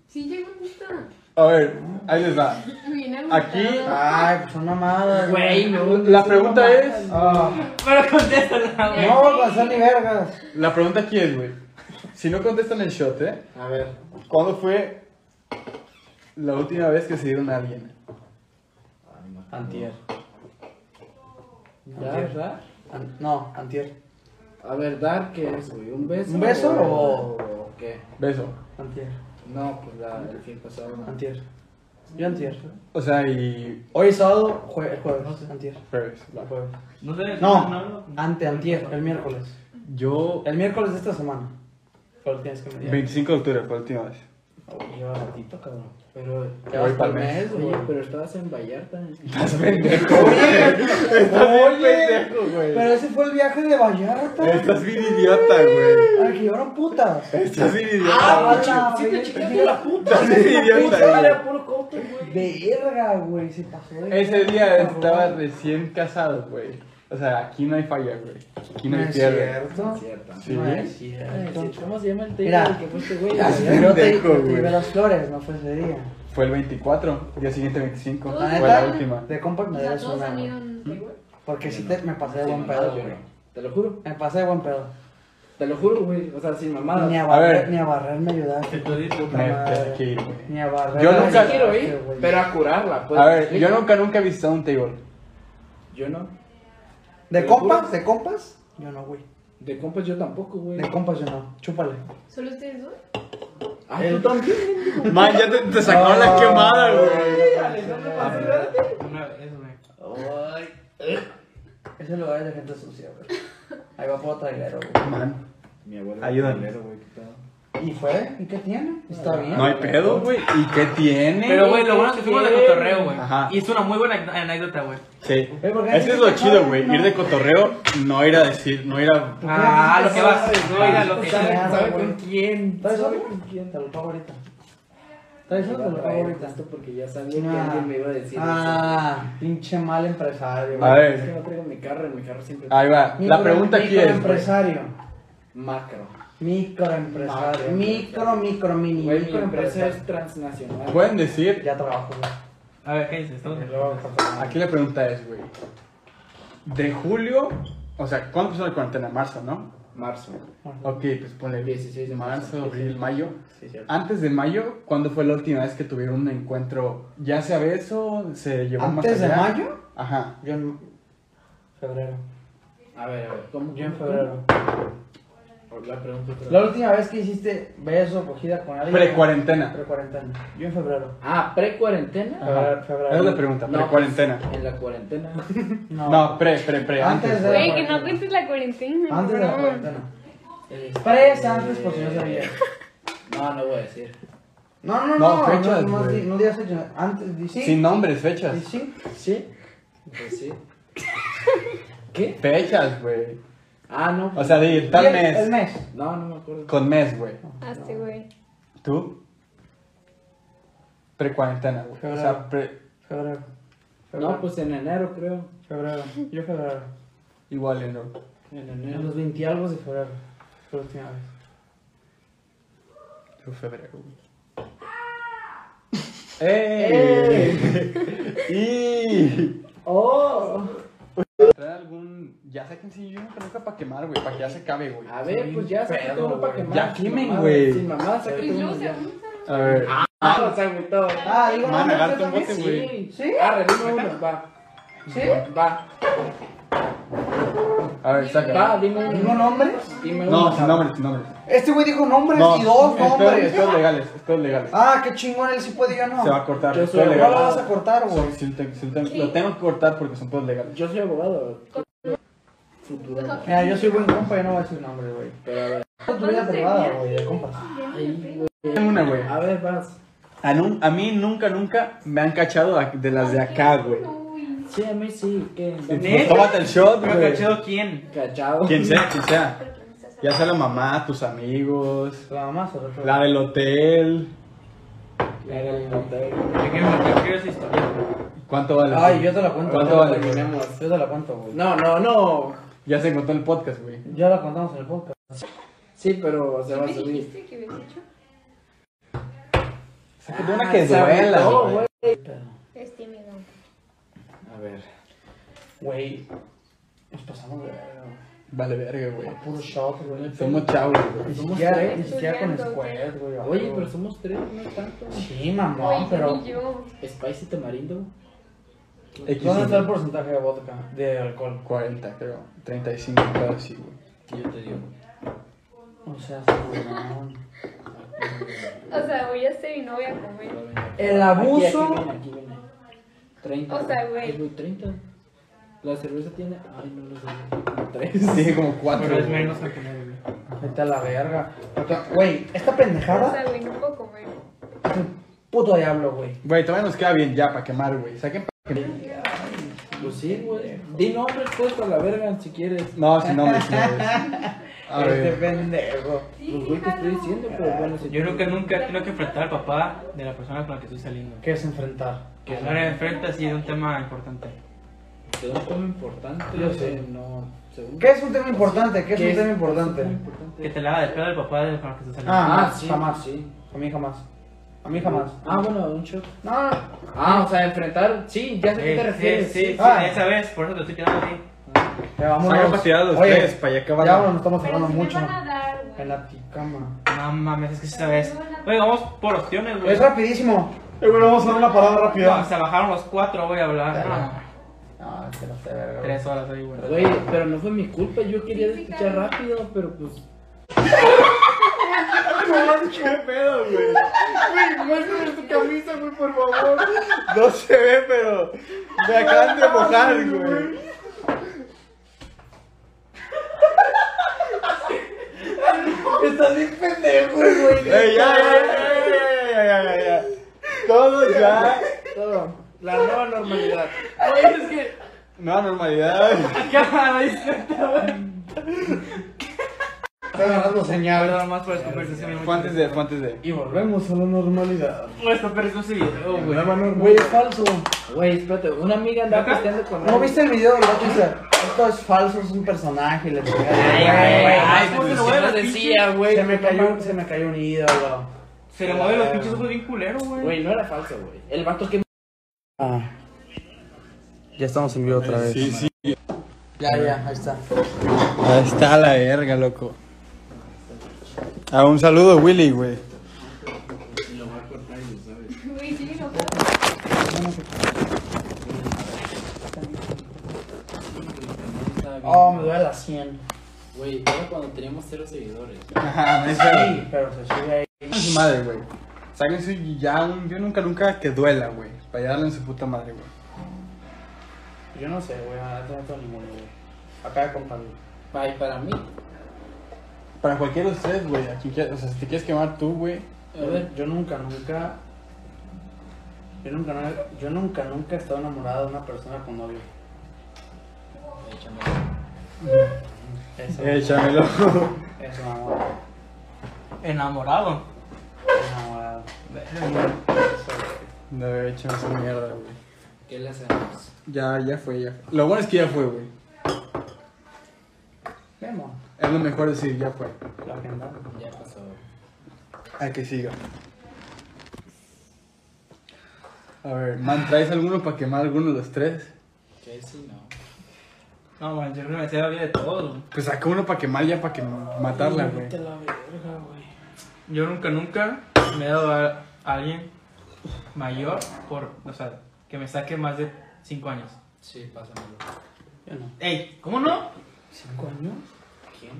Speaker 6: Sí, ya contesta.
Speaker 1: A ver, ahí les va.
Speaker 6: Bien
Speaker 1: Aquí-
Speaker 6: agotado.
Speaker 3: Ay, pues son mamadas.
Speaker 5: Güey, no.
Speaker 1: La pregunta
Speaker 5: no,
Speaker 1: es-
Speaker 5: no.
Speaker 3: Ah,
Speaker 4: Pero contéstala, güey.
Speaker 3: no voy a pasar ni vergas.
Speaker 1: La pregunta aquí es, güey. Si no contestan el shot, ¿eh?
Speaker 5: A ver.
Speaker 1: ¿Cuándo fue la última vez que se dieron a alguien?
Speaker 3: Antier.
Speaker 5: ¿Ya, verdad?
Speaker 3: An- no, antier.
Speaker 5: A ver, dar, ¿qué es, güey? ¿Un beso?
Speaker 3: ¿Un beso o-
Speaker 5: o qué?
Speaker 1: Beso.
Speaker 3: Antier.
Speaker 5: No, pues la, el fin pasado. no.
Speaker 3: Antier. Yo antier.
Speaker 1: O sea, y.
Speaker 3: Hoy es sábado, jue- el jueves. Antier.
Speaker 1: Jueves, va.
Speaker 3: Jueves.
Speaker 4: No sé.
Speaker 3: No, ante antier, el miércoles.
Speaker 1: Yo.
Speaker 3: El miércoles de esta semana. Pero tienes que medir.
Speaker 1: 25 de octubre fue la última vez.
Speaker 3: Uy, Lleva ratito, cabrón.
Speaker 5: Pero,
Speaker 1: Ya voy
Speaker 5: hasta
Speaker 1: pa'l
Speaker 5: el
Speaker 1: mes.
Speaker 5: mes, güey, pero estabas en Vallarta. ¿eh?
Speaker 1: Estás pendejo.
Speaker 3: Oye, Oye,
Speaker 1: pendejo, güey.
Speaker 3: pero ese fue el viaje de Vallarta.
Speaker 1: Estás bien idiota, güey.
Speaker 3: Al que llevaron putas.
Speaker 1: Estás bien
Speaker 3: Ah,
Speaker 1: idiota.
Speaker 3: la
Speaker 5: Sí, te
Speaker 3: verga.
Speaker 5: chingaste la puta.
Speaker 1: Estás bien idiota, güey.
Speaker 5: Era puro coto, güey.
Speaker 3: Verga, güey, se pasó de
Speaker 1: Ese día
Speaker 3: verga,
Speaker 1: estaba
Speaker 3: güey.
Speaker 1: recién casado, güey. O sea, aquí no hay falla, güey. Aquí no
Speaker 3: No
Speaker 1: hay
Speaker 3: es
Speaker 1: pierde.
Speaker 3: cierto.
Speaker 2: Cierto.
Speaker 1: Sí.
Speaker 3: No es
Speaker 5: Ay,
Speaker 3: cierto.
Speaker 5: sí, ¿Cómo se llama el
Speaker 3: Mira.
Speaker 5: tema del que fuiste, güey?
Speaker 3: Ya,
Speaker 1: sí.
Speaker 3: Yo te,
Speaker 1: pendejo,
Speaker 3: te
Speaker 1: güey.
Speaker 3: llevé las flores, no fue ese día.
Speaker 1: Fue el 24, día siguiente 25.
Speaker 6: ¿Todos
Speaker 3: La
Speaker 1: Fue la
Speaker 3: neta,
Speaker 1: última.
Speaker 3: de compas me
Speaker 5: Pues
Speaker 6: O sea,
Speaker 3: debes
Speaker 6: todos
Speaker 3: una, güey.
Speaker 6: salieron de güey.
Speaker 3: Porque sí te, me pasé de
Speaker 2: Sí,
Speaker 3: buen
Speaker 2: mamá,
Speaker 3: pedo,
Speaker 2: yo
Speaker 3: güey.
Speaker 2: no. Te lo juro.
Speaker 3: Me pasé de buen pedo.
Speaker 5: Te lo juro, güey. O sea, sin mamadas.
Speaker 3: Ni a
Speaker 1: A ver.
Speaker 3: barrer, ni a barrer me ayudaste.
Speaker 4: Te pedí puta.
Speaker 1: Me
Speaker 3: madre.
Speaker 1: tengo que ir, güey.
Speaker 3: Ni a barrer.
Speaker 1: Yo
Speaker 3: me
Speaker 1: nunca-
Speaker 3: ayudaste,
Speaker 5: quiero ir,
Speaker 3: güey.
Speaker 5: pero a curarla, pues.
Speaker 1: A
Speaker 5: ¿me
Speaker 1: ver,
Speaker 5: explico?
Speaker 1: yo nunca, nunca he visitado un table.
Speaker 5: Yo no.
Speaker 3: ¿De
Speaker 5: Te lo
Speaker 3: compas?
Speaker 5: juro.
Speaker 3: ¿De compas? Yo no, güey.
Speaker 5: De compas yo tampoco, güey.
Speaker 3: De compas yo no. Chúpale.
Speaker 6: ¿Solo ustedes dos?
Speaker 5: Ah,
Speaker 3: Eh,
Speaker 5: tú también.
Speaker 1: Man, ya te, te sacaron la quemada, güey.
Speaker 5: Alejandro,
Speaker 4: Ah,
Speaker 5: vas a ver.
Speaker 4: güey. Una vez, güey.
Speaker 3: Ese lugar es de gente sucia, güey. Ahí va por trailero, güey.
Speaker 1: Man,
Speaker 2: Mi abuelo.
Speaker 1: Ayúdame.
Speaker 3: ¿Y fue? ¿Y qué tiene? Está bien.
Speaker 1: no hay pedo, güey. ¿Y qué tiene?
Speaker 4: Pero, güey, lo bueno es que fuimos de cotorreo, güey.
Speaker 1: Ajá.
Speaker 4: Y es una muy buena anécdota, güey.
Speaker 1: Sí.
Speaker 3: Eh, ¿por qué
Speaker 1: Ese
Speaker 3: dices
Speaker 1: es lo
Speaker 3: que
Speaker 1: chido,
Speaker 3: no?
Speaker 1: güey.
Speaker 3: No.
Speaker 1: Ir de cotorreo, no ir a decir, no ir a.
Speaker 4: Ah, lo que vas.
Speaker 5: güey.
Speaker 4: Oiga, lo que
Speaker 5: ¿Sabe,
Speaker 3: vas.
Speaker 5: sabe
Speaker 3: güey.
Speaker 5: con quién?
Speaker 3: ¿Traes
Speaker 5: ¿Sabe
Speaker 3: otro?
Speaker 5: con quién?
Speaker 3: Te lo pago ahorita. ¿Traes
Speaker 5: Iba
Speaker 3: otro?
Speaker 5: a
Speaker 3: Te lo pago
Speaker 5: traer
Speaker 3: ahorita.
Speaker 5: Esto porque ya sabía que
Speaker 3: Ah.
Speaker 5: alguien me iba a decir
Speaker 3: Ah, pinche mal empresario,
Speaker 5: eso.
Speaker 1: A ver.
Speaker 5: Es que no traigo mi carro, en mi carro siempre
Speaker 1: Ahí va. La pregunta aquí es. güey.
Speaker 3: Microempresario.
Speaker 5: macro.
Speaker 3: Microempresario. Micro, micro, mini.
Speaker 5: Güey, mi empresa
Speaker 3: microempresario.
Speaker 5: es transnacional.
Speaker 1: Pueden decir,
Speaker 3: Ya trabajo, güey.
Speaker 4: A ver, ¿qué dices? Estamos en el-
Speaker 1: aquí la pregunta es, güey. De julio, o sea, ¿cuándo empezó la cuarentena? Marzo, ¿no?
Speaker 5: Marzo.
Speaker 1: Ok, pues ponle
Speaker 5: El 16 de
Speaker 1: marzo,
Speaker 5: marzo.
Speaker 1: abril, mayo.
Speaker 5: Sí, cierto.
Speaker 1: Antes de mayo, ¿cuándo fue la última vez que tuvieron un encuentro? ¿Ya se beso? ¿Se llevó más
Speaker 3: ¿Antes de
Speaker 1: allá?
Speaker 3: mayo?
Speaker 1: Ajá.
Speaker 3: Yo en febrero.
Speaker 5: A ver, a ver. ¿Cómo?
Speaker 3: Yo en febrero.
Speaker 5: cómo? La pregunta otra
Speaker 3: La
Speaker 5: vez.
Speaker 3: última vez que hiciste beso, cogida con alguien.
Speaker 1: Pre-cuarentena.
Speaker 3: Pre-cuarentena. Yo en febrero.
Speaker 5: Ah, pre-cuarentena.
Speaker 1: Ajá. Esa es la pregunta,
Speaker 5: No,
Speaker 1: pre-cuarentena.
Speaker 5: pues, En la cuarentena.
Speaker 1: No, pre, pre, pre.
Speaker 3: Antes
Speaker 1: Antes
Speaker 3: de-
Speaker 1: güey.
Speaker 6: Güey, que no cuentes la cuarentena.
Speaker 3: Antes de la
Speaker 6: cabrón.
Speaker 3: cuarentena.
Speaker 5: El-
Speaker 3: Pres antes, por si no sabía.
Speaker 5: Este, No, no voy a decir.
Speaker 3: No, no,
Speaker 1: No,
Speaker 3: no. No,
Speaker 1: fechas,
Speaker 3: no,
Speaker 1: güey.
Speaker 3: di- no digas fecha. Antes, di sí.
Speaker 1: Sin nombres,
Speaker 3: Di
Speaker 1: fechas.
Speaker 3: sí.
Speaker 5: ¿Sí? Pues sí. ¿Qué?
Speaker 1: Fechas, güey.
Speaker 5: Ah, no.
Speaker 1: O sea, de
Speaker 3: Di
Speaker 1: tal
Speaker 3: el- El
Speaker 1: mes.
Speaker 3: mes.
Speaker 5: No, no me acuerdo.
Speaker 1: Con mes, güey.
Speaker 6: Hazte, güey.
Speaker 1: ¿Tú? Pre-cuarentena, güey. O sea, pre...
Speaker 3: Febrero. Febrero.
Speaker 5: No, pues en enero creo.
Speaker 3: Febrero. Yo febrero.
Speaker 1: Igual en lo-
Speaker 5: En
Speaker 3: En
Speaker 5: enero.
Speaker 3: los 20 algo de febrero. Fue la última vez.
Speaker 1: Yo febrero, güey. ¡Ey! ¡Y!
Speaker 5: ¡Oh!
Speaker 1: ¿Traen algún.? Ya sáquense yo una peluca para quemar, güey. Para que ya se acabe, güey.
Speaker 3: Ah,
Speaker 5: A ver, pues ya saqué
Speaker 3: pedo,
Speaker 5: todo para
Speaker 3: güey.
Speaker 5: quemar.
Speaker 1: Ya
Speaker 5: sin
Speaker 1: quemen,
Speaker 5: mamada,
Speaker 1: güey.
Speaker 5: Sin mamá, saqué
Speaker 6: Pues luego
Speaker 5: todo.
Speaker 6: se
Speaker 5: ya.
Speaker 6: juntan.
Speaker 1: A ver.
Speaker 5: Ah, los agüitó.
Speaker 3: Ah, digo,
Speaker 1: Man,
Speaker 3: no,
Speaker 1: agárrate
Speaker 3: ¿usted
Speaker 1: un
Speaker 3: también?
Speaker 1: bote, güey.
Speaker 3: ¿Sí?
Speaker 5: Ah, dime uno, va.
Speaker 3: ¿Sí?
Speaker 5: Va,
Speaker 1: A ver,
Speaker 5: va,
Speaker 3: Ah,
Speaker 1: saca.
Speaker 5: dime
Speaker 3: ¿Digo
Speaker 5: uno.
Speaker 3: nombres?
Speaker 5: Dime uno.
Speaker 1: No, sin nombres, sin nombres.
Speaker 3: Este güey dijo nombres y dos
Speaker 1: Estos,
Speaker 3: nombres.
Speaker 1: estos legales, estos legales.
Speaker 3: Ah, qué chingón, él sí puede, yo no.
Speaker 1: Se va a cortar.
Speaker 5: Yo
Speaker 1: estos
Speaker 5: soy
Speaker 3: No
Speaker 1: legales.
Speaker 3: lo vas a cortar, güey.
Speaker 1: Sí, lo tengo- sí, lo tengo- Lo tengo que cortar porque son todos legales.
Speaker 5: Yo soy abogado. Futuro. abogado.
Speaker 3: Mira, yo soy buen compa, yo no voy a decir nombres, güey.
Speaker 5: Pero a ver.
Speaker 3: Tu vida privada, Ah, güey, de compas.
Speaker 5: ahí,
Speaker 1: Tengo una, güey.
Speaker 5: A ver, vas.
Speaker 1: A, nun- a mí nunca, nunca me han cachado a- de las de acá, güey.
Speaker 6: Uy,
Speaker 5: Sí, a mí sí. ¿Qué?
Speaker 1: Pues tómate el shot,
Speaker 4: Pero
Speaker 1: güey.
Speaker 4: cachado quién?
Speaker 5: Cachado.
Speaker 1: Quien sea, quien sea.
Speaker 6: ¿por qué me estás
Speaker 1: Ya sea la mamá, tus amigos,
Speaker 3: La mamá solo
Speaker 1: la del hotel.
Speaker 5: Era el hotel.
Speaker 4: Yo quiero, yo quiero esa historia.
Speaker 1: ¿Cuánto vale?
Speaker 3: Ay, yo te la cuento.
Speaker 1: ¿Cuánto
Speaker 3: yo te
Speaker 1: vale?
Speaker 3: la
Speaker 1: güey?
Speaker 3: cuento. Yo te la cuento, güey.
Speaker 5: No, no, no.
Speaker 1: Ya se encontró el podcast, güey.
Speaker 3: Ya la contamos en el podcast.
Speaker 5: Sí, pero se va a
Speaker 6: ¿Qué me
Speaker 5: subir.
Speaker 6: dijiste que habías hecho?
Speaker 3: Ah,
Speaker 1: Sácate una que
Speaker 5: se
Speaker 1: duela,
Speaker 5: agüitó,
Speaker 1: güey.
Speaker 6: Es tímido.
Speaker 5: A ver.
Speaker 3: Güey, nos pasamos de verga, güey.
Speaker 1: Vale, verga, güey.
Speaker 3: A puro shot, güey.
Speaker 1: Somos chavos, güey.
Speaker 3: Ni
Speaker 5: Somos
Speaker 3: siquiera,
Speaker 5: tres
Speaker 3: ni siquiera con
Speaker 6: estudiando,
Speaker 3: squad, güey.
Speaker 5: Oye, pero somos tres, no es tanto.
Speaker 3: Sí,
Speaker 6: Güey,
Speaker 3: mamón, pero...
Speaker 6: ni yo.
Speaker 5: Spicy tamarindo.
Speaker 1: X,
Speaker 3: ¿Dónde está el
Speaker 1: güey.
Speaker 3: porcentaje de vodka? De alcohol.
Speaker 1: 40, creo. 35, claro, sí, güey.
Speaker 5: Yo te digo.
Speaker 3: O sea, mamón.
Speaker 6: O sea, voy a ser y no voy a comer.
Speaker 3: El abuso...
Speaker 5: Aquí, aquí viene, aquí viene. 30.
Speaker 6: O sea, güey.
Speaker 5: Ay, 30. La cerveza tiene. Ay, no lo sé. 3.
Speaker 1: Tiene como
Speaker 4: Pero
Speaker 1: 4.
Speaker 4: es menos a poner, güey.
Speaker 3: Vete a la verga. Otra- Güey, esta
Speaker 6: O
Speaker 3: pendejada
Speaker 6: sea, güey, no puedo comer.
Speaker 3: es el puto diablo, güey.
Speaker 1: Güey, todavía nos queda bien ya para quemar, güey. Saquen para quemar.
Speaker 5: Pues sí, güey.
Speaker 3: Pendejo.
Speaker 5: Di nombres pues a la verga si quieres.
Speaker 1: No, si no me quieres. A
Speaker 3: Este
Speaker 1: ver.
Speaker 3: pendejo.
Speaker 6: Sí,
Speaker 5: Los Pues, güey te estoy
Speaker 6: fíjalo.
Speaker 5: diciendo, pero bueno, si
Speaker 4: Yo creo que nunca tengo que enfrentar al papá de la persona con la que estoy saliendo.
Speaker 3: ¿Qué es enfrentar?
Speaker 4: Que no le enfrenta sí es un tema importante.
Speaker 5: Es un tema importante.
Speaker 3: Yo sé.
Speaker 5: No, según.
Speaker 3: ¿Qué es un tema importante? ¿Qué es un tema importante?
Speaker 4: Que te la haga de pedo al papá de con la que estás saliendo.
Speaker 3: Ah,
Speaker 5: Ah, sí.
Speaker 3: jamás.
Speaker 5: Sí.
Speaker 3: A mí jamás. A mí jamás.
Speaker 5: Ah, bueno, un shot.
Speaker 3: No, no, no.
Speaker 5: Ah, o sea, enfrentar. Sí, ya sé a qué
Speaker 4: Sí,
Speaker 5: te
Speaker 4: sí,
Speaker 5: refieres.
Speaker 4: sí, sí,
Speaker 3: Ah.
Speaker 4: esa vez, por eso te estoy quedando aquí.
Speaker 3: Ya vámonos.
Speaker 1: Salgan para tirar los
Speaker 3: Oye,
Speaker 1: tres, para allá
Speaker 3: Ya
Speaker 1: acabar.
Speaker 3: vámonos, estamos
Speaker 6: Pero
Speaker 3: hablando
Speaker 6: si
Speaker 3: mucho.
Speaker 6: me van a dar, güey.
Speaker 3: En la picama.
Speaker 4: No mames, es que esta vez. Oye, vamos por opciones, güey.
Speaker 3: Es rapidísimo. vamos a dar una parada
Speaker 4: No,
Speaker 3: rápida.
Speaker 4: se bajaron los cuatro, voy a hablar.
Speaker 3: Verga.
Speaker 4: No,
Speaker 3: No, Ah, que no te verga. güey.
Speaker 4: tres horas ahí, güey.
Speaker 5: Güey, pero no fue mi culpa, yo quería escuchar rápido, pero pues.
Speaker 1: No se ve, pero me acaban de mojar, güey.
Speaker 3: Estás bien pendejo, güey.
Speaker 1: Ey, ya, ya, ya, ya, ya, ya, ya. Todo ya.
Speaker 5: Todo. La nueva normalidad.
Speaker 4: Oye, es que.
Speaker 1: No, normalidad.
Speaker 4: Cámara, dice.
Speaker 3: Estás agarrando señal.
Speaker 4: Perdón más por descompensarse.
Speaker 1: Fuentes de, fuentes de.
Speaker 3: Y volvemos a la normalidad.
Speaker 4: Por descompensarse ese video, güey.
Speaker 3: Güey, es falso.
Speaker 5: Güey, espérate, una amiga andaba
Speaker 4: ¿Acá?
Speaker 5: pisteando con
Speaker 3: ¿No
Speaker 5: alguien.
Speaker 3: viste el video? El vato dice, esto es falso, es un personaje. y le pega.
Speaker 4: ay,
Speaker 3: Ay,
Speaker 4: ¿cómo
Speaker 3: güey.
Speaker 4: se lo mueven las
Speaker 5: decía, güey.
Speaker 3: Se me cayó, un- se me cayó un ídolo.
Speaker 4: Se le mueven los pinches ojos bien culero, güey.
Speaker 5: Güey, no era falso, güey. El vato que.
Speaker 3: Ah. Ya estamos en vivo otra vez.
Speaker 1: Sí, sí.
Speaker 3: Ya, ya, ahí está.
Speaker 1: Ahí está la verga, loco. Ah, un saludo, Willy, güey.
Speaker 6: Güey, sí, no.
Speaker 3: Oh, me duele la 100.
Speaker 5: Güey, era cuando teníamos cero seguidores.
Speaker 1: Ajá, me
Speaker 3: Sí, pero se sube ahí.
Speaker 1: su madre, güey. Saquen su ya un yo nunca nunca que duela, güey. Para darle en su puta madre, güey.
Speaker 3: Yo no sé, güey, ahora no tengo ninguno, güey. Acá de compañía.
Speaker 5: Bye, para mí. eh,
Speaker 1: Para cualquiera de ustedes, güey. a quien quiera- O sea, si te quieres quemar tú, güey.
Speaker 5: A ver.
Speaker 3: Yo nunca, nunca. Yo nunca, nu- yo nunca, nunca he estado enamorado de una persona con novio.
Speaker 5: Échame.
Speaker 3: Eso,
Speaker 5: Eh.
Speaker 1: Échamelo.
Speaker 3: eso, amor.
Speaker 4: Enamorado.
Speaker 3: Enamorado.
Speaker 1: No, échame esa mierda, güey.
Speaker 5: ¿Qué le hacemos?
Speaker 1: Ya, ya fue, ya. Lo bueno es que ya fue, güey.
Speaker 3: Vemos.
Speaker 1: Es lo mejor decir, ya fue.
Speaker 3: La agenda.
Speaker 5: Ya pasó.
Speaker 1: A que siga. A ver, man, ¿traes alguno para quemar alguno de los tres?
Speaker 5: ¿Qué si no?
Speaker 4: No, man, yo creo que me sé la vida de todos, güey.
Speaker 1: Pues saca uno para quemar ya para que matarla, güey.
Speaker 5: Vete a la verga, güey.
Speaker 4: Yo nunca, nunca me he dado a a alguien mayor por, o sea, que me saque más de 5 años.
Speaker 5: Sí, pásamelo.
Speaker 3: Yo no.
Speaker 4: Ey, ¿cómo no?
Speaker 5: ¿Cinco años? ¿Quién?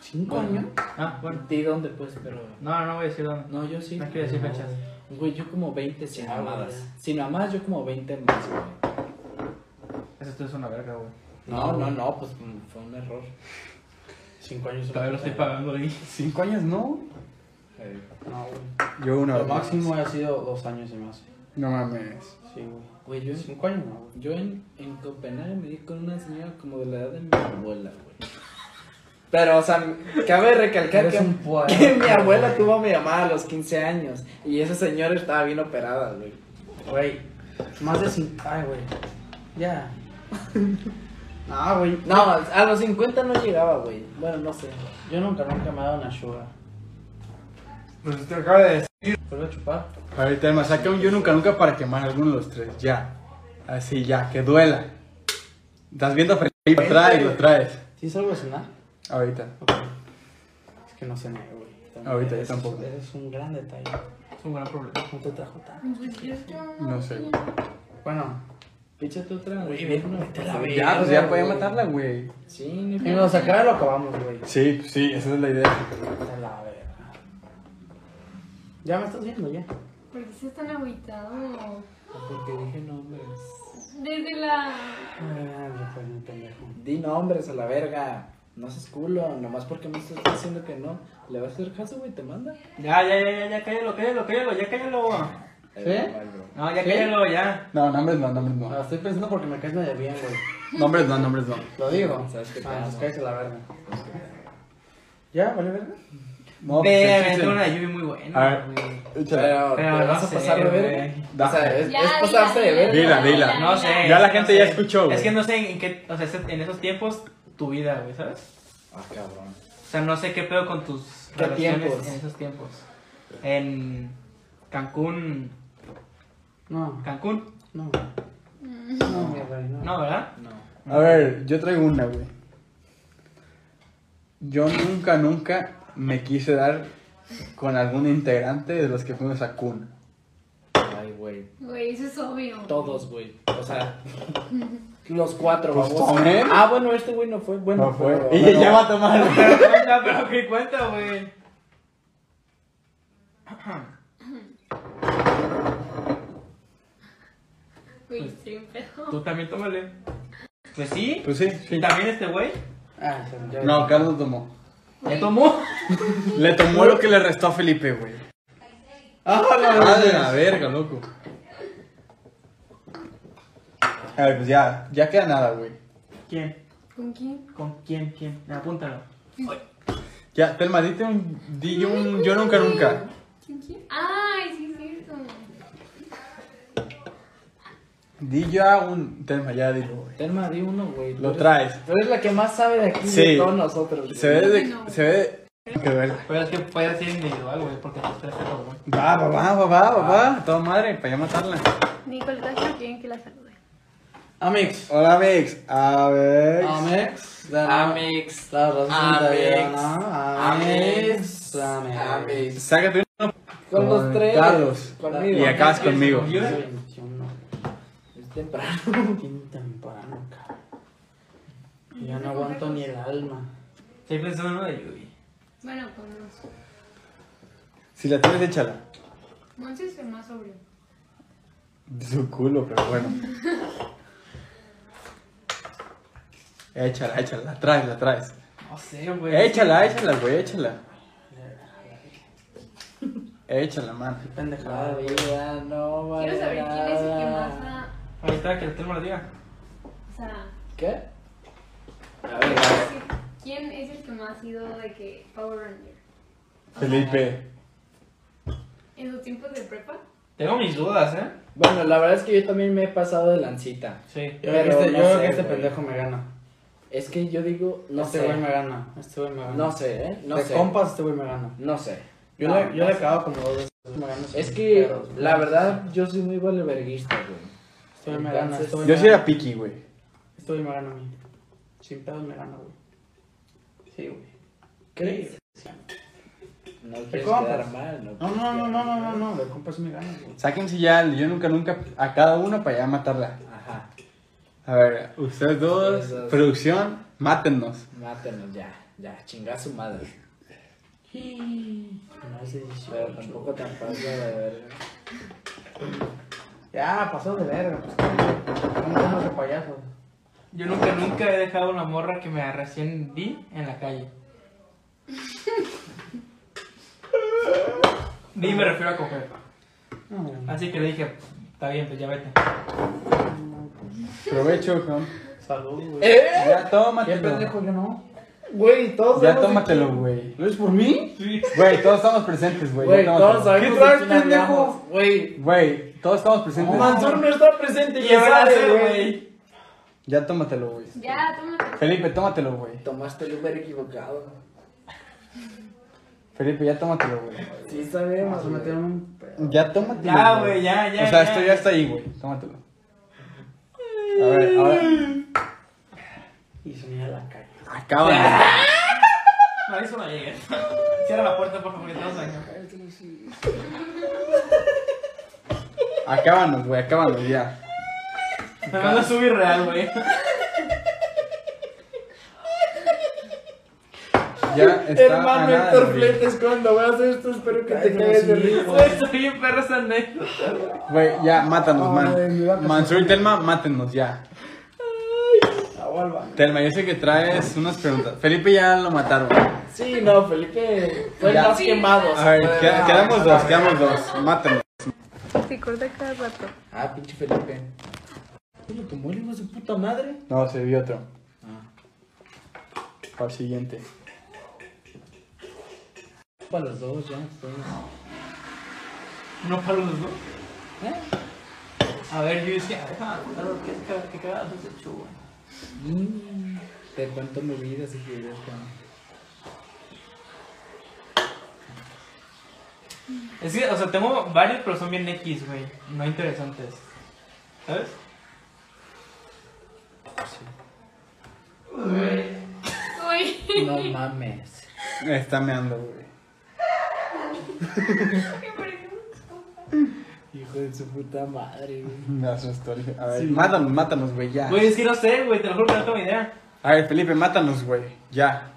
Speaker 3: ¿Cinco
Speaker 5: Bueno.
Speaker 3: años?
Speaker 4: Ah, bueno.
Speaker 5: Di dónde, pues, pero.
Speaker 4: No, no, no voy a decir dónde.
Speaker 5: No, yo sí.
Speaker 4: No quiero decir fechas.
Speaker 5: Güey, yo como 20 sin
Speaker 3: Ya,
Speaker 5: mamadas.
Speaker 3: güey.
Speaker 5: Sin mamadas, yo como 20 más, güey.
Speaker 4: Eso tú es una verga, güey.
Speaker 5: No, no, no, pues mm, fue un error.
Speaker 3: Cinco años.
Speaker 4: Todavía lo estoy pagando ahí.
Speaker 1: ¿Cinco años no?
Speaker 3: No, güey.
Speaker 1: Yo una
Speaker 3: Lo
Speaker 1: vez.
Speaker 3: máximo ha sido dos años y más.
Speaker 1: No mames.
Speaker 3: Sí, güey.
Speaker 5: Güey, yo,
Speaker 3: Cinco años no, güey.
Speaker 5: yo en, en Copenhague me di con una señora como de la edad de mi abuela, güey. Pero, o sea, cabe recalcar
Speaker 3: Eres
Speaker 5: que,
Speaker 3: un puerco,
Speaker 5: que mi abuela
Speaker 3: güey.
Speaker 5: tuvo a mi mamá a los 15 años y esa señora estaba bien operada, güey.
Speaker 3: Güey, más de cinco. Ay, güey. Ya. No, güey.
Speaker 5: No, a los 50 no llegaba, güey. Bueno, no sé.
Speaker 3: Yo nunca, nunca me he dado una sugar.
Speaker 1: Pues te acaba de decir.
Speaker 3: ¿Puedo chupar?
Speaker 1: Ahorita más, saca un yo nunca nunca para quemar alguno de los tres. Ya. Así, ya, que duela. Estás viendo para ahí, lo traes, lo traes.
Speaker 3: ¿Sí salgo a cenar?
Speaker 1: Ahorita.
Speaker 3: Ok. Es que no cené, güey. También
Speaker 1: Ahorita yo
Speaker 3: eres-
Speaker 1: tampoco.
Speaker 3: Eres un gran detalle.
Speaker 4: Es un gran problema.
Speaker 3: No te trajo tanto.
Speaker 6: Pues yo estoy-
Speaker 1: No sé.
Speaker 3: Bueno,
Speaker 5: Échate otra.
Speaker 3: Güey, ve- vete a la verga.
Speaker 1: Ya, pues ya podía
Speaker 5: güey.
Speaker 1: matarla, güey.
Speaker 5: Sí, ni
Speaker 3: y nos acaba lo acabamos, güey.
Speaker 1: Sí, sí, esa es la idea.
Speaker 3: Vete a la verga. Ya me estás viendo, ya.
Speaker 6: ¿Por qué se están agüitados?
Speaker 5: Porque dije nombres.
Speaker 6: Desde la.
Speaker 3: Ah, yo soy un pendejo.
Speaker 5: Di nombres a la verga. No seas culo, nomás porque me estás diciendo que no. ¿Le vas a hacer caso, güey? ¿Te manda?
Speaker 4: Ya, ya, ya, ya, ya, cállalo, cállalo, cállalo, ya cállalo.
Speaker 2: Eh,
Speaker 3: ¿Sí?
Speaker 2: mal, bro.
Speaker 4: No, ya cállalo, ya.
Speaker 1: No, nombres no, nombres
Speaker 3: Lo
Speaker 1: no.
Speaker 3: estoy pensando porque me caes medio bien, güey.
Speaker 1: Nombres no, nombres no.
Speaker 3: Lo digo.
Speaker 2: Sabes que te
Speaker 3: Ah, pues
Speaker 2: amo.
Speaker 3: cállate la verga. ¿Ya? ¿Vale verga?
Speaker 1: No,
Speaker 4: Ve,
Speaker 1: pues,
Speaker 4: me
Speaker 1: sí,
Speaker 4: tuvo
Speaker 1: sí.
Speaker 4: una lluvia muy buena.
Speaker 1: A ver.
Speaker 4: güey.
Speaker 1: Échala.
Speaker 3: Pero,
Speaker 4: Pero
Speaker 3: ¿te
Speaker 4: no
Speaker 3: vas a
Speaker 4: sé,
Speaker 3: pasar de verga?
Speaker 4: güey.
Speaker 1: Da.
Speaker 3: O sea, es,
Speaker 6: Ya,
Speaker 3: es
Speaker 6: dila,
Speaker 3: pasarse de verga.
Speaker 1: Dila, dila.
Speaker 4: No sé.
Speaker 1: Ya la
Speaker 4: no
Speaker 1: gente
Speaker 4: sé.
Speaker 1: ya escuchó, güey.
Speaker 4: Es que no sé en qué, o sea, es- en esos tiempos, tu vida, güey, ¿sabes?
Speaker 2: Ah, cabrón.
Speaker 4: O sea, no sé qué pedo con tus
Speaker 3: ¿Qué
Speaker 4: relaciones
Speaker 3: tiempos?
Speaker 4: en esos tiempos. En Cancún,
Speaker 3: No,
Speaker 4: Cancún,
Speaker 3: no. No, mi rey, no.
Speaker 4: no, ¿verdad?
Speaker 2: No.
Speaker 1: A ver, yo traigo una, güey. Yo nunca, nunca me quise dar con algún integrante de los que fuimos a Kun.
Speaker 2: Ay, güey.
Speaker 6: Güey, eso es obvio.
Speaker 2: Todos, güey. O sea,
Speaker 5: Los cuatro,
Speaker 1: Pues
Speaker 5: baboso.
Speaker 1: tomen.
Speaker 5: Ah, bueno, este güey no fue. Bueno,
Speaker 1: No fue.
Speaker 5: pero-
Speaker 1: Y
Speaker 5: bueno,
Speaker 1: ya va a tomar.
Speaker 4: Pero cuenta, pero que cuenta, güey.
Speaker 6: Güey, siempre.
Speaker 4: Tú también tómale. Pues sí.
Speaker 1: Pues sí,
Speaker 4: Y
Speaker 1: sí.
Speaker 4: también este güey.
Speaker 3: Ah, se- ya-
Speaker 1: No, Carlos tomó.
Speaker 4: ¿Le tomó?
Speaker 1: Le tomó lo que le restó a Felipe, güey.
Speaker 3: Ah, la
Speaker 1: Ah, de
Speaker 3: verga.
Speaker 1: la verga, loco. A ver, pues ya, ya queda nada, güey.
Speaker 4: ¿Quién?
Speaker 6: ¿Con quién?
Speaker 4: ¿Con quién? ¿Quién? Apúntalo.
Speaker 1: Ya, Telma, dite un, di un yo nunca, nunca.
Speaker 6: ¿Con quién? Ay, sí es cierto.
Speaker 1: Di ya un, Telma, ya dilo, güey.
Speaker 5: Telma, di uno, güey.
Speaker 1: Lo
Speaker 5: Tú eres-
Speaker 1: traes.
Speaker 5: Tú eres la que más sabe de aquí
Speaker 1: Sí.
Speaker 5: de todos nosotros. güey.
Speaker 1: Se ve de,
Speaker 6: No.
Speaker 1: se ve que verga.
Speaker 4: Pero es que puede ser individual, güey, porque los tres se güey.
Speaker 1: Va, va, va, va, va, va, va. Toda madre, para ya matarla.
Speaker 6: Nicolás, ¿no quieren que la salude?
Speaker 3: Amix.
Speaker 1: Hola, Mix. A ver.
Speaker 3: Amix.
Speaker 2: Amix.
Speaker 3: La razón
Speaker 2: Amix.
Speaker 3: de ¿no? Amix.
Speaker 2: Amix.
Speaker 3: Amix.
Speaker 2: Amix.
Speaker 1: Ah, Sácate uno.
Speaker 5: Con los
Speaker 1: Con
Speaker 5: tres.
Speaker 1: Carlos.
Speaker 5: Conmigo.
Speaker 1: Y acabas conmigo.
Speaker 4: Yo-
Speaker 3: Soy 21.
Speaker 5: Es temprano.
Speaker 3: Bien temprano, cabrón. Ya no aguanto ni el alma.
Speaker 4: Estoy pensando en uno de lluvia.
Speaker 6: Bueno, con los.
Speaker 1: Si la tienes, échala.
Speaker 6: Monse es el más sobrio.
Speaker 1: De su culo, pero bueno. Échala, échala, la traes, la traes.
Speaker 4: No sé, güey.
Speaker 1: Échala, échala, güey, échala. Échala, man. Ah,
Speaker 5: La
Speaker 3: Pendejada,
Speaker 5: vida no vale
Speaker 6: Quiero saber quién es el que más
Speaker 5: nada.
Speaker 6: da.
Speaker 4: Ahí está, que el tema lo diga.
Speaker 6: O sea,
Speaker 5: ¿Qué?
Speaker 6: a ver, sí, ¿quién es el que más ha sido de que Power Ranger?
Speaker 1: Felipe.
Speaker 6: ¿En sus tiempos de prepa?
Speaker 4: Tengo mis dudas, ¿eh?
Speaker 5: Bueno, la verdad es que yo también me he pasado de lancita.
Speaker 4: Sí.
Speaker 3: Yo creo que
Speaker 5: Pero
Speaker 3: este,
Speaker 5: no
Speaker 3: yo creo
Speaker 5: sé,
Speaker 3: que este
Speaker 5: güey.
Speaker 3: pendejo me gana.
Speaker 5: Es que yo digo, no
Speaker 3: este
Speaker 5: sé.
Speaker 3: güey me gana. Este güey me gana.
Speaker 5: No sé, ¿eh? No
Speaker 3: de
Speaker 5: sé.
Speaker 3: compas, este güey me gana.
Speaker 5: No sé.
Speaker 3: Yo
Speaker 5: No,
Speaker 3: le, yo
Speaker 5: no sé.
Speaker 3: le he cagado como dos veces. Me gana
Speaker 5: Es
Speaker 3: sin
Speaker 5: que,
Speaker 3: pedos, güey.
Speaker 5: la verdad, yo soy muy valeverguista, güey.
Speaker 3: Este güey me gana. Este güey
Speaker 1: Yo
Speaker 3: me
Speaker 1: sí era
Speaker 3: gana.
Speaker 1: piqui, güey.
Speaker 3: Este güey me gana a mí. Sin pedos me gana, güey. Sí, güey.
Speaker 5: ¿Crees? No quieres
Speaker 3: compras?
Speaker 5: quedar mal, ¿no?
Speaker 3: No,
Speaker 5: quieres
Speaker 3: no, no,
Speaker 5: quedar
Speaker 3: no, no,
Speaker 5: mal.
Speaker 3: no, no. De compas sí me gana, güey.
Speaker 1: Sáquense ya el yo nunca, nunca a cada uno para ya matarla.
Speaker 5: Ajá,
Speaker 1: A ver, ustedes dos,
Speaker 5: Ustedes dos.
Speaker 1: producción, mátennos.
Speaker 5: mátenos ya, ya, chinga su madre.
Speaker 3: No es de
Speaker 5: Pero
Speaker 3: 18.
Speaker 5: tampoco tan fácil de ver.
Speaker 3: Ya, pasó de verga. Pues, ¿Cómo te llamas de payaso?
Speaker 4: Yo nunca, nunca he dejado una morra que me recién vi en la calle. Vi me refiero a coger.
Speaker 3: No, güey.
Speaker 4: Así que le dije, está bien, pues ya vete.
Speaker 1: Provecho, cabrón.
Speaker 3: Salud, güey.
Speaker 1: Ya
Speaker 3: ¿Qué
Speaker 1: tómatelo.
Speaker 3: pendejo yo no?
Speaker 5: Eh, Güey, todos
Speaker 1: Ya tómatelo, güey.
Speaker 3: ¿No es por mí?
Speaker 1: Güey, todos estamos presentes, güey. Ya
Speaker 5: Güey,
Speaker 1: tómatelo.
Speaker 5: todos sabemos
Speaker 3: ¿Qué traes,
Speaker 5: de quién
Speaker 3: pendejo?
Speaker 5: hablamos. Güey,
Speaker 1: Güey, todos estamos presentes.
Speaker 5: Mansur no está presente,
Speaker 4: Y
Speaker 5: ya
Speaker 4: ahora
Speaker 5: sabe,
Speaker 4: sí,
Speaker 5: güey.
Speaker 4: güey.
Speaker 1: Ya tómatelo, güey.
Speaker 6: Ya, tómate.
Speaker 1: Felipe, tómatelo, güey.
Speaker 5: Tomaste el Uber equivocado.
Speaker 1: Felipe, ya tómatelo, güey.
Speaker 5: Sí sabemos,
Speaker 3: Se
Speaker 5: güey.
Speaker 3: metieron un pedo.
Speaker 1: Ya tómatelo.
Speaker 4: Ya, güey, ya, ya.
Speaker 1: O sea,
Speaker 4: ya.
Speaker 1: esto ya está ahí, güey. Tómatelo. A ver, ahora.
Speaker 3: Y se me iba a la calle.
Speaker 1: Acábalo.
Speaker 4: No, eso no llega. Cierra la puerta, por favor, que te vas a dañar.
Speaker 1: Acábanos, güey, acábanos ya.
Speaker 4: Me manda a subir real, güey.
Speaker 1: Ya está. a
Speaker 3: Ah,
Speaker 5: Hermano
Speaker 1: nada,
Speaker 5: Héctor
Speaker 1: güey.
Speaker 5: Fletes, cuando veas esto, espero que te
Speaker 3: Cállate,
Speaker 5: caigas de
Speaker 3: sí,
Speaker 5: risa.
Speaker 4: Estoy bien perra esa anécdota.
Speaker 1: Güey, ya, mátanos,
Speaker 3: Ay, me va
Speaker 1: man.
Speaker 3: a pasar.
Speaker 1: Mansur y Telma, mátenos ya.
Speaker 3: La vuelva.
Speaker 1: Telma, yo sé que traes unas preguntas. Felipe ya lo mataron.
Speaker 5: Sí, no, Felipe fue el
Speaker 1: Ya.
Speaker 5: más quemado.
Speaker 1: A ver, queda- quedamos dos, quedamos dos. Mátenos.
Speaker 6: Sí, recuerda cada rato.
Speaker 2: Ah, pinche Felipe. ¿Cómo tomó el hijo de su puta madre?
Speaker 1: No, se vio otro.
Speaker 2: Ah.
Speaker 1: Al siguiente.
Speaker 2: Para los dos ya, pues.
Speaker 4: No para los dos.
Speaker 2: ¿Eh?
Speaker 4: A ver, yo decía, ah, claro, qué ca- qué cagadas has hecho, güey.
Speaker 2: Mm, Te cuento mi vida si quieres, cabrón.
Speaker 4: Es que, o sea, tengo varios, pero son bien X, güey. No interesantes. ¿Sabes?
Speaker 6: Uy,
Speaker 2: No mames.
Speaker 1: Está meando, güey.
Speaker 6: me parece un
Speaker 2: Hijo de su puta madre, güey.
Speaker 1: Me asustó. dije, A ver,
Speaker 2: Sí.
Speaker 1: mátanos, mátanos, güey, ya.
Speaker 4: Güey, es que no sé, güey, te lo juro que no tengo idea.
Speaker 1: A ver, Felipe, mátanos, güey. Ya.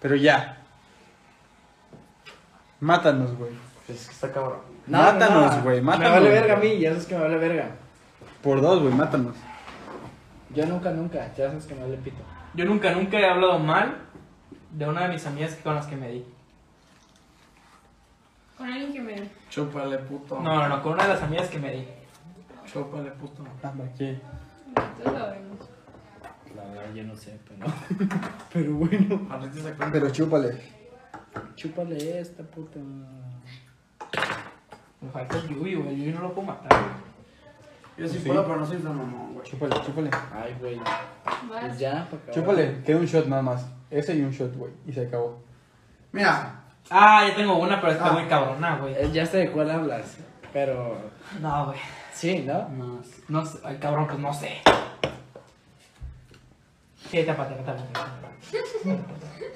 Speaker 1: Pero ya. Mátanos, güey.
Speaker 3: Es que está cabrón.
Speaker 2: No,
Speaker 1: mátanos,
Speaker 2: no.
Speaker 1: güey.
Speaker 5: Me
Speaker 1: Mátanos.
Speaker 5: vale verga a mí, ya sabes que me vale verga.
Speaker 1: Por dos, güey, mátanos.
Speaker 5: Yo nunca, nunca, ya sabes que me vale pito.
Speaker 4: Yo nunca, nunca he hablado mal de una de mis amigas con las que me di.
Speaker 6: Con alguien que me.
Speaker 5: Chúpale, puto.
Speaker 4: No, no, no, con una de las amigas que me di.
Speaker 5: Chúpale, puto.
Speaker 1: Aquí.
Speaker 6: Todos lo vemos.
Speaker 2: La verdad, yo no sé, pero. pero bueno.
Speaker 1: Pero chúpale.
Speaker 2: Chúpale esta puta.
Speaker 4: Me falta el Yui, güey. Yui no lo puedo matar, güey.
Speaker 3: Yo sí,
Speaker 1: Sí.
Speaker 3: puedo, pero no soy tan mamón, güey.
Speaker 1: Chúpale, chúpale.
Speaker 2: Ay, güey. Pues
Speaker 6: Vas.
Speaker 2: ya, para acabar.
Speaker 1: Chúpale. Queda un shot nada más. Ese y un shot, güey. Y se acabó.
Speaker 3: Mira,
Speaker 4: Ah, yo tengo una, pero está
Speaker 3: Ah.
Speaker 4: muy cabrona, güey.
Speaker 2: Eh, Ya sé de cuál hablas, pero.
Speaker 4: No, güey.
Speaker 2: Sí, ¿no?
Speaker 4: No, no sé. Ay, cabrón, pues no sé. Sí, tápate, tápate. tápate.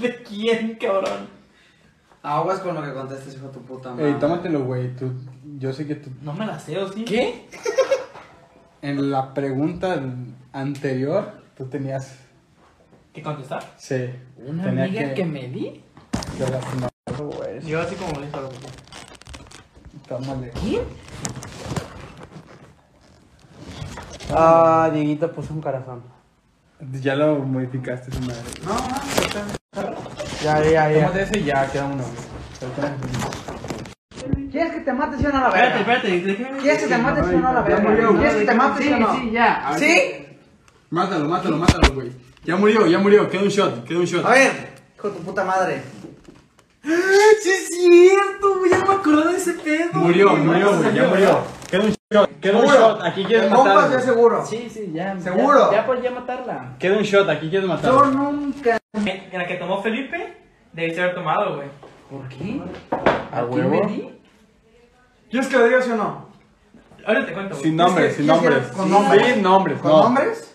Speaker 4: ¿De quién, cabrón?
Speaker 3: aguas con lo que contestes, hijo de tu puta madre.
Speaker 1: Ey, tómatelo, güey. Tú, yo sé que tú.
Speaker 4: No me la sé, ¿o sí?
Speaker 2: ¿Qué?
Speaker 1: En la pregunta anterior, tú tenías.
Speaker 4: ¿Qué contestar?
Speaker 1: Sí.
Speaker 2: ¿Una
Speaker 1: tenía
Speaker 2: amiga que... me di?
Speaker 1: que lastimar, güey.
Speaker 4: Yo así como listo, güey.
Speaker 1: Tómale.
Speaker 2: ¿Quién?
Speaker 3: Ah, Dieguito puso un corazón.
Speaker 1: Ya lo modificaste, su madre.
Speaker 3: No, no, está- Ya, ya,
Speaker 1: Tómate ese y ya queda uno, güey.
Speaker 3: ¿Quieres que te mates yo no la
Speaker 4: Espérate,
Speaker 3: verga?
Speaker 4: espérate, déjame.
Speaker 3: ¿Quieres que te mates yo no la verga? ¿Quieres que te mates yo no? Sí, ya. ¿Sí?
Speaker 1: Mátalo, mátalo, mátalo, güey. Ya murió, ya murió. Queda un shot, queda un shot.
Speaker 3: A ver, hijo de tu puta madre.
Speaker 4: ¡Sí es cierto! güey, Ya no me acordé de ese pedo.
Speaker 1: Murió,
Speaker 4: güey.
Speaker 1: murió, güey. Ya murió. Queda un shot, queda un shot. Aquí quieres
Speaker 3: Te compas,
Speaker 1: matarlo.
Speaker 3: yo seguro.
Speaker 2: Sí, sí, ya.
Speaker 3: ¿Seguro?
Speaker 2: Ya, ya pues ya matarla.
Speaker 1: Queda un shot, aquí quieres
Speaker 3: Yo
Speaker 1: matarlo.
Speaker 3: nunca.
Speaker 4: En la que tomó Felipe, debí haber tomado, güey.
Speaker 2: ¿Por qué?
Speaker 1: A
Speaker 2: ¿Quién me
Speaker 1: huevo.
Speaker 2: di?
Speaker 3: ¿Quieres que lo digas o no?
Speaker 4: Ahora te cuento, güey.
Speaker 1: Sin nombres, sin
Speaker 3: ¿Quieres que-
Speaker 1: nombres.
Speaker 3: quieres que- con nombres?
Speaker 1: Sin nombres,
Speaker 3: ¿Con
Speaker 1: no.
Speaker 3: nombres?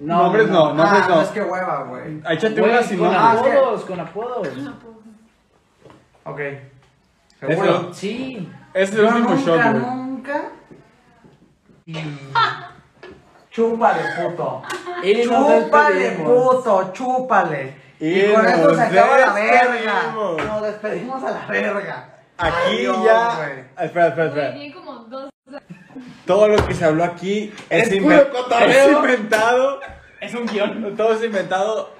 Speaker 1: Nombres no,
Speaker 3: ah,
Speaker 1: nombres
Speaker 3: no.
Speaker 1: no.
Speaker 3: Es que hueva, güey.
Speaker 1: Échate
Speaker 2: Güey,
Speaker 1: una sin
Speaker 2: con
Speaker 1: nombres.
Speaker 3: nombres.
Speaker 2: apodos, con apodos.
Speaker 3: Ok.
Speaker 1: Eso.
Speaker 2: Sí.
Speaker 1: Ese es el
Speaker 3: Yo
Speaker 1: último shot,
Speaker 3: nunca,
Speaker 1: güey.
Speaker 3: nunca. Chúpale, puto.
Speaker 2: Y nos
Speaker 3: Chúpale,
Speaker 2: despedimos.
Speaker 3: puto, chúpale.
Speaker 1: Y
Speaker 3: Y, con esto se
Speaker 1: nos
Speaker 3: acaba la verga.
Speaker 1: despedimos.
Speaker 3: Nos despedimos a la verga.
Speaker 1: Aquí
Speaker 3: Adiós,
Speaker 1: ya.
Speaker 3: güey.
Speaker 1: Espera, espera,
Speaker 6: Muy
Speaker 1: espera.
Speaker 6: bien, como dos.
Speaker 1: Todo lo que se habló aquí es,
Speaker 3: Es
Speaker 1: inven-
Speaker 3: puro cotorreo.
Speaker 1: es inventado.
Speaker 4: Es un guión.
Speaker 1: Todo es inventado.